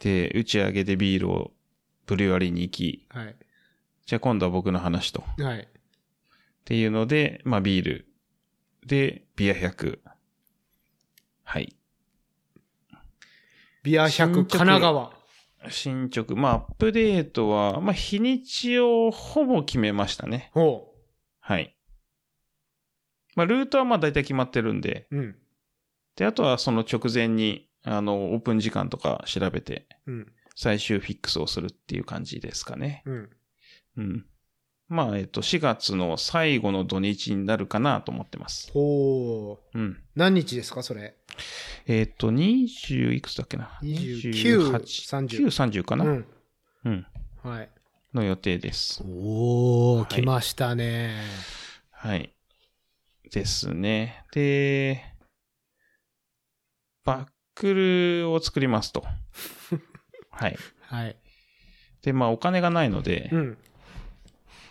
Speaker 3: で、打ち上げでビールをブリュワリーに行き、
Speaker 1: はい。
Speaker 3: じゃあ今度は僕の話と。っ
Speaker 1: はい。
Speaker 3: ていうので、まあビール。で、ビア100。はい。
Speaker 1: ビア
Speaker 3: 新
Speaker 1: 100、
Speaker 3: 曲
Speaker 1: 神奈川。
Speaker 3: 進捗。まあアップデートは、まあ日にちをほぼ決めましたね。
Speaker 1: ほ
Speaker 3: はい。まあルートはまあ大体決まってるんで。
Speaker 1: う。うん。
Speaker 3: で、あとはその直前に、あの、オープン時間とか調べて、
Speaker 1: うん。
Speaker 3: 最終フィックスをするっていう感じですかね。
Speaker 1: うん。
Speaker 3: うん。まあ、えっと、4月の最後の土日になるかなと思ってます。
Speaker 1: ほう。
Speaker 3: うん。
Speaker 1: 何日ですか、それ。
Speaker 3: えっ、と、20いくつだっけな
Speaker 1: 29
Speaker 3: 28 9 30か
Speaker 1: う
Speaker 3: な、うん、
Speaker 1: ん。はい。
Speaker 3: の予定です。
Speaker 1: お
Speaker 3: は
Speaker 1: ー、
Speaker 3: い
Speaker 1: 来ましたね。
Speaker 3: はい。ですね。で、バックルを作り ますと。はい。
Speaker 1: はい。
Speaker 3: で、まあ、お金がないので、
Speaker 1: うん。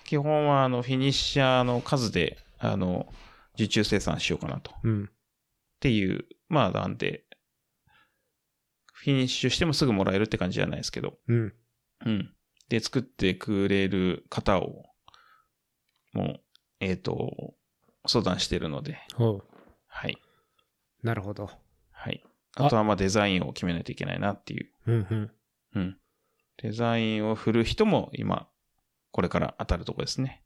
Speaker 3: 基本は、あの、フィニッシャーの数で、あの、受注生産しようかなと。っ
Speaker 1: うん。
Speaker 3: ていう、まあなんで、フィニッシュしてもすぐもらえるって感じじゃないですけど、
Speaker 1: うん。
Speaker 3: うん。で、作ってくれる方を、もう、えっ、と、相談してるので、
Speaker 1: ほ
Speaker 3: はい。
Speaker 1: う。なるほど。
Speaker 3: はい。
Speaker 1: あ
Speaker 3: あとはまあデザインを決めないといけないなっていう。
Speaker 1: うんうん。
Speaker 3: うん。デザインを振る人も今、これから当たるとこですね。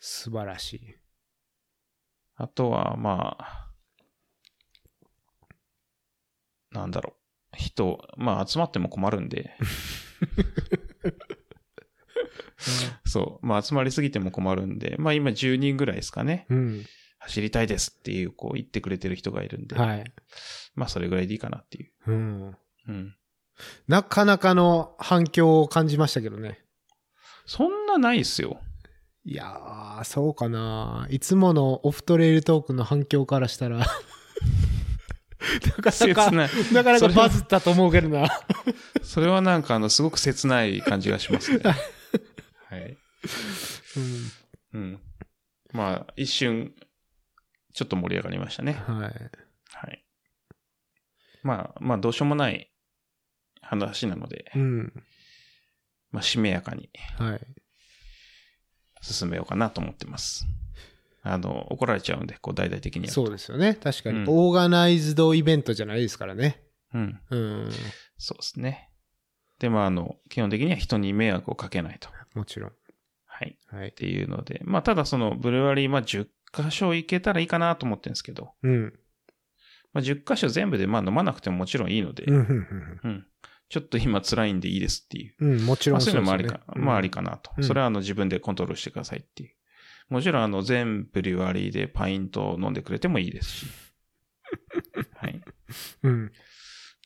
Speaker 1: 素晴らしい。
Speaker 3: あとは、まあ、なんだろう。人、まあ集まっても困るんで。そう。まあ集まりすぎても困るんで、まあ今10人ぐらいですかね。
Speaker 1: うん。
Speaker 3: 走りたいですっていう、こう言ってくれてる人がいるんで、
Speaker 1: はい。
Speaker 3: まあそれぐらいでいいかなっていう。
Speaker 1: うん。
Speaker 3: うん。
Speaker 1: なかなかの反響を感じましたけどね。
Speaker 3: そんなないっすよ。
Speaker 1: いやー、そうかな。いつものオフトレイルトークの反響からしたら 、な か
Speaker 3: 切
Speaker 1: なか、
Speaker 3: ない。
Speaker 1: なかな
Speaker 3: そ
Speaker 1: か
Speaker 3: れは
Speaker 1: バズったと思うけどな。
Speaker 3: それはなんかあの、すごく切ない感じがしますね。はい。うん。まあ、一瞬、ちょっと盛り上がりましたね。
Speaker 1: うん。はい。
Speaker 3: はい。まあ、まあ、どうしようもない話なので、
Speaker 1: うん。
Speaker 3: まあ、しめやかに
Speaker 1: はい。
Speaker 3: 進めようかなと思ってます。あの、怒られちゃうんで、こう、大々的にやると
Speaker 1: そうですよね。確かに、
Speaker 3: うん
Speaker 1: オーガナイズドイベントじゃないですからね。
Speaker 3: うん。
Speaker 1: うん。
Speaker 3: そうですね。で、まあ、あの、基本的には人に迷惑をかけないと。
Speaker 1: もちろん。
Speaker 3: はい。
Speaker 1: は
Speaker 3: っ
Speaker 1: い。
Speaker 3: ていうので、まあ、ただその、ブルワリー、まあ、10箇所行けたらいいかなと思ってるんですけど、
Speaker 1: うん。
Speaker 3: まあ、10箇所全部で、まあ、飲まなくてももちろんいいので、
Speaker 1: うんうんうん
Speaker 3: うんちょっと今辛いんでいいですっていう。
Speaker 1: うん。うん、もちろ
Speaker 3: まあ、
Speaker 1: ん
Speaker 3: そういうのもあり
Speaker 1: です
Speaker 3: か
Speaker 1: よ、ね
Speaker 3: まあ、ありかなと。
Speaker 1: うん
Speaker 3: それは、あの、自分でコントロールしてくださいっていう。もちろん、あの、全ブリュワリーでパイントを飲んでくれてもいいです し。はい。
Speaker 1: うん。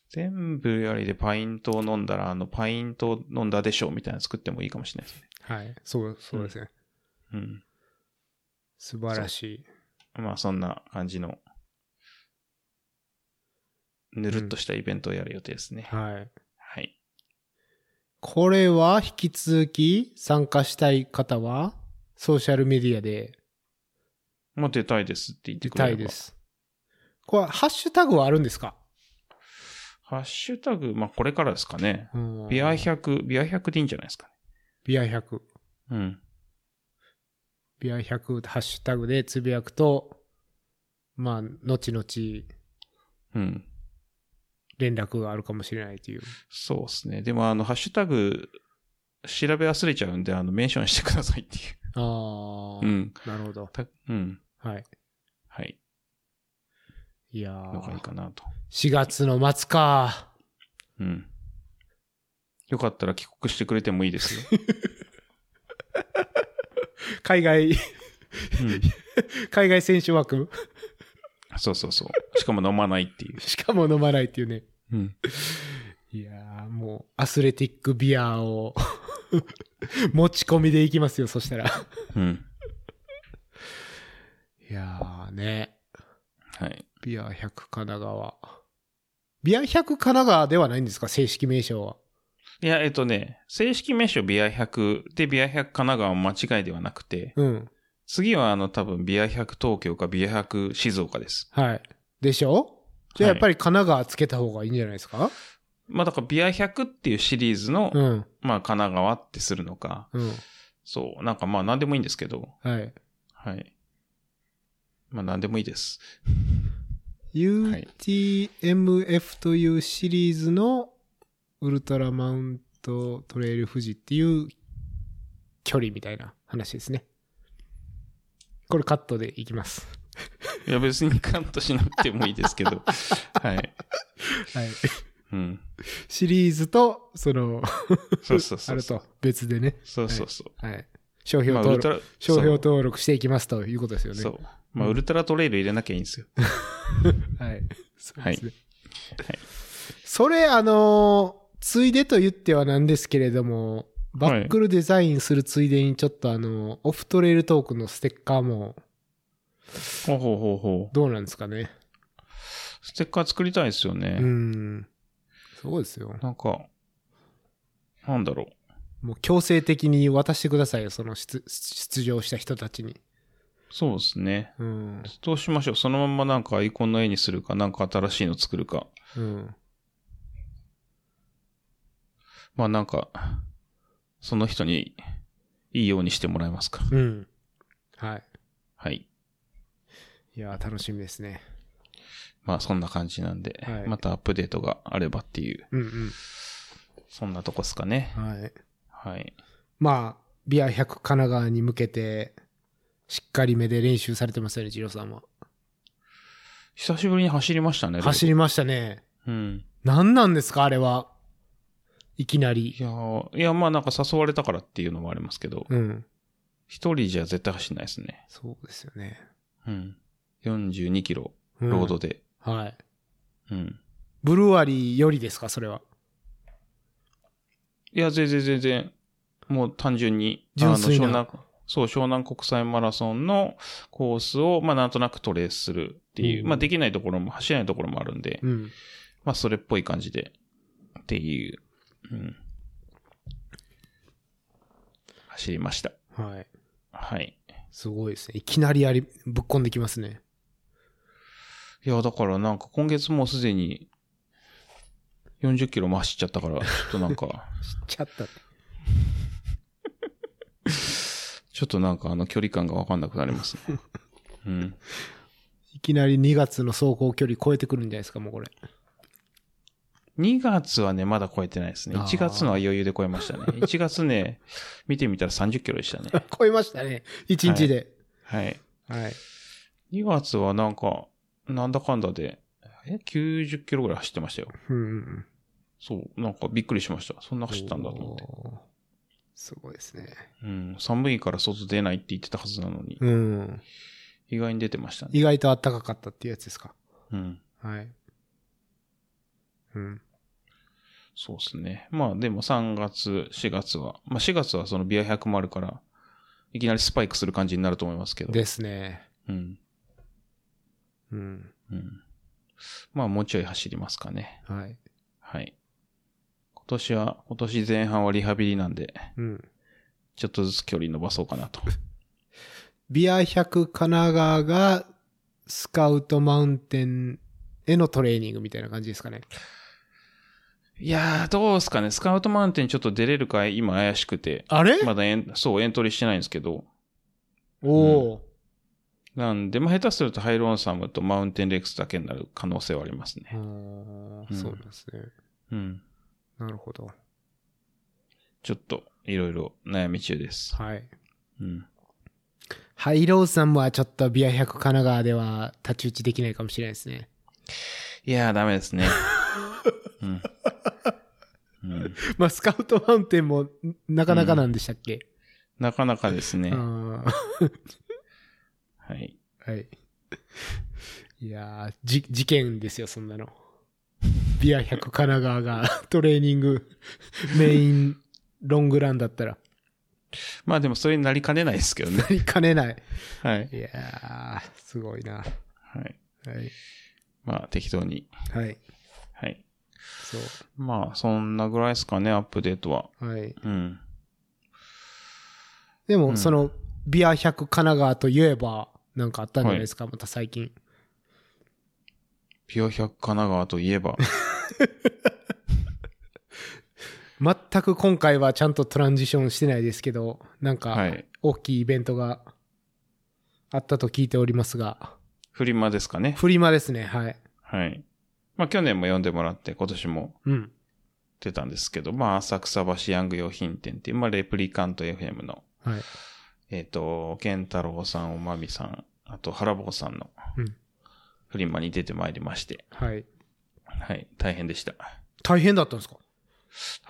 Speaker 3: 全ブリュワリーでパイントを飲んだら、あの、パイントを飲んだでしょうみたいなの作ってもいいかもしれないですね。
Speaker 1: はい。そう、そうですね。
Speaker 3: うん。
Speaker 1: 素晴らしい。
Speaker 3: まあそんな感じの、ぬるっとしたイベントをやる予定ですね。
Speaker 1: はい。
Speaker 3: はい。
Speaker 1: これは引き続き参加したい方は、ソーシャルメディアで
Speaker 3: もう出たいですって言って
Speaker 1: 出
Speaker 3: くれ
Speaker 1: た
Speaker 3: れ
Speaker 1: い
Speaker 3: ば。
Speaker 1: です。これ、ハッシュタグはあるんですか
Speaker 3: ハッシュタグ、まあこれからですかね。
Speaker 1: うん
Speaker 3: ビア100、ビア100でいいんじゃないですかね。
Speaker 1: ビア100。
Speaker 3: うん。
Speaker 1: ビア100ハッシュタグでつぶやくと、まあ、後々
Speaker 3: うん。
Speaker 1: 連絡があるかもしれないという。
Speaker 3: そうですね。でもあの、ハッシュタグ、調べ忘れちゃうんで、あの、メンションしてくださいってい
Speaker 1: あ
Speaker 3: う。
Speaker 1: あ、
Speaker 3: うん。
Speaker 1: なるほど。
Speaker 3: たうん。
Speaker 1: はい。
Speaker 3: はい。
Speaker 1: いや
Speaker 3: のがいい
Speaker 1: ー、
Speaker 3: かなと。
Speaker 1: 4月の末か。
Speaker 3: うん。よかったら帰国してくれてもいいですよ。
Speaker 1: 海外、
Speaker 3: うん。
Speaker 1: 海外選手枠
Speaker 3: そうそうそう。しかも飲まないっていう。
Speaker 1: しかも飲まないっていうね。
Speaker 3: うん。
Speaker 1: いやーもう、アスレティックビアを、 持ち込みでいきますよ、そしたら。い
Speaker 3: うん。
Speaker 1: やーね。
Speaker 3: はい。
Speaker 1: ビア100神奈川。ビア100神奈川ではないんですか、正式名称は。
Speaker 3: いや、えっとね、正式名称ビア100でビア100神奈川も間違いではなくて、
Speaker 1: うん。
Speaker 3: 次はあの多分ビア100東京かビア100静岡です。
Speaker 1: はい。でしょじゃあ
Speaker 3: はい
Speaker 1: やっぱり神奈川つけた方がいいんじゃないですか、
Speaker 3: まあだからビア100っていうシリーズの、
Speaker 1: うん。
Speaker 3: まあ神奈川ってするのか、
Speaker 1: うん。
Speaker 3: そう、なんかまあ何でもいいんですけど、
Speaker 1: はい。
Speaker 3: はい。まあ何でもいいです。
Speaker 1: UTMF というシリーズのウルトラマウントトレイル富士っていう距離みたいな話ですね。これカットでいきます。
Speaker 3: いや別にカントしなくてもいいですけ ど、はい。
Speaker 1: はい。
Speaker 3: うん。
Speaker 1: シリーズと、その、
Speaker 3: そうそう
Speaker 1: あ
Speaker 3: そう
Speaker 1: れ
Speaker 3: そう。
Speaker 1: と別でね。
Speaker 3: そうそうそう。
Speaker 1: はい。商標
Speaker 3: まあウ
Speaker 1: 登
Speaker 3: ルト
Speaker 1: 録、
Speaker 3: ラ、
Speaker 1: 商標登録していきますということですよね。
Speaker 3: そう。そう。まあウルトラトレイル入れなきゃいいんですよ。
Speaker 1: はい。そうですね。
Speaker 3: はい
Speaker 1: それ、あのーついでと言ってはなんですけれども、バックルデザインするついでにちょっとあのーオフトレイルトークのステッカーも
Speaker 3: ほうほうほうほう。
Speaker 1: どうなんですかね。
Speaker 3: ステッカー作りたいですよね。
Speaker 1: うん。そうですよ。
Speaker 3: なんか、なんだろう。
Speaker 1: もう強制的に渡してくださいよ、その出出場した人たちに。
Speaker 3: そうですね。
Speaker 1: うん。
Speaker 3: どうしましょう。そのまんまなんかアイコンの絵にするか、なんか新しいの作るか。
Speaker 1: うん。
Speaker 3: まあなんか、その人にいいようにしてもらえますか。
Speaker 1: うん。はい。
Speaker 3: はい。
Speaker 1: いやー、楽しみですね。
Speaker 3: まあそんな感じなんで、
Speaker 1: はい
Speaker 3: またアップデートがあればっていう、
Speaker 1: うん
Speaker 3: そんなとこっすかね。
Speaker 1: うん。はい。
Speaker 3: はい。
Speaker 1: まあ、ビア100神奈川に向けて、しっかり目で練習されてますよね、ジローさんは。
Speaker 3: 久しぶりに走りましたね。
Speaker 1: 走
Speaker 3: り。
Speaker 1: りましたね。
Speaker 3: うん。
Speaker 1: 何なんですか、あれは。いきないり。
Speaker 3: やーいや、まあなんか誘われたからっていうのもありますけど、
Speaker 1: うん。
Speaker 3: 一、人じゃ絶対走んないですね。
Speaker 1: そうですよね。
Speaker 3: うん。42キロ、
Speaker 1: うん
Speaker 3: ロードで。
Speaker 1: はい。
Speaker 3: うん。
Speaker 1: ブルワリーよりですか、それは。
Speaker 3: いや、全然全然、もう単純に、
Speaker 1: 純粋な
Speaker 3: あの湘南そう、湘南国際マラソンのコースを、まあなんとなくトレースするっていう、
Speaker 1: うん
Speaker 3: まあできないところも走れないところもあるんで、
Speaker 1: うん。
Speaker 3: まあそれっぽい感じで、っていう、うん。走りました。
Speaker 1: はい。
Speaker 3: はい。
Speaker 1: すごいですね。いきなりあり、ぶっこんできますね。
Speaker 3: いや、だからなんか今月もうすでに40キロも走っちゃったから、ちょっとなん か、
Speaker 1: しちゃった。
Speaker 3: ちょっとなんかあの距離感がわかんなくなりますね。うん。
Speaker 1: いきなり2月の走行距離超えてくるんじゃないですか、もうこれ。
Speaker 3: 2月はね、まだ超えてないですね。
Speaker 1: あー
Speaker 3: 1月のは余裕で超えましたね。1月 ね、見てみたら30キロでしたね。
Speaker 1: 超えましたね。1日で。
Speaker 3: はい。
Speaker 1: はい。
Speaker 3: 2月はなんか、なんだかんだで、え、90キロぐらい走ってましたよ。
Speaker 1: うんうんうん。
Speaker 3: そう、なんかびっくりしました。そんな走ったんだと思って。
Speaker 1: おーすごいですね。
Speaker 3: うん、寒いから外出ないって言ってたはずなのに、
Speaker 1: うん。
Speaker 3: 意外に出てましたね。
Speaker 1: 意外と暖かかったっていうやつですか。
Speaker 3: うん。
Speaker 1: はい。うん。
Speaker 3: そうですね。まあでも3月、4月は、まあ4月はそのビア100もあるから、いきなりスパイクする感じになると思いますけど。
Speaker 1: ですね。
Speaker 3: うん。
Speaker 1: うん。
Speaker 3: うん。まあもうちょい走りますかね。
Speaker 1: はい。
Speaker 3: はい。今年は、今年前半はリハビリなんで、
Speaker 1: うん。
Speaker 3: ちょっとずつ距離伸ばそうかなと。
Speaker 1: ビア100神奈川がスカウトマウンテンへのトレーニングみたいな感じですかね。
Speaker 3: いやー、どうすかね。スカウトマウンテンちょっと出れるか今怪しくて、
Speaker 1: あれ
Speaker 3: まだエン、そう、エントリーしてないんですけど。
Speaker 1: おお、
Speaker 3: なんで、まあ下手するとハイロンサムとマウンテンレックスだけになる可能性はありますね。
Speaker 1: あー
Speaker 3: うん
Speaker 1: そうなんですね。
Speaker 3: うん。
Speaker 1: なるほど。
Speaker 3: ちょっと、いろいろ悩み中です。
Speaker 1: はい。
Speaker 3: うん。
Speaker 1: ハイローさんはちょっとビア100神奈川では太刀打ちできないかもしれないですね。
Speaker 3: いやー、ダメです ね。うん。うん、
Speaker 1: まあ、スカウトマウンテンもんなかなかなんでしたっけ、
Speaker 3: なかなかですね
Speaker 1: う。ん、
Speaker 3: はい。
Speaker 1: はい。いやーじ、事件ですよ、そんなの。ビア100神奈川が トレーニングメインロングランだったら、
Speaker 3: まあでも、それになりかねないですけどね。
Speaker 1: なりかねない。
Speaker 3: はい。
Speaker 1: いやー、すごいな。は
Speaker 3: はい。
Speaker 1: い。
Speaker 3: まあ、適当に。
Speaker 1: はい。
Speaker 3: はい。
Speaker 1: そ
Speaker 3: まあ、そんなぐらいですかね、アップデートは。
Speaker 1: う。はい。
Speaker 3: うん。
Speaker 1: でも、
Speaker 3: うん
Speaker 1: その、ビア100神奈川といえば、なんかあったんじゃないですか、また最近。
Speaker 3: ピュア100神奈川といえ ば。
Speaker 1: 全く今回はちゃんとトランジションしてないですけど、なん
Speaker 3: は
Speaker 1: か
Speaker 3: い。
Speaker 1: 大きいイベントがあったと聞いておりますが、
Speaker 3: フリマですかね。
Speaker 1: フリマですね、はい。
Speaker 3: はい。まあ、去年も読んでもらって、今年も
Speaker 1: うん。
Speaker 3: 出たんですけど、まあ、浅草橋ヤング用品店っていう、まあ、レプリカント FM の、
Speaker 1: はい。
Speaker 3: えっ、と、ケンタロウさん、おまみさん、あと、原坊さんの
Speaker 1: うん、
Speaker 3: フリマに出てまいりまして、
Speaker 1: はい。
Speaker 3: はい。大変でした。
Speaker 1: 大変だったんですか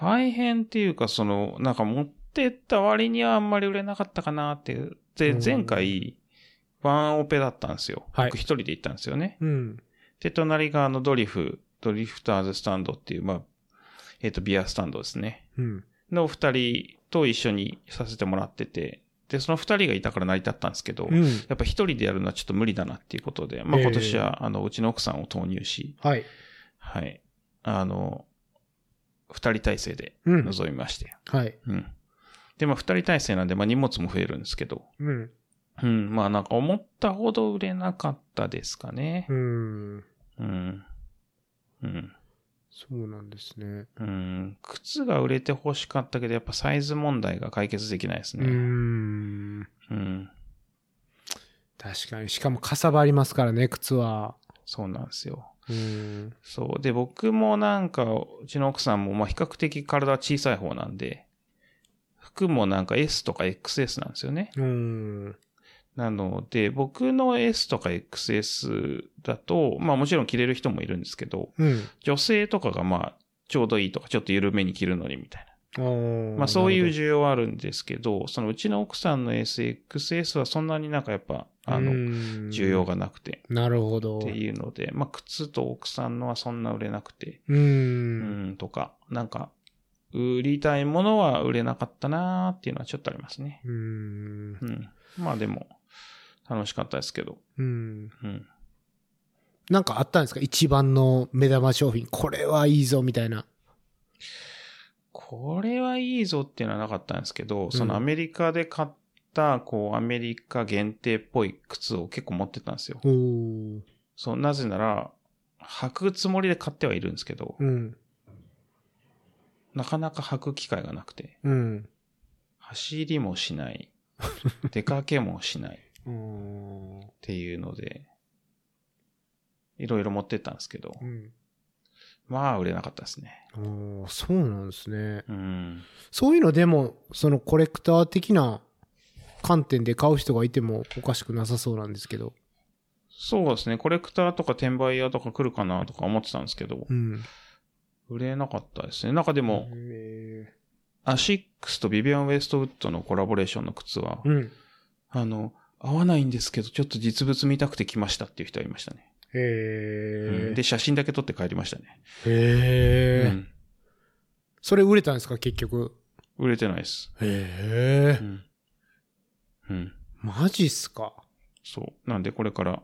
Speaker 3: 大変っていうか、その、なんか持ってった割にはあんまり売れなかったかなっていう。で、
Speaker 1: うん
Speaker 3: 前回、ワンオペだったんですよ。
Speaker 1: はい
Speaker 3: 僕一人で行ったんですよね。
Speaker 1: うん。
Speaker 3: で、隣があのドリフ、ドリフターズスタンドっていう、まあ、えっ、と、ビアスタンドですね。
Speaker 1: うん。
Speaker 3: の二人と一緒にさせてもらってて、で、その二人がいたから成り立ったんですけど、
Speaker 1: うん。
Speaker 3: やっぱ一人でやるのはちょっと無理だなっていうことで、まあ
Speaker 1: ええ
Speaker 3: 今年は、あの、うちの奥さんを投入し、
Speaker 1: はい。
Speaker 3: はい。あの、二人体制で
Speaker 1: うん。
Speaker 3: 臨みまして。
Speaker 1: はい。
Speaker 3: うん。で、まあ、二人体制なんで、まあ、荷物も増えるんですけど、
Speaker 1: うん。
Speaker 3: うん、まあなんか思ったほど売れなかったですかね
Speaker 1: う。ん。
Speaker 3: うん。うん。
Speaker 1: そうなんですね。
Speaker 3: うん。靴が売れて欲しかったけど、やっぱサイズ問題が解決できないです
Speaker 1: う
Speaker 3: ね。
Speaker 1: ん。
Speaker 3: うん。
Speaker 1: 確かに。しかもかさばりますからね、靴は。
Speaker 3: そうなんですよ。
Speaker 1: うん。
Speaker 3: そう。で、僕もなんか、うちの奥さんも、まあ比較的体は小さい方なんで、服もなんか S とか XS なんですよね。
Speaker 1: うん。
Speaker 3: なので、僕の S とか XS だと、まあもちろん着れる人もいるんですけど、
Speaker 1: うん。
Speaker 3: 女性とかがまあ、ちょうどいいとか、ちょっと緩めに着るのにみたいな。
Speaker 1: おー
Speaker 3: まあそういう
Speaker 1: なる
Speaker 3: 需要はあるんですけど、そのうちの奥さんの SXS はそんなになんかやっぱ、
Speaker 1: ほど
Speaker 3: あの、
Speaker 1: うん
Speaker 3: 需要がなくて
Speaker 1: なるほど。
Speaker 3: っていうので、まあ靴と奥さんのはそんな売れなくて、
Speaker 1: う。
Speaker 3: うんん、とか、なんか、売りたいものは売れなかったなーっていうのはちょっとありますね。
Speaker 1: うん。
Speaker 3: うん。まあでも、楽しかったですけど、
Speaker 1: うん。
Speaker 3: うん。
Speaker 1: なんかあったんですか一番の目玉商品。これはいいぞ、みたいな。
Speaker 3: これはいいぞっていうのはなかったんですけど、そうの
Speaker 1: ん
Speaker 3: アメリカで買った、こう、アメリカ限定っぽい靴を結構持ってたんですよ。
Speaker 1: おー
Speaker 3: そう、なぜなら、履くつもりで買ってはいるんですけど、
Speaker 1: うん。
Speaker 3: なかなか履く機会がなくて、
Speaker 1: うん。
Speaker 3: 走りもし ない、出かけもしないっ
Speaker 1: うん。
Speaker 3: ていうので、いろいろ持ってったんですけど、まあ売れなかったですね。
Speaker 1: おーそうなんですね。
Speaker 3: うん。
Speaker 1: そういうのでも、そのコレクター的な観点で買う人がいてもおかしくなさそうなんですけど。
Speaker 3: そうですね、コレクターとか転売屋とか来るかなとか思ってたんですけど
Speaker 1: う、ん。
Speaker 3: 売れなかったですね。なんかでも、
Speaker 1: へ
Speaker 3: アシックスとビビアン・ウェストウッドのコラボレーションの靴は、
Speaker 1: ーうん。
Speaker 3: あの、合わないんですけど、ちょっと実物見たくて来ましたっていう人はいましたね。
Speaker 1: へ
Speaker 3: うん
Speaker 1: ー
Speaker 3: で、写真だけ撮って帰りましたね。う
Speaker 1: へー
Speaker 3: ん
Speaker 1: それ売れたんですか、結局。
Speaker 3: 売れてないです。
Speaker 1: へ
Speaker 3: う
Speaker 1: え。
Speaker 3: ん。うん。
Speaker 1: マジっすか。
Speaker 3: そう。なんで、これから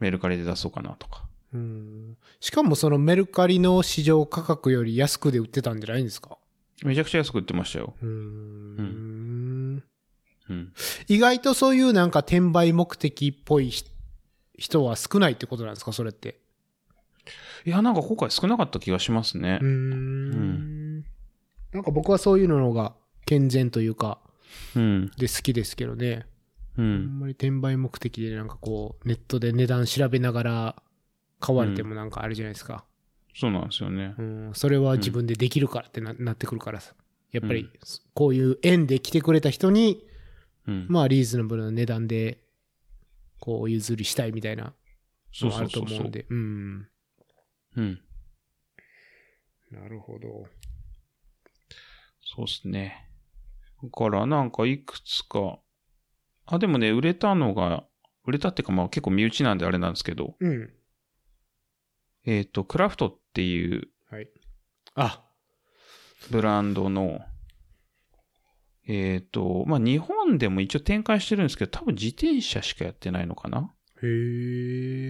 Speaker 3: メルカリで出そうかなとか。
Speaker 1: うん。しかもそのメルカリの市場価格より安くで売ってたんじゃないんですか
Speaker 3: めちゃくちゃ安く売ってましたよ。
Speaker 1: うーん。
Speaker 3: うん。
Speaker 1: 意外とそういうなんか転売目的っぽいひ人は少ないってことなんですか、それって。
Speaker 3: いや、なんか今回少なかった気がしますね
Speaker 1: うー。ん。なんか僕はそういうのが健全というか、
Speaker 3: うん。
Speaker 1: で好きですけどね。
Speaker 3: う
Speaker 1: あ
Speaker 3: ん。
Speaker 1: んまり転売目的でなんかこう、ネットで値段調べながら買われてもなんかあれじゃないですか。
Speaker 3: そうなんですよね
Speaker 1: う。ん、それは自分でできるからってな,、なってくるからさ。やっぱ
Speaker 3: う
Speaker 1: り
Speaker 3: ん、
Speaker 1: こういう縁で来てくれた人に、
Speaker 3: うん。
Speaker 1: まあリーズナブルな値段で、こう、お譲りしたいみたいな
Speaker 3: そ
Speaker 1: の
Speaker 3: う
Speaker 1: があ
Speaker 3: そ
Speaker 1: る
Speaker 3: う
Speaker 1: と
Speaker 3: そうそう
Speaker 1: 思うん
Speaker 3: う。
Speaker 1: で。うん。
Speaker 3: うん。
Speaker 1: なるほど。
Speaker 3: そうっすね。だから、なんかいくつか、あ、でもね、売れたのが、売れたっていうか、まあ結構身内なんであれなんですけど、
Speaker 1: うん。
Speaker 3: えっ、と、クラフトっていう
Speaker 1: はい。あ、
Speaker 3: ブランドの、えっ、と、まあ日本でも一応展開してるんですけど、多分自転車しかやってないのかな
Speaker 1: へ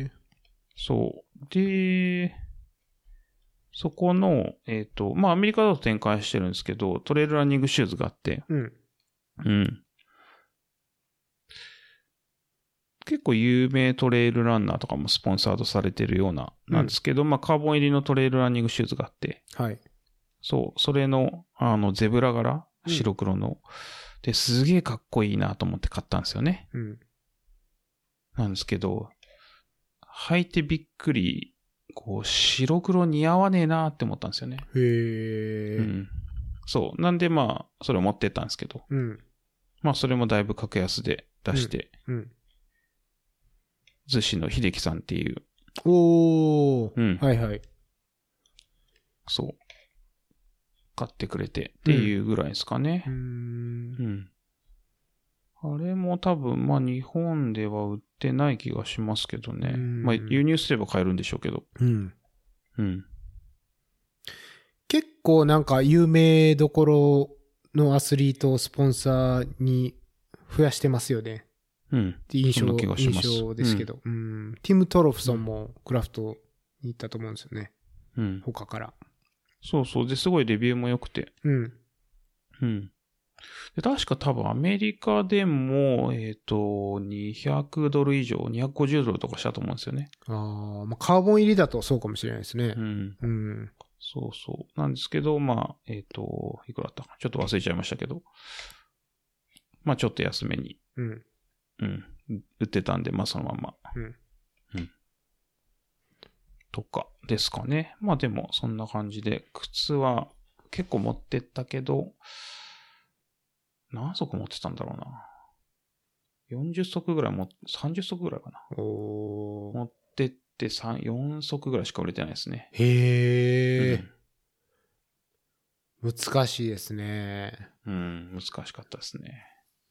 Speaker 1: え。
Speaker 3: そう。で、そこの、えっ、と、まあアメリカだと展開してるんですけど、トレイルランニングシューズがあって、
Speaker 1: うん。
Speaker 3: うん。結構有名トレイルランナーとかもスポンサードされてるような、なんですけど、まあカーボン入りのトレイルランニングシューズがあって、
Speaker 1: はい。
Speaker 3: そう、それの、あの、ゼブラ柄、
Speaker 1: うん
Speaker 3: 白黒の。で、すげえかっこいいなと思って買ったんですよね。
Speaker 1: うん。
Speaker 3: なんですけど、履いてびっくり、こう、白黒似合わねえなって思ったんですよね。
Speaker 1: へえ。
Speaker 3: うん。そう。なんで、まあ、それを持ってったんですけど、
Speaker 1: うん。
Speaker 3: まあ、それもだいぶ格安で出して、
Speaker 1: うん。
Speaker 3: 逗子の秀樹さんっていう、
Speaker 1: おお、
Speaker 3: うん
Speaker 1: はいはい。
Speaker 3: そう、買ってくれてっていうぐらいですかね。
Speaker 1: うーん。
Speaker 3: うん。あれも多分、まあ日本では売ってない気がしますけどね。
Speaker 1: うん
Speaker 3: まあ輸入すれば買えるんでしょうけど。
Speaker 1: うん。
Speaker 3: うん。
Speaker 1: 結構なんか有名どころのアスリートをスポンサーに増やしてますよね。
Speaker 3: うん。
Speaker 1: って印象
Speaker 3: そんな気がします
Speaker 1: 印象ですけど、うん。ティム・トロフソンもクラフトに行ったと思うんですよね。
Speaker 3: うん。
Speaker 1: 他から。
Speaker 3: そうそう。で、すごいレビューも良くて。
Speaker 1: うん。
Speaker 3: うん。で確か多分アメリカでも、えっ、と、200ドル以上、250ドルとかしたと思うんですよね。
Speaker 1: あーまあ、カーボン入りだとそうかもしれないですね
Speaker 3: う。ん。
Speaker 1: うん。
Speaker 3: そうそう。なんですけど、まあ、えっ、と、いくらだったかなちょっと忘れちゃいましたけど、まあちょっと安めに、
Speaker 1: うん。
Speaker 3: うん、売ってたんで、まあそのまんま。
Speaker 1: うん。
Speaker 3: うん。とかですかね。まあでも、そんな感じで、靴は結構持ってったけど、何足持ってたんだろうな。40足ぐらいも、30足ぐらいかな。
Speaker 1: おー
Speaker 3: 持ってって3、4足ぐらいしか売れてないですね。
Speaker 1: へ
Speaker 3: う
Speaker 1: え
Speaker 3: ん、
Speaker 1: 難しいですね。
Speaker 3: うん、難しかったですね。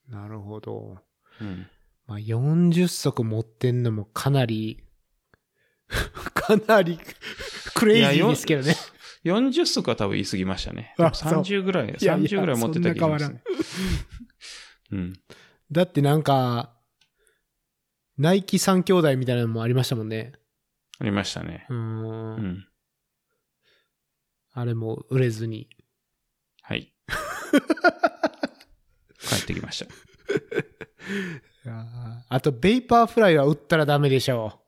Speaker 1: なるほど。
Speaker 3: うん。
Speaker 1: まあ、40足持ってんのもかなり、 かなりクレイジーですけどね。
Speaker 3: 40足は多分言い過ぎましたね。でも
Speaker 1: あそう
Speaker 3: 30ぐらい、
Speaker 1: いやいや
Speaker 3: 30ぐらい持ってた気がしますね。うん。
Speaker 1: だってなんか、ナイキ三兄弟みたいなのもありましたもんね。
Speaker 3: ありましたね。
Speaker 1: うーん,、。
Speaker 3: うんん。
Speaker 1: あれも売れずに。
Speaker 3: はい。帰ってきました。
Speaker 1: あーあと、ベイパーフライは売ったらダメでしょ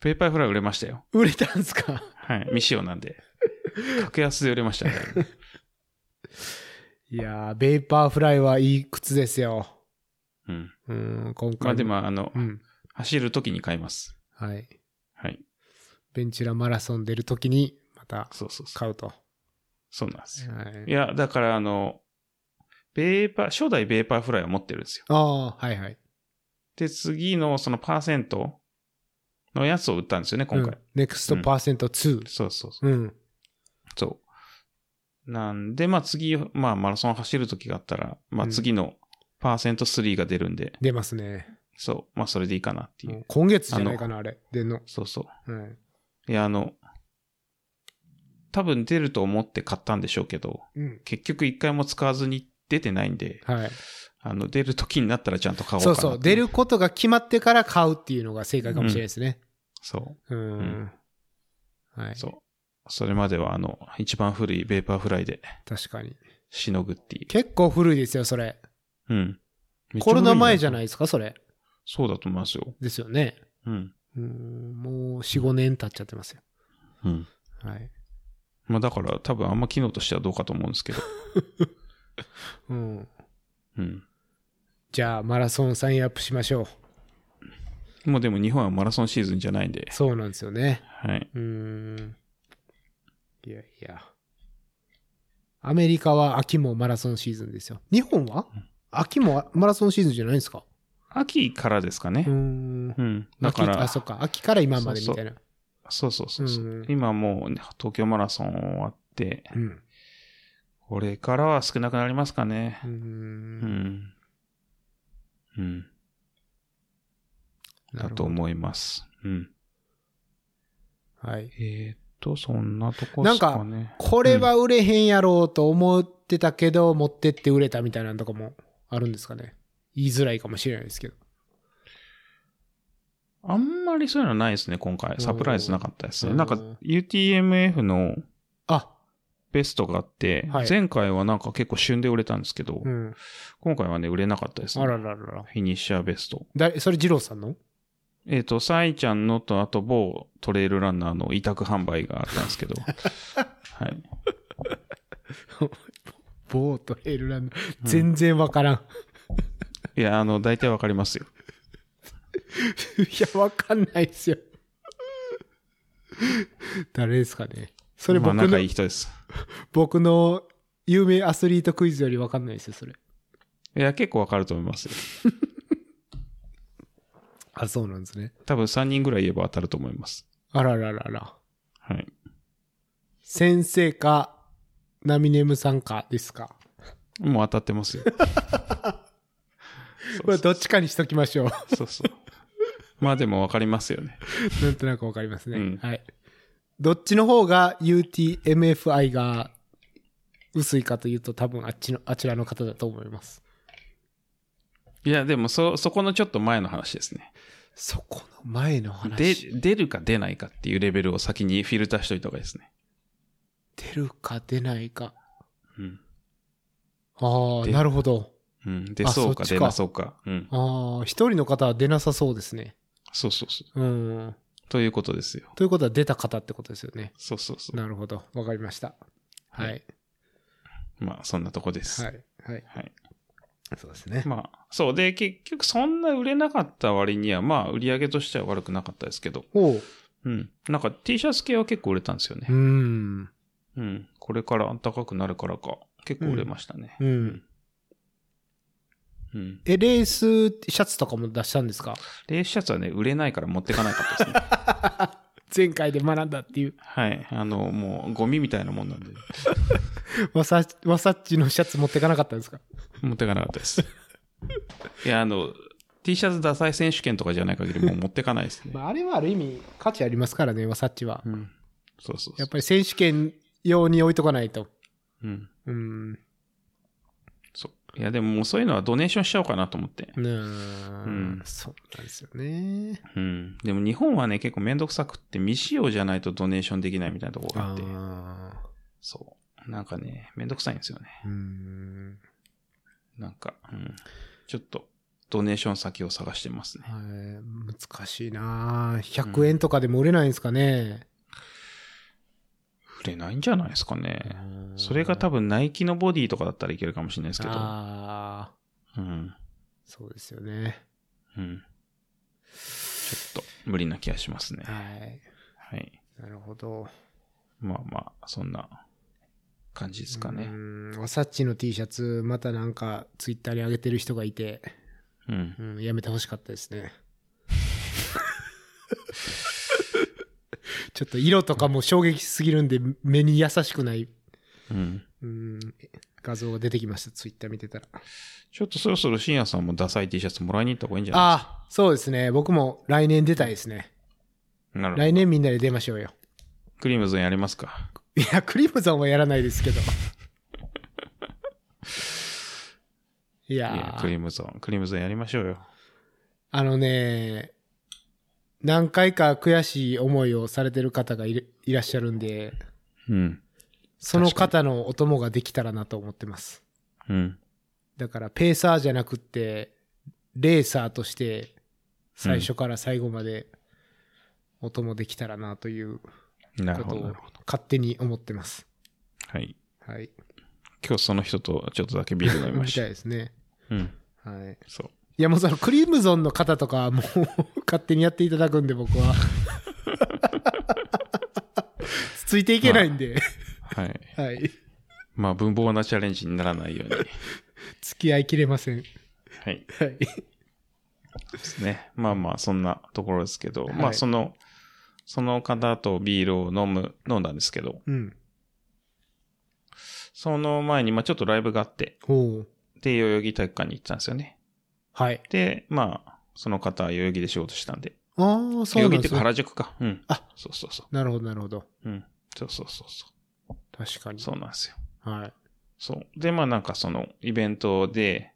Speaker 3: ペーパーフライ売れましたよ。
Speaker 1: う。売れたんすか
Speaker 3: はい。未使用なんで。格安で売れましたね。
Speaker 1: いやー、ベイパーフライはいい靴ですよ。
Speaker 3: うん。
Speaker 1: うーん、今回。
Speaker 3: まあで、も、あの、
Speaker 1: うん。
Speaker 3: 走るときに買います。
Speaker 1: はい。
Speaker 3: はい。
Speaker 1: ベンチュラマラソン出るときに、また
Speaker 3: そうそうそう。
Speaker 1: 買うと。は
Speaker 3: そうなんですよ。い
Speaker 1: い、
Speaker 3: や、だから、あの、ベーパー、初代ベーパーフライを持ってるんですよ。
Speaker 1: ああー、はいはい。
Speaker 3: で、次のそのパーセントのやつを売ったんですよね、今回。
Speaker 1: うんネクストパーセント2。
Speaker 3: そうそうそう。
Speaker 1: うん。
Speaker 3: そう。なんで、まあ次、まあマラソン走る時があったら、まあ
Speaker 1: うん
Speaker 3: 次のパーセント3が出るんで、
Speaker 1: 出ますね。
Speaker 3: そう。まあそれでいいかなっていう。
Speaker 1: もう今月じゃないかな、あれ。出んの。
Speaker 3: そうそ
Speaker 1: うん。
Speaker 3: う。いや、あの、多分出ると思って買ったんでしょうけど、
Speaker 1: うん。
Speaker 3: 結局一回も使わずに出てないんで、
Speaker 1: はい。
Speaker 3: あの、出る時になったらちゃんと買おうか
Speaker 1: そ
Speaker 3: な
Speaker 1: う
Speaker 3: ってい
Speaker 1: そう。出る。ことが決まってから買うっていうのが正解かもしれないですね。
Speaker 3: そうう。
Speaker 1: ん。
Speaker 3: うん。
Speaker 1: はい。
Speaker 3: そう。それまでは、あの、一番古いベーパーフライで
Speaker 1: 確かに。
Speaker 3: しのぐっていう。
Speaker 1: 結構古いですよ、それ。
Speaker 3: うん。
Speaker 1: コロナ前じゃないいですか、それ。
Speaker 3: そうだと思いますよ。
Speaker 1: ですよね。
Speaker 3: うん。
Speaker 1: うん。もう4、5年経っちゃってますよ。
Speaker 3: うん。
Speaker 1: はい。
Speaker 3: まあだから多分あんま機能としてはどうかと思うんです けど。
Speaker 1: うん。
Speaker 3: うん。
Speaker 1: じゃあ、マラソンサインアップしましょう。
Speaker 3: もうでも日本はマラソンシーズンじゃないんで。
Speaker 1: そうなんですよね。
Speaker 3: はい。
Speaker 1: うーん。いやいや。アメリカは秋もマラソンシーズンですよ。日本は秋もあマラソンシーズンじゃないんですか
Speaker 3: 秋からですか
Speaker 1: うー
Speaker 3: ね。
Speaker 1: ん。
Speaker 3: うん。だか
Speaker 1: 秋
Speaker 3: ら、
Speaker 1: あ、そっか。秋から今までみたいな。
Speaker 3: そうそうそうそう、
Speaker 1: うん
Speaker 3: 今もう、ね、東京マラソン終わって、
Speaker 1: うん。
Speaker 3: これからは少なくなりますかね
Speaker 1: うー。。
Speaker 3: うんん。うん。
Speaker 1: なる
Speaker 3: だ
Speaker 1: ほ
Speaker 3: と
Speaker 1: ど
Speaker 3: 思います。うん。
Speaker 1: はい。
Speaker 3: えー、っと、そんなとこ
Speaker 1: な
Speaker 3: で
Speaker 1: ん
Speaker 3: す
Speaker 1: か
Speaker 3: かね。
Speaker 1: これは売れへんやろうと思ってたけど、持ってって売れたみたいなのとかもあるんですかね。言いづらいかもしれないですけど。
Speaker 3: あんまりそういうのはないですね、今回。サプライズなかったですね。
Speaker 1: うん
Speaker 3: なんか、UTMF の、
Speaker 1: あ、
Speaker 3: ベストがあって、
Speaker 1: はい
Speaker 3: 前回はなんか結構旬で売れたんですけど、
Speaker 1: うん。
Speaker 3: 今回はね、売れなかったです
Speaker 1: あ
Speaker 3: ね。
Speaker 1: らららら。
Speaker 3: フィニッシャーベスト。
Speaker 1: だそれ、二郎さんの
Speaker 3: えっ、と、サイちゃんのと、あと某トレイルランナーの委託販売があったん ですけど、はい。
Speaker 1: ボート、エールランド。全然わからん。
Speaker 3: いや、あの、大体わかりますよ。
Speaker 1: いや、わかんないですよ。誰ですかね。それ僕
Speaker 3: まあ、
Speaker 1: の、
Speaker 3: 仲いい人です。
Speaker 1: 僕の有名アスリートクイズよりわかんないですよ、それ。
Speaker 3: いや、結構わかると思いますよ。
Speaker 1: あ、そうなんですね。
Speaker 3: 多分3人ぐらい言えば当たると思います。
Speaker 1: あらららら。
Speaker 3: はい。
Speaker 1: 先生か、ナミネムさんかですか。
Speaker 3: もう当たってますよ。
Speaker 1: これどっちかにしときましょう。
Speaker 3: そうそう。まあでもわかりますよね。
Speaker 1: なんとなくわかりますね。
Speaker 3: うん
Speaker 1: はい。どっちの方が UTMFI が薄いかというと多分あっちの、あちらの方だと思います。
Speaker 3: いや、でもそ、そこのちょっと前の話ですね。
Speaker 1: そこの前の
Speaker 3: で、
Speaker 1: 話。
Speaker 3: 出るか出ないかっていうレベルを先にフィルターしといた方がいいですね。
Speaker 1: 出るか出ないか。
Speaker 3: うん。
Speaker 1: ああ、
Speaker 3: で
Speaker 1: なるほど。
Speaker 3: うん、出
Speaker 1: あ
Speaker 3: そうか
Speaker 1: そっちか
Speaker 3: 出なそうか。うん。
Speaker 1: ああ、一人の方は出なさそうですね。
Speaker 3: そうそうそう。
Speaker 1: うん。
Speaker 3: ということですよ。
Speaker 1: ということは出た方ってことですよね。
Speaker 3: そうそうそう。
Speaker 1: なるほど。わかりました。はい。はい。
Speaker 3: まあ、そんなとこです。
Speaker 1: は
Speaker 3: はい。
Speaker 1: い。そうですね。
Speaker 3: まあ、そう。で、結局そんな売れなかった割には、まあ、売り上げとしては悪くなかったですけど、
Speaker 1: おう。
Speaker 3: うん。なんか T シャツ系は結構売れたんですよ
Speaker 1: う
Speaker 3: ね。
Speaker 1: ん。
Speaker 3: うん。これから暖かくなるからか、結構売れましたね。
Speaker 1: うん。
Speaker 3: うん。
Speaker 1: え、レースシャツとかも出したんですか
Speaker 3: レースシャツはね、売れないから持ってかないかったですね。
Speaker 1: 前回で学んだっていう。
Speaker 3: はい。あの、もう、ゴミみたいなもんなんで、
Speaker 1: わさ、わさっちのシャツ持ってかなかったんですか
Speaker 3: 持ってかなかった です。いや、あの、T シャツダサい選手権とかじゃない限 り、もう持ってかないですね。
Speaker 1: まあ、あれはある意味価値ありますからね、わさっちは
Speaker 3: う。ん。そうそうそう。
Speaker 1: やっぱり選手権用に置いとかないと。
Speaker 3: うん。
Speaker 1: うん。う
Speaker 3: そう。いや、でももうそういうのはドネーションしちゃおうかなと思って。
Speaker 1: ー
Speaker 3: うん
Speaker 1: ん。そうなんですよね。
Speaker 3: うん。でも日本はね、結構めんどくさくって、未使用じゃないとドネーションできないみたいなとこがあって。
Speaker 1: あ
Speaker 3: そう。なんかね、めんどくさいんですよね。
Speaker 1: ー。うん。
Speaker 3: なんか、うん。ちょっと、ドネーション先を探してますね。
Speaker 1: はい難しいなあ100円とかでも売れないんですかね。
Speaker 3: 触れないんじゃないですかね。
Speaker 1: うん
Speaker 3: それが多分ナイキのボディとかだったらいけるかもしれないですけど。
Speaker 1: あ
Speaker 3: う
Speaker 1: あ、
Speaker 3: ん。
Speaker 1: そうですよね。
Speaker 3: うん。ちょっと、無理な気がしますね。
Speaker 1: はい。
Speaker 3: はい。
Speaker 1: なるほど。
Speaker 3: まあまあ、そんな感じですか
Speaker 1: う
Speaker 3: ね。
Speaker 1: ん。わさっちの T シャツ、またなんかツイッターに上げてる人がいて、
Speaker 3: うん
Speaker 1: う。ん、やめてほしかったで すね。ちょっと色とかも衝撃すぎるんで、目に優しくない、
Speaker 3: うん。
Speaker 1: うん、画像が出てきました、ツイッター見てたら。
Speaker 3: ちょっとそろそろ深夜さんもダサい T シャツもらいに行った方がいいんじゃない
Speaker 1: ああ、そうですね。僕も来年出たいですね。
Speaker 3: なるほど。
Speaker 1: 来年みんなで出ましょうよ。
Speaker 3: クリムゾンやりますか。
Speaker 1: いや、クリムゾンはやらないですけど。い
Speaker 3: い
Speaker 1: や
Speaker 3: や、ク
Speaker 1: ー
Speaker 3: リムゾン。クリムゾンやりましょうよ。
Speaker 1: あのね、何回か悔しい思いをされてる方がいるいらっしゃるんで、
Speaker 3: うん。
Speaker 1: その方のお供ができたらなと思ってます。
Speaker 3: うん。
Speaker 1: だから、ペーサーじゃなくって、レーサーとして、最初から最後までお供できたらなという
Speaker 3: な
Speaker 1: こ
Speaker 3: るほ
Speaker 1: と
Speaker 3: ど。な
Speaker 1: を
Speaker 3: るほど
Speaker 1: 勝手に思ってます。
Speaker 3: はい。
Speaker 1: はい。
Speaker 3: 今日その人とちょっとだけビール飲みま
Speaker 1: み
Speaker 3: したた
Speaker 1: い。ですね。
Speaker 3: うん。
Speaker 1: はい。
Speaker 3: そう。
Speaker 1: いやもうそのクリムゾンの方とかはもう 勝手にやっていただくんで僕 は。ついていけないんで、
Speaker 3: はい。
Speaker 1: はい。
Speaker 3: まあ、文法なチャレンジにならないように。
Speaker 1: 付き合いきれません。
Speaker 3: はい。
Speaker 1: はい。
Speaker 3: ですね。まあまあ、そんなところですけど、
Speaker 1: はい
Speaker 3: まあ、その、その方とビールを飲む、飲んだんですけど、
Speaker 1: うん。
Speaker 3: その前に、まあ、ちょっとライブがあって、
Speaker 1: ほう。
Speaker 3: で、代々木体育館に行ったんですよね。
Speaker 1: はい。
Speaker 3: で、まあ、その方は代々木で仕事したんで、
Speaker 1: ああ、そ
Speaker 3: 代
Speaker 1: う
Speaker 3: 々木
Speaker 1: なん
Speaker 3: っ
Speaker 1: で
Speaker 3: てい
Speaker 1: す
Speaker 3: うか
Speaker 1: ね。
Speaker 3: 原宿か。うん。
Speaker 1: あ、
Speaker 3: そうそうそ
Speaker 1: なるほど、なるほど。
Speaker 3: う。うん。そうそうそうそ
Speaker 1: 確か
Speaker 3: う。
Speaker 1: に。
Speaker 3: そうなんですよ。
Speaker 1: はい。
Speaker 3: そう。で、まあなんかそのイベントで、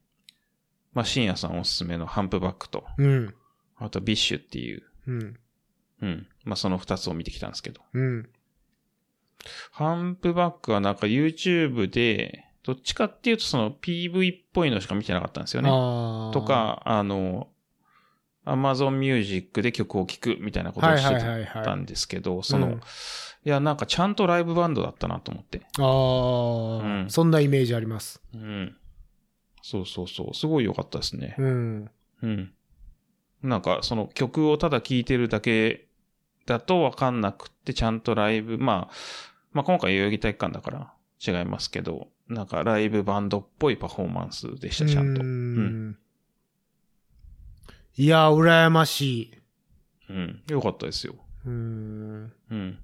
Speaker 3: まあ深夜さんおすすめのハンプバックと、
Speaker 1: うん。
Speaker 3: あとビッシュっていう、
Speaker 1: うん。
Speaker 3: うん。まあその二つを見てきたんですけど。
Speaker 1: うん。
Speaker 3: ハンプバックはなんか YouTube で、どっちかっていうとその PV っぽいのしか見てなかったんですよね。
Speaker 1: ああ。
Speaker 3: と。か、あの、Amazon Music で曲を聴くみたいなことを
Speaker 1: はい
Speaker 3: して
Speaker 1: はい
Speaker 3: た
Speaker 1: はい
Speaker 3: った
Speaker 1: はい。
Speaker 3: んですけど、その、
Speaker 1: うん
Speaker 3: いや、なんかちゃんとライブバンドだったなと思って。
Speaker 1: ああ、
Speaker 3: うん
Speaker 1: そんなイメージあります。
Speaker 3: うん。そうそうそう。すごい良かったですね。
Speaker 1: うん。
Speaker 3: うん。なんか、その曲をただ聴いてるだけだとわかんなくって、ちゃんとライブ、まあ、まあ今回代々木体育館だから違いますけど、なんかライブバンドっぽいパフォーマンスでした、ちゃんと。
Speaker 1: う
Speaker 3: うん
Speaker 1: ん。いや、羨ましい。
Speaker 3: うん。良かったですよ。
Speaker 1: うーん。
Speaker 3: うん。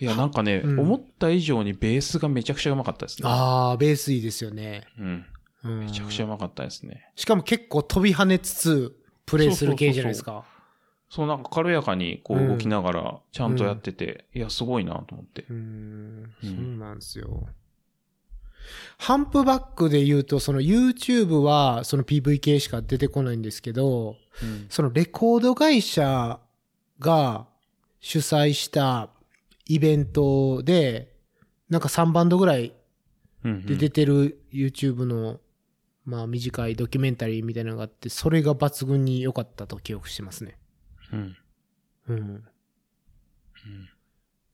Speaker 3: いや、なんかね、
Speaker 1: うん
Speaker 3: 思った以上にベースがめちゃくちゃうまかったですね。
Speaker 1: ああ、ベースいいですよね。
Speaker 3: うん。
Speaker 1: うん
Speaker 3: めちゃくちゃうまかったですね。
Speaker 1: しかも結構飛び跳ねつつ、プレイする系じゃないですか。
Speaker 3: そうなんか軽やかにこう
Speaker 1: うん
Speaker 3: 動きながらちゃんとやってて、いや、すごいなと思って。
Speaker 1: うーん。
Speaker 3: う
Speaker 1: そ
Speaker 3: ん
Speaker 1: うなんですよ。ハンプバックで言うと、その YouTube はその PV 系しか出てこないんですけど、そのレコード会社が主催したイベントで、なんか3バンドぐらい
Speaker 3: うんうん
Speaker 1: で出てる YouTube の、まあ、短いドキュメンタリーみたいなのがあってそれが抜群に良かったと記憶してますね
Speaker 3: うん
Speaker 1: うん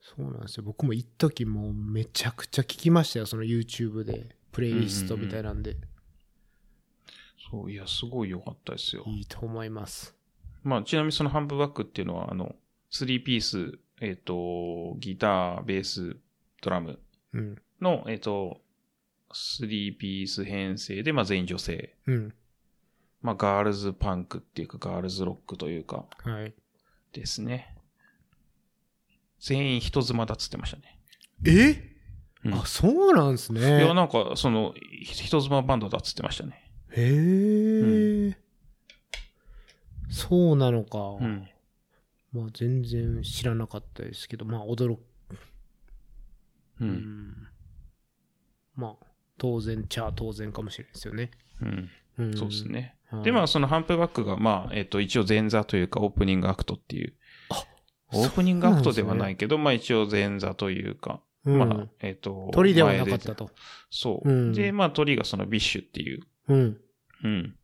Speaker 1: そうなんですよ僕も一時もうめちゃくちゃ聞きましたよその YouTube でプレイリストみたいなんで、
Speaker 3: そう、いや、すごい良かったですよ。
Speaker 1: いいと思います
Speaker 3: まあ、ちなみにそのハンプバックっていうのは、あの、3ピース、えっ、と、ギター、ベース、ドラム
Speaker 1: うん
Speaker 3: の、えっ、と、3ピース編成で、まあ、全員女性。
Speaker 1: うん
Speaker 3: まあ、ガールズパンクっていうか、ガールズロックというか、
Speaker 1: はい
Speaker 3: ですね。全員人妻だっつってましたね。
Speaker 1: え、
Speaker 3: うん
Speaker 1: あそうなんです
Speaker 3: いや、
Speaker 1: ね
Speaker 3: なんか、その、ひ人妻バンドだっつってましたね。
Speaker 1: へえ、そうなのか、
Speaker 3: うん。
Speaker 1: まあ全然知らなかったですけどまあ驚く
Speaker 3: う。
Speaker 1: うんんまあ当然ちゃ当然かもしれないですよね、
Speaker 3: うん。
Speaker 1: うん
Speaker 3: そうですね。
Speaker 1: はい
Speaker 3: で、まあ、そのハンプバックが、まあ、えっ、と、一応前座というか、オープニングアクトっていう。
Speaker 1: そう
Speaker 3: オープニングアクトではないいけど、まあ、一応前座というか、
Speaker 1: うん
Speaker 3: まあ、えっ、と、
Speaker 1: 鳥ではなかっ
Speaker 3: 前
Speaker 1: た
Speaker 3: で。
Speaker 1: と。
Speaker 3: そう。
Speaker 1: うん
Speaker 3: で、まあ、鳥がそのビッシュっていう。
Speaker 1: うん。
Speaker 3: うん。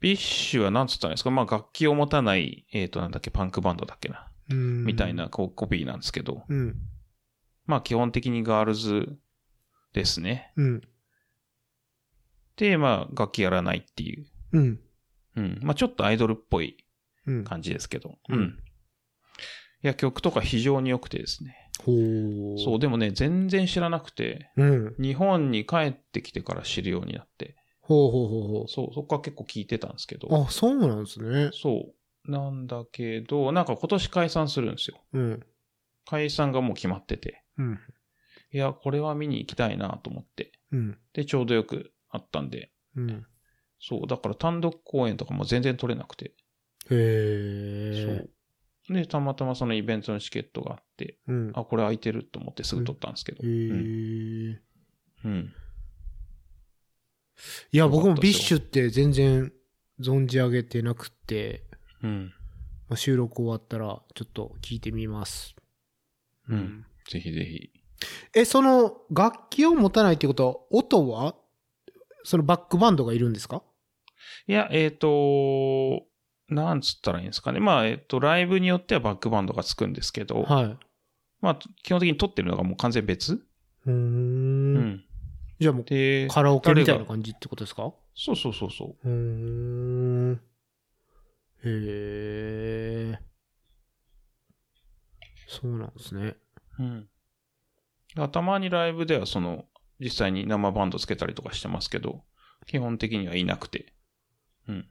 Speaker 3: ビッシュはなんつったんですかまあ、楽器を持たない、えっ、と、なんだっけ、パンクバンドだっけな。
Speaker 1: うん
Speaker 3: みたいな、。こう、コピーなんですけど、
Speaker 1: うん。
Speaker 3: まあ、基本的にガールズですね。
Speaker 1: うん。
Speaker 3: で、まあ、楽器やらないっていう。
Speaker 1: うん。
Speaker 3: うん。まあ、ちょっとアイドルっぽい
Speaker 1: うん。
Speaker 3: 感じですけど。
Speaker 1: うん
Speaker 3: うん。いや、曲とか非常に良くてですね。
Speaker 1: ほー
Speaker 3: そう、でもね、全然知らなくて、
Speaker 1: うん。
Speaker 3: 日本に帰ってきてから知るようになって、
Speaker 1: ほうほうほうほ
Speaker 3: そう、そこから結構聞いてたんですけど、
Speaker 1: う。あ、そうなんですね。
Speaker 3: そう、なんだけど、なんか今年解散するんですよ。
Speaker 1: うん。
Speaker 3: 解散がもう決まってて、
Speaker 1: うん。
Speaker 3: いや、これは見に行きたいなと思って、
Speaker 1: うん。
Speaker 3: で、ちょうどよくあったんで、
Speaker 1: うん。
Speaker 3: そう、だから単独公演とかも全然取れなくて、
Speaker 1: へえ。
Speaker 3: そう。で、たまたまそのイベントのチケットがあって、
Speaker 1: うん。
Speaker 3: あ、これ空いてると思ってすぐ取ったんですけど、
Speaker 1: へえ。
Speaker 3: うん。
Speaker 1: いや、
Speaker 3: よかっ
Speaker 1: 僕
Speaker 3: たで
Speaker 1: も
Speaker 3: すよ
Speaker 1: ビッシュって全然存じ上げてなくて、
Speaker 3: うん。
Speaker 1: まあ収録終わったらちょっと聞いてみます。
Speaker 3: うん。ぜひぜひ。
Speaker 1: え、その楽器を持たないってことは、音はそのバックバンドがいるんですか
Speaker 3: いや、えっ、と、なんつったらいいんですかね。まあ、えっ、と、ライブによってはバックバンドがつくんですけど、
Speaker 1: はい。
Speaker 3: まあ、基本的に撮ってるのがもう完全別。
Speaker 1: うー。
Speaker 3: うんん。
Speaker 1: じゃあもう
Speaker 3: で、
Speaker 1: カラオケみたいな感じってことですか
Speaker 3: そうそうそうそう
Speaker 1: ーん。へえ。そうなんですね。
Speaker 3: う。うん。だからたまにライブでは、その、実際に生バンドつけたりとかしてますけど、基本的にはいなくて。うん。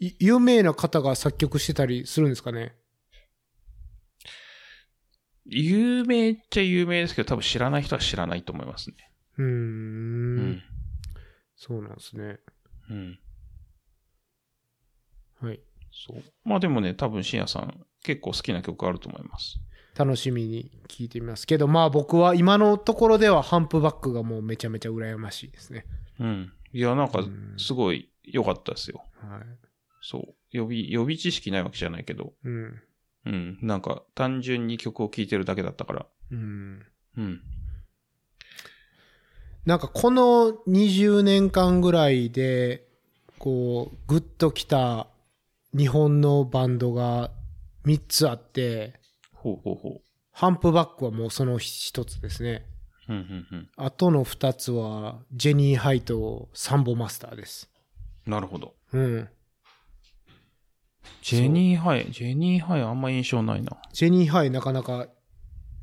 Speaker 1: い有名な方が作曲してたりするんですかね
Speaker 3: 有名っちゃ有名ですけど、多分知らない人は知らないと思いますね。
Speaker 1: うーん,、。。
Speaker 3: うん
Speaker 1: そうなんですね。
Speaker 3: うん。
Speaker 1: はい。
Speaker 3: そう。まあでもね、多分、深夜さん、結構好きな曲あると思います。
Speaker 1: 楽しみに聞いてみますけど、まあ僕は今のところではハンプバックがもうめちゃめちゃ羨ましいですね。
Speaker 3: うん。いや、なんか
Speaker 1: う、ん
Speaker 3: すごい良かったですよ。
Speaker 1: はい。
Speaker 3: そう。予備、予備知識ないわけじゃないけど、
Speaker 1: うん。
Speaker 3: うん。なんか、単純に曲を聴いてるだけだったから、
Speaker 1: うん。
Speaker 3: うん。
Speaker 1: なんかこの20年間ぐらいでこうグッときた日本のバンドが3つあって
Speaker 3: ほうほうほ
Speaker 1: ハンプバックはもうその1つですね
Speaker 3: う。うん、うん、
Speaker 1: あとの2つはジェニー・ハイとサンボマスターです
Speaker 3: うん。なるほど。
Speaker 1: うん
Speaker 3: ジェニーハイ、ジェニーハイあんま印象ないな。
Speaker 1: ジェニー・ハイなかなか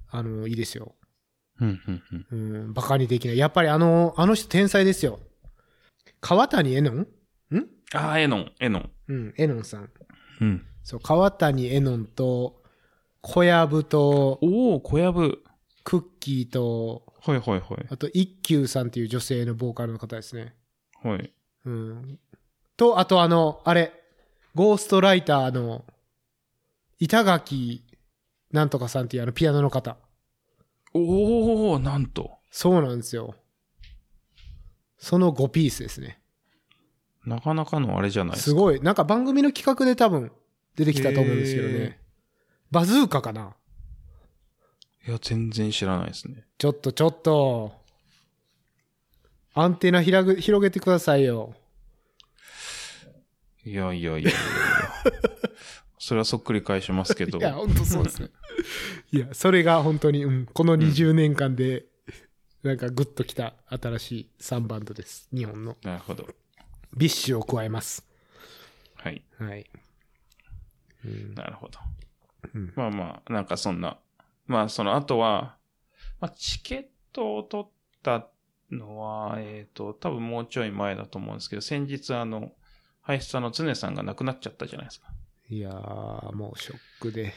Speaker 1: あのいいですよ
Speaker 3: うん、うん、うん。
Speaker 1: うんバカにできないやっぱりあのあの人天才ですよ川谷絵音ん
Speaker 3: ああ、エノン、エノン。
Speaker 1: うん絵音さん
Speaker 3: うん。
Speaker 1: そう、川谷絵音と、小籔と、
Speaker 3: おお、小籔。
Speaker 1: クッキーと、
Speaker 3: はいはいは
Speaker 1: あと、一休さんっていう女性のボーカルの方ですね。
Speaker 3: い。はい。
Speaker 1: うん。と、あとあの、あれ、ゴーストライターの、板垣なんとかさんっていうあのピアノの方。
Speaker 3: おお、なんと。
Speaker 1: そうなんですよ。その5ピースですね。
Speaker 3: なかなかのあれじゃないです
Speaker 1: す
Speaker 3: か。
Speaker 1: ごい。なんか番組の企画で多分出てきたと思うんですけど
Speaker 3: へー
Speaker 1: ね。バズーカかな
Speaker 3: いや、全然知らないですね。
Speaker 1: ちょっとちょっと。アンテナひらぐ広げてくださいよ。
Speaker 3: いやいや いやいやそれはそっくり返しますけど。
Speaker 1: いや、本当そうですね。 いや、それが本当に、うん、この20年間で、なんかグッときた新しい3バンドです。日本の。
Speaker 3: なるほど。
Speaker 1: ビッシュを加えます。
Speaker 3: はい。
Speaker 1: はい。うん
Speaker 3: なるほど。
Speaker 1: うん
Speaker 3: まあまあ、なんかそんな。まあ、その後は、まあ、チケットを取ったのは、えっ、と、多分もうちょい前だと思うんですけど、先日あの、林さんの常さんが亡くなっちゃったじゃないですか。
Speaker 1: いやー、もうショックで。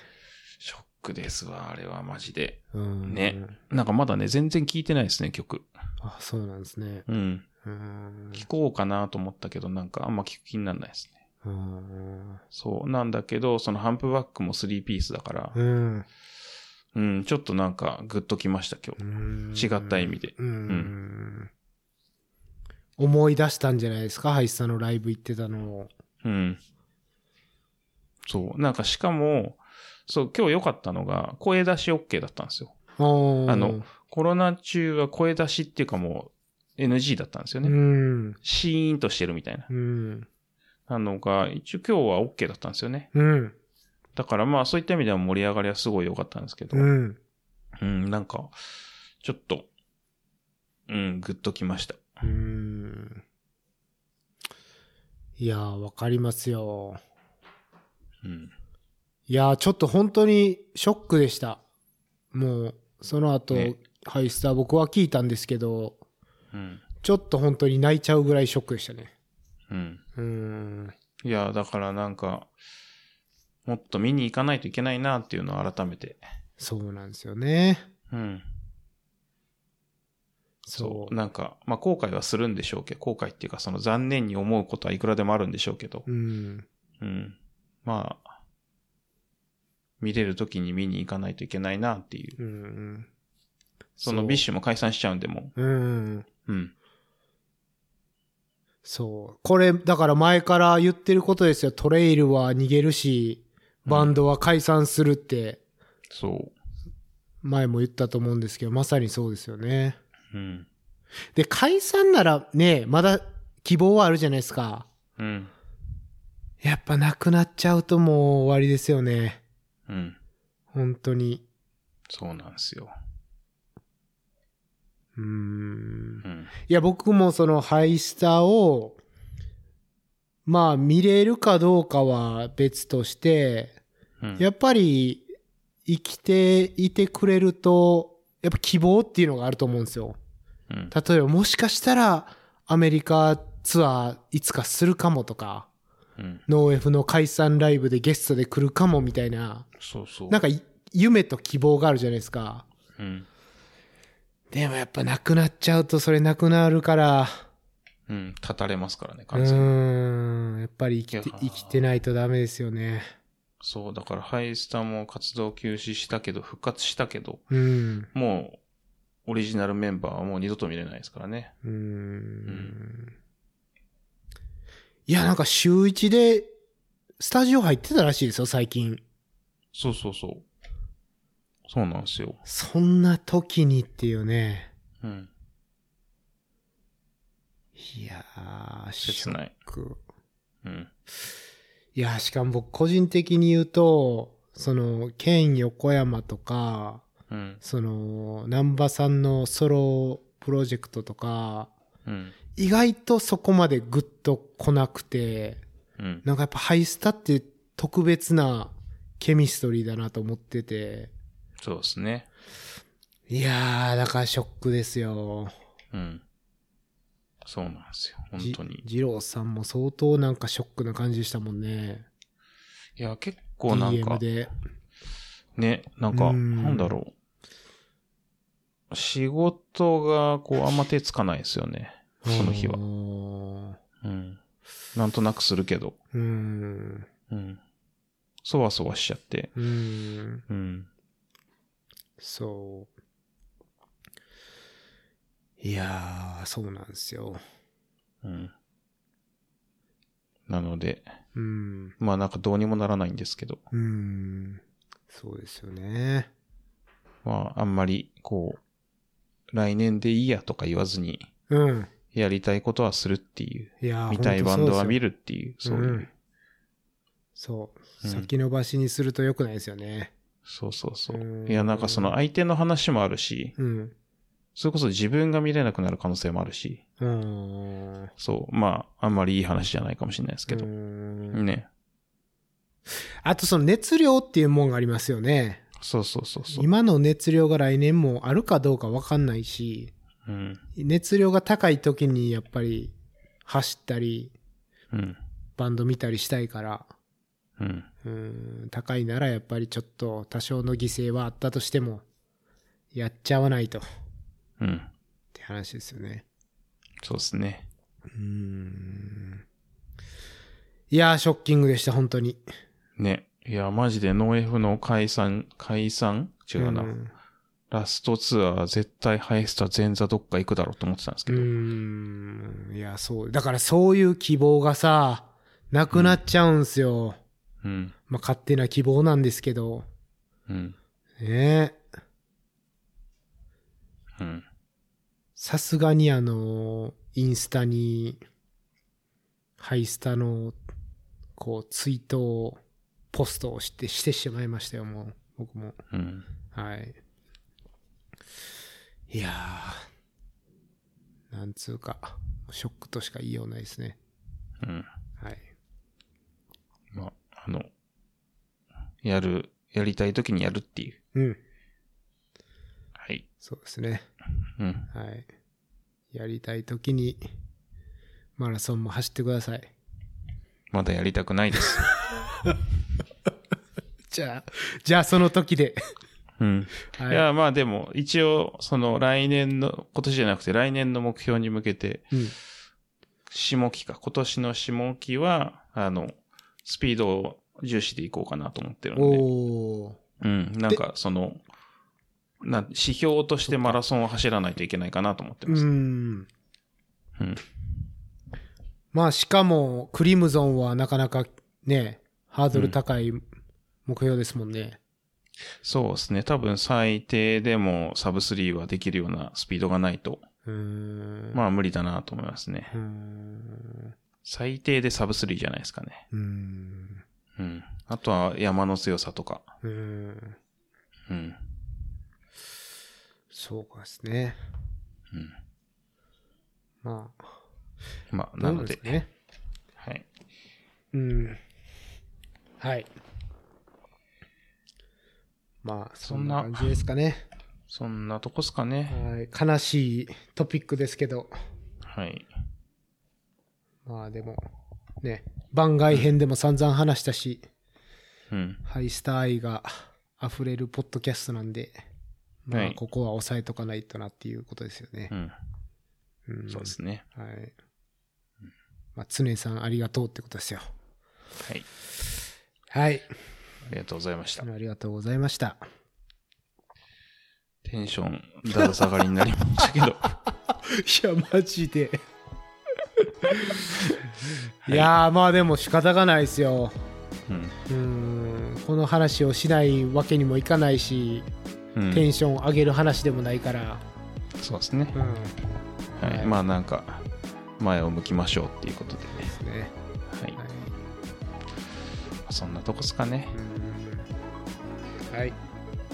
Speaker 3: ショックですわ、あれはマジで。
Speaker 1: うん。
Speaker 3: ね。なんかまだね、全然聴いてないですね、曲。
Speaker 1: あ、そうなんですね。
Speaker 3: うん。
Speaker 1: うん。
Speaker 3: 聴こうかなと思ったけど、なんかあんま聴く気にならないですね。
Speaker 1: うん。
Speaker 3: そう。なんだけど、そのハンプバックも3ピースだから、
Speaker 1: うん。
Speaker 3: うん、ちょっとなんかグッときました、今日。違った意味で。
Speaker 1: うん。思い出したんじゃないですか、ハイスさんのライブ行ってたのを。
Speaker 3: うん。そう。なんかしかも、そう、今日良かったのが、声出し OK だったんですよ。
Speaker 1: おー
Speaker 3: あの、コロナ中は声出しっていうかもう NG だったんですよ
Speaker 1: う
Speaker 3: ね。
Speaker 1: ん。
Speaker 3: シーンとしてるみたいな。
Speaker 1: うん。
Speaker 3: なのが、一応今日は OK だったんですよね。
Speaker 1: うん。
Speaker 3: だからまあそういった意味では盛り上がりはすごい良かったんですけど、
Speaker 1: う
Speaker 3: うん、
Speaker 1: ん。
Speaker 3: なんか、ちょっと、うん、グッときました。
Speaker 1: うん。いやー、わかりますよ。
Speaker 3: うん。
Speaker 1: いやー、ちょっと本当にショックでした。もう、その後、
Speaker 3: ね
Speaker 1: ハイスター僕は聞いたんですけど、
Speaker 3: うん。
Speaker 1: ちょっと本当に泣いちゃうぐらいショックでしたね。
Speaker 3: うん。
Speaker 1: うーん。
Speaker 3: いや、だからなんか、もっと見に行かないといけないなっていうのを改めて。
Speaker 1: そうなんですよね。
Speaker 3: うん。
Speaker 1: そ
Speaker 3: そう。なんか、まあ後悔はするんでしょうけど、後悔っていうかその残念に思うことはいくらでもあるんでしょうけど
Speaker 1: う。、うん。
Speaker 3: うん。まあ、見れる時に見に行かないといけないなっていう。
Speaker 1: うん。
Speaker 3: そのビッシュも解散しちゃうんでも
Speaker 1: ュ。うん。
Speaker 3: う、うん。
Speaker 1: そう。これ、だから前から言ってることですよ。トレイルは逃げるし、バンドは解散するって、
Speaker 3: そ
Speaker 1: 前も言ったと思うんですけど、まさにそうですよね。
Speaker 3: う。うん。
Speaker 1: で、解散ならね、まだ希望はあるじゃないですか。
Speaker 3: うん。
Speaker 1: やっぱなくなっちゃうともう終わりですよね。
Speaker 3: うん。
Speaker 1: 本当に。
Speaker 3: そうなんですよ。
Speaker 1: うーん。
Speaker 3: うん。
Speaker 1: いや、僕もそのハイスターを、まあ見れるかどうかは別として、
Speaker 3: うん、
Speaker 1: やっぱり生きていてくれると、やっぱ希望っていうのがあると思うんですよ。
Speaker 3: うん、
Speaker 1: 例えばもしかしたらアメリカツアーいつかするかもとか、
Speaker 3: うん。
Speaker 1: ノーエフの解散ライブでゲストで来るかもみたいな、
Speaker 3: そうそう。
Speaker 1: なんかい夢と希望があるじゃないですか。
Speaker 3: うん。
Speaker 1: でもやっぱなくなっちゃうとそれなくなるから、
Speaker 3: うん。立たれますからね、
Speaker 1: う
Speaker 3: 完全に。
Speaker 1: ーん、やっぱり生きて
Speaker 3: いや
Speaker 1: 生きてないとダメですよね。
Speaker 3: そう、だからハイスタも活動休止したけど、復活したけど、
Speaker 1: うん。
Speaker 3: もう、オリジナルメンバーはもう二度と見れないですからね。
Speaker 1: うーん。
Speaker 3: ん
Speaker 1: いや、なんか週一でスタジオ入ってたらしいですよ、最近。
Speaker 3: そうそうそう。そうなんですよ。
Speaker 1: そんな時にっていうね。
Speaker 3: うん。
Speaker 1: いやー、シ
Speaker 3: 切
Speaker 1: ョッ
Speaker 3: ない。
Speaker 1: ク。
Speaker 3: うん。
Speaker 1: いや、しかも僕個人的に言うと、その、ケン横山とか、
Speaker 3: うん。
Speaker 1: その、南波さんのソロプロジェクトとか、
Speaker 3: うん。
Speaker 1: 意外とそこまでグッと来なくて、
Speaker 3: うん。
Speaker 1: なんかやっぱハイスタって特別なケミストリーだなと思ってて、
Speaker 3: そうですね。
Speaker 1: いやー、だからショックですよ。
Speaker 3: うん。そうなんですよ。本当に。
Speaker 1: じ二郎さんも相当なんかショックな感じでしたもんね。
Speaker 3: いや、結構なんか
Speaker 1: DM、で。
Speaker 3: ね、なんか、
Speaker 1: うん
Speaker 3: なんだろう。仕事が、こう、あんま手つかないですよね。その日は
Speaker 1: う。ーん
Speaker 3: うん。なんとなくするけど。
Speaker 1: うーん。
Speaker 3: うん。そわそわしちゃって。
Speaker 1: うーん。
Speaker 3: うん。
Speaker 1: そう。いやー、そうなんですよ。
Speaker 3: うん。なので、
Speaker 1: うん。
Speaker 3: まあなんかどうにもならないんですけど。
Speaker 1: うーん。そうですよね。
Speaker 3: まあ、あんまり、こう、来年でいいやとか言わずに、
Speaker 1: うん。
Speaker 3: やりたいことはするっていう、
Speaker 1: いやー
Speaker 3: 見たいバンドは見るっていう、
Speaker 1: そ
Speaker 3: そうう
Speaker 1: ですよ、
Speaker 3: いううん
Speaker 1: そうう。
Speaker 3: ん
Speaker 1: 先延ばしにすると良くないですよね。
Speaker 3: そうそうそうう。
Speaker 1: ん
Speaker 3: いや、なんかその相手の話もあるし、
Speaker 1: うん。
Speaker 3: それこそ自分が見れなくなる可能性もあるし、
Speaker 1: うーん。
Speaker 3: そう、まあ、あんまりいい話じゃないかもしれないですけど
Speaker 1: う、ーん
Speaker 3: ね。
Speaker 1: あとその熱量っていうもんがありますよね。
Speaker 3: そうそうそうそう。
Speaker 1: 今の熱量が来年もあるかどうか分かんないし、
Speaker 3: うん。
Speaker 1: 熱量が高い時にやっぱり走ったり、
Speaker 3: うん。
Speaker 1: バンド見たりしたいから、
Speaker 3: うん。
Speaker 1: うん、高いならやっぱりちょっと多少の犠牲はあったとしても、やっちゃわないと
Speaker 3: うん。
Speaker 1: って話ですよね。
Speaker 3: そうですね。
Speaker 1: うん。いやー、ショッキングでした、本当に。
Speaker 3: ね。いや、マジでノーエフの解散、解散違うな、
Speaker 1: ん
Speaker 3: ラストツアー絶対ハイスタ前座どっか行くだろうと思ってたんですけ
Speaker 1: う
Speaker 3: ど。
Speaker 1: ーんいや、そう。だからそういう希望がさ、なくなっちゃうんすよ。
Speaker 3: うん。
Speaker 1: まあ、勝手な希望なんですけど。
Speaker 3: うん。
Speaker 1: ねえ
Speaker 3: うん。
Speaker 1: さすがにあの、インスタに、ハイスタの、こう、ツイートを、ポストをして、してしまいましたよ、もう。僕も。
Speaker 3: うん。
Speaker 1: はい。いやー、なんつうか、ショックとしか言いようないですね。
Speaker 3: うん。
Speaker 1: はい。
Speaker 3: まあ、あの、やる、やりたい時にやるっていう。
Speaker 1: うん。
Speaker 3: はい。
Speaker 1: そうですね。
Speaker 3: うん。
Speaker 1: はい。やりたいときに、マラソンも走ってください。
Speaker 3: まだやりたくないです。
Speaker 1: じゃあ、じゃあその時で。
Speaker 3: うん。い
Speaker 1: は
Speaker 3: や、まあでも、一応、その来年の、今年じゃなくて来年の目標に向けて、
Speaker 1: い。うん。
Speaker 3: 下期か、今年の下期は、あの、スピードを重視でいこうかなと思ってるんで、
Speaker 1: おー。
Speaker 3: うん、なんかその、なん指標としてマラソンを走らないといけないかなと思って
Speaker 1: う
Speaker 3: ます。
Speaker 1: ん。
Speaker 3: うん
Speaker 1: まあ、しかも、クリムゾンはなかなかね、ハードル高い目標ですもんね。
Speaker 3: そうですね、多分最低でもサブ3はできるようなスピードがないと、
Speaker 1: うーん。
Speaker 3: まあ無理だなと思いますね
Speaker 1: う。ーん。
Speaker 3: 最低でサブ3じゃないですかね。
Speaker 1: うーん。
Speaker 3: うん。あとは山の強さとか。
Speaker 1: うーん。
Speaker 3: うん。
Speaker 1: そうかですね。
Speaker 3: うん。
Speaker 1: まあ、
Speaker 3: まあ、な
Speaker 1: どう
Speaker 3: の
Speaker 1: ん
Speaker 3: で、
Speaker 1: すかね。
Speaker 3: はい。
Speaker 1: うん。はい。まあ、そんな
Speaker 3: そん
Speaker 1: 感
Speaker 3: な
Speaker 1: じですかね。
Speaker 3: そんなとこっすかね。
Speaker 1: はい。悲しいトピックですけど、
Speaker 3: はい。
Speaker 1: まあでも、ね、番外編でも散々話したし、
Speaker 3: うん。
Speaker 1: ハイスター愛が溢れるポッドキャストなんで、ま
Speaker 3: は
Speaker 1: あ、
Speaker 3: い
Speaker 1: ここは抑えとかないとなっていうことですよね
Speaker 3: う。ん。
Speaker 1: うん
Speaker 3: そうですね。
Speaker 1: はい。まあ、常さんありがとうってことですよ。
Speaker 3: はい。
Speaker 1: はい。
Speaker 3: ありがとうございました。
Speaker 1: ありがとうございました。
Speaker 3: テンション、だだ下がりになりましたけ ど。
Speaker 1: いや、マジ で。いやー、まあでも仕方がないですよ。
Speaker 3: うん。
Speaker 1: うーん、この話をしないわけにもいかないし、
Speaker 3: うん
Speaker 1: テンション上げる話でもないから。
Speaker 3: そうですね
Speaker 1: う。ん、で
Speaker 3: は
Speaker 1: はい
Speaker 3: い。まあなんか、前を向きましょうっていうことでね。
Speaker 1: すね。
Speaker 3: はい
Speaker 1: はい。。
Speaker 3: そんなとこっすかね。
Speaker 1: うんはい。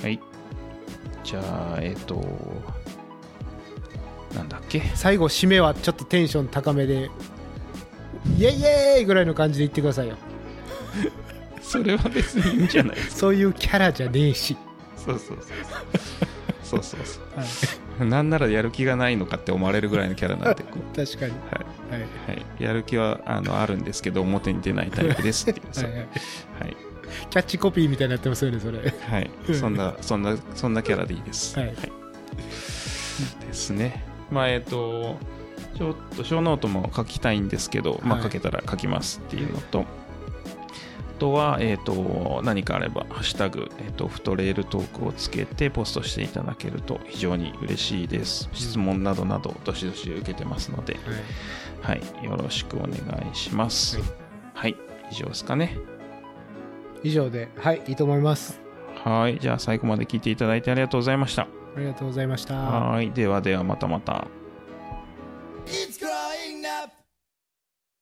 Speaker 3: はい。じゃあ、えっと、なんだっけ
Speaker 1: 最後、締めはちょっとテンション高めで、イエイイエーイぐらいの感じで言ってくださいよ。
Speaker 3: それは別にいいんじゃないですか。
Speaker 1: そういうキャラじゃねえし。
Speaker 3: そうそうそう。そうそうそう。なんならやる気がないのかって思われるぐらいのキャラなんで、こう
Speaker 1: 確かに。
Speaker 3: はい。
Speaker 1: はい。
Speaker 3: はい、やる気はあのあるんですけど表に出ないタイプですっていう
Speaker 1: はいはい
Speaker 3: はい、
Speaker 1: キャッチコピーみたいになってますよね、それ。
Speaker 3: はいそんなそんなそんなキャラでいいです、
Speaker 1: はい
Speaker 3: ですねまあえっ、とちょっと小ノートも書きたいんですけど、ま
Speaker 1: は
Speaker 3: あ、
Speaker 1: い
Speaker 3: 書けたら書きますっていうのと、あとは、えっ、と、何かあれば、ハッシュタグ、えっ、と、フトレールトークをつけてポストしていただけると非常に嬉しいです。質問などなど、どしどし受けてますので、
Speaker 1: はい
Speaker 3: はい、よろしくお願いします。
Speaker 1: は
Speaker 3: はい、以上ですかね。
Speaker 1: 以上で、はい、いいと思います。
Speaker 3: はい。じゃあ最後まで聞いていただいてありがとうございました。
Speaker 1: ありがとうございました。
Speaker 3: はい。ではではまたまた。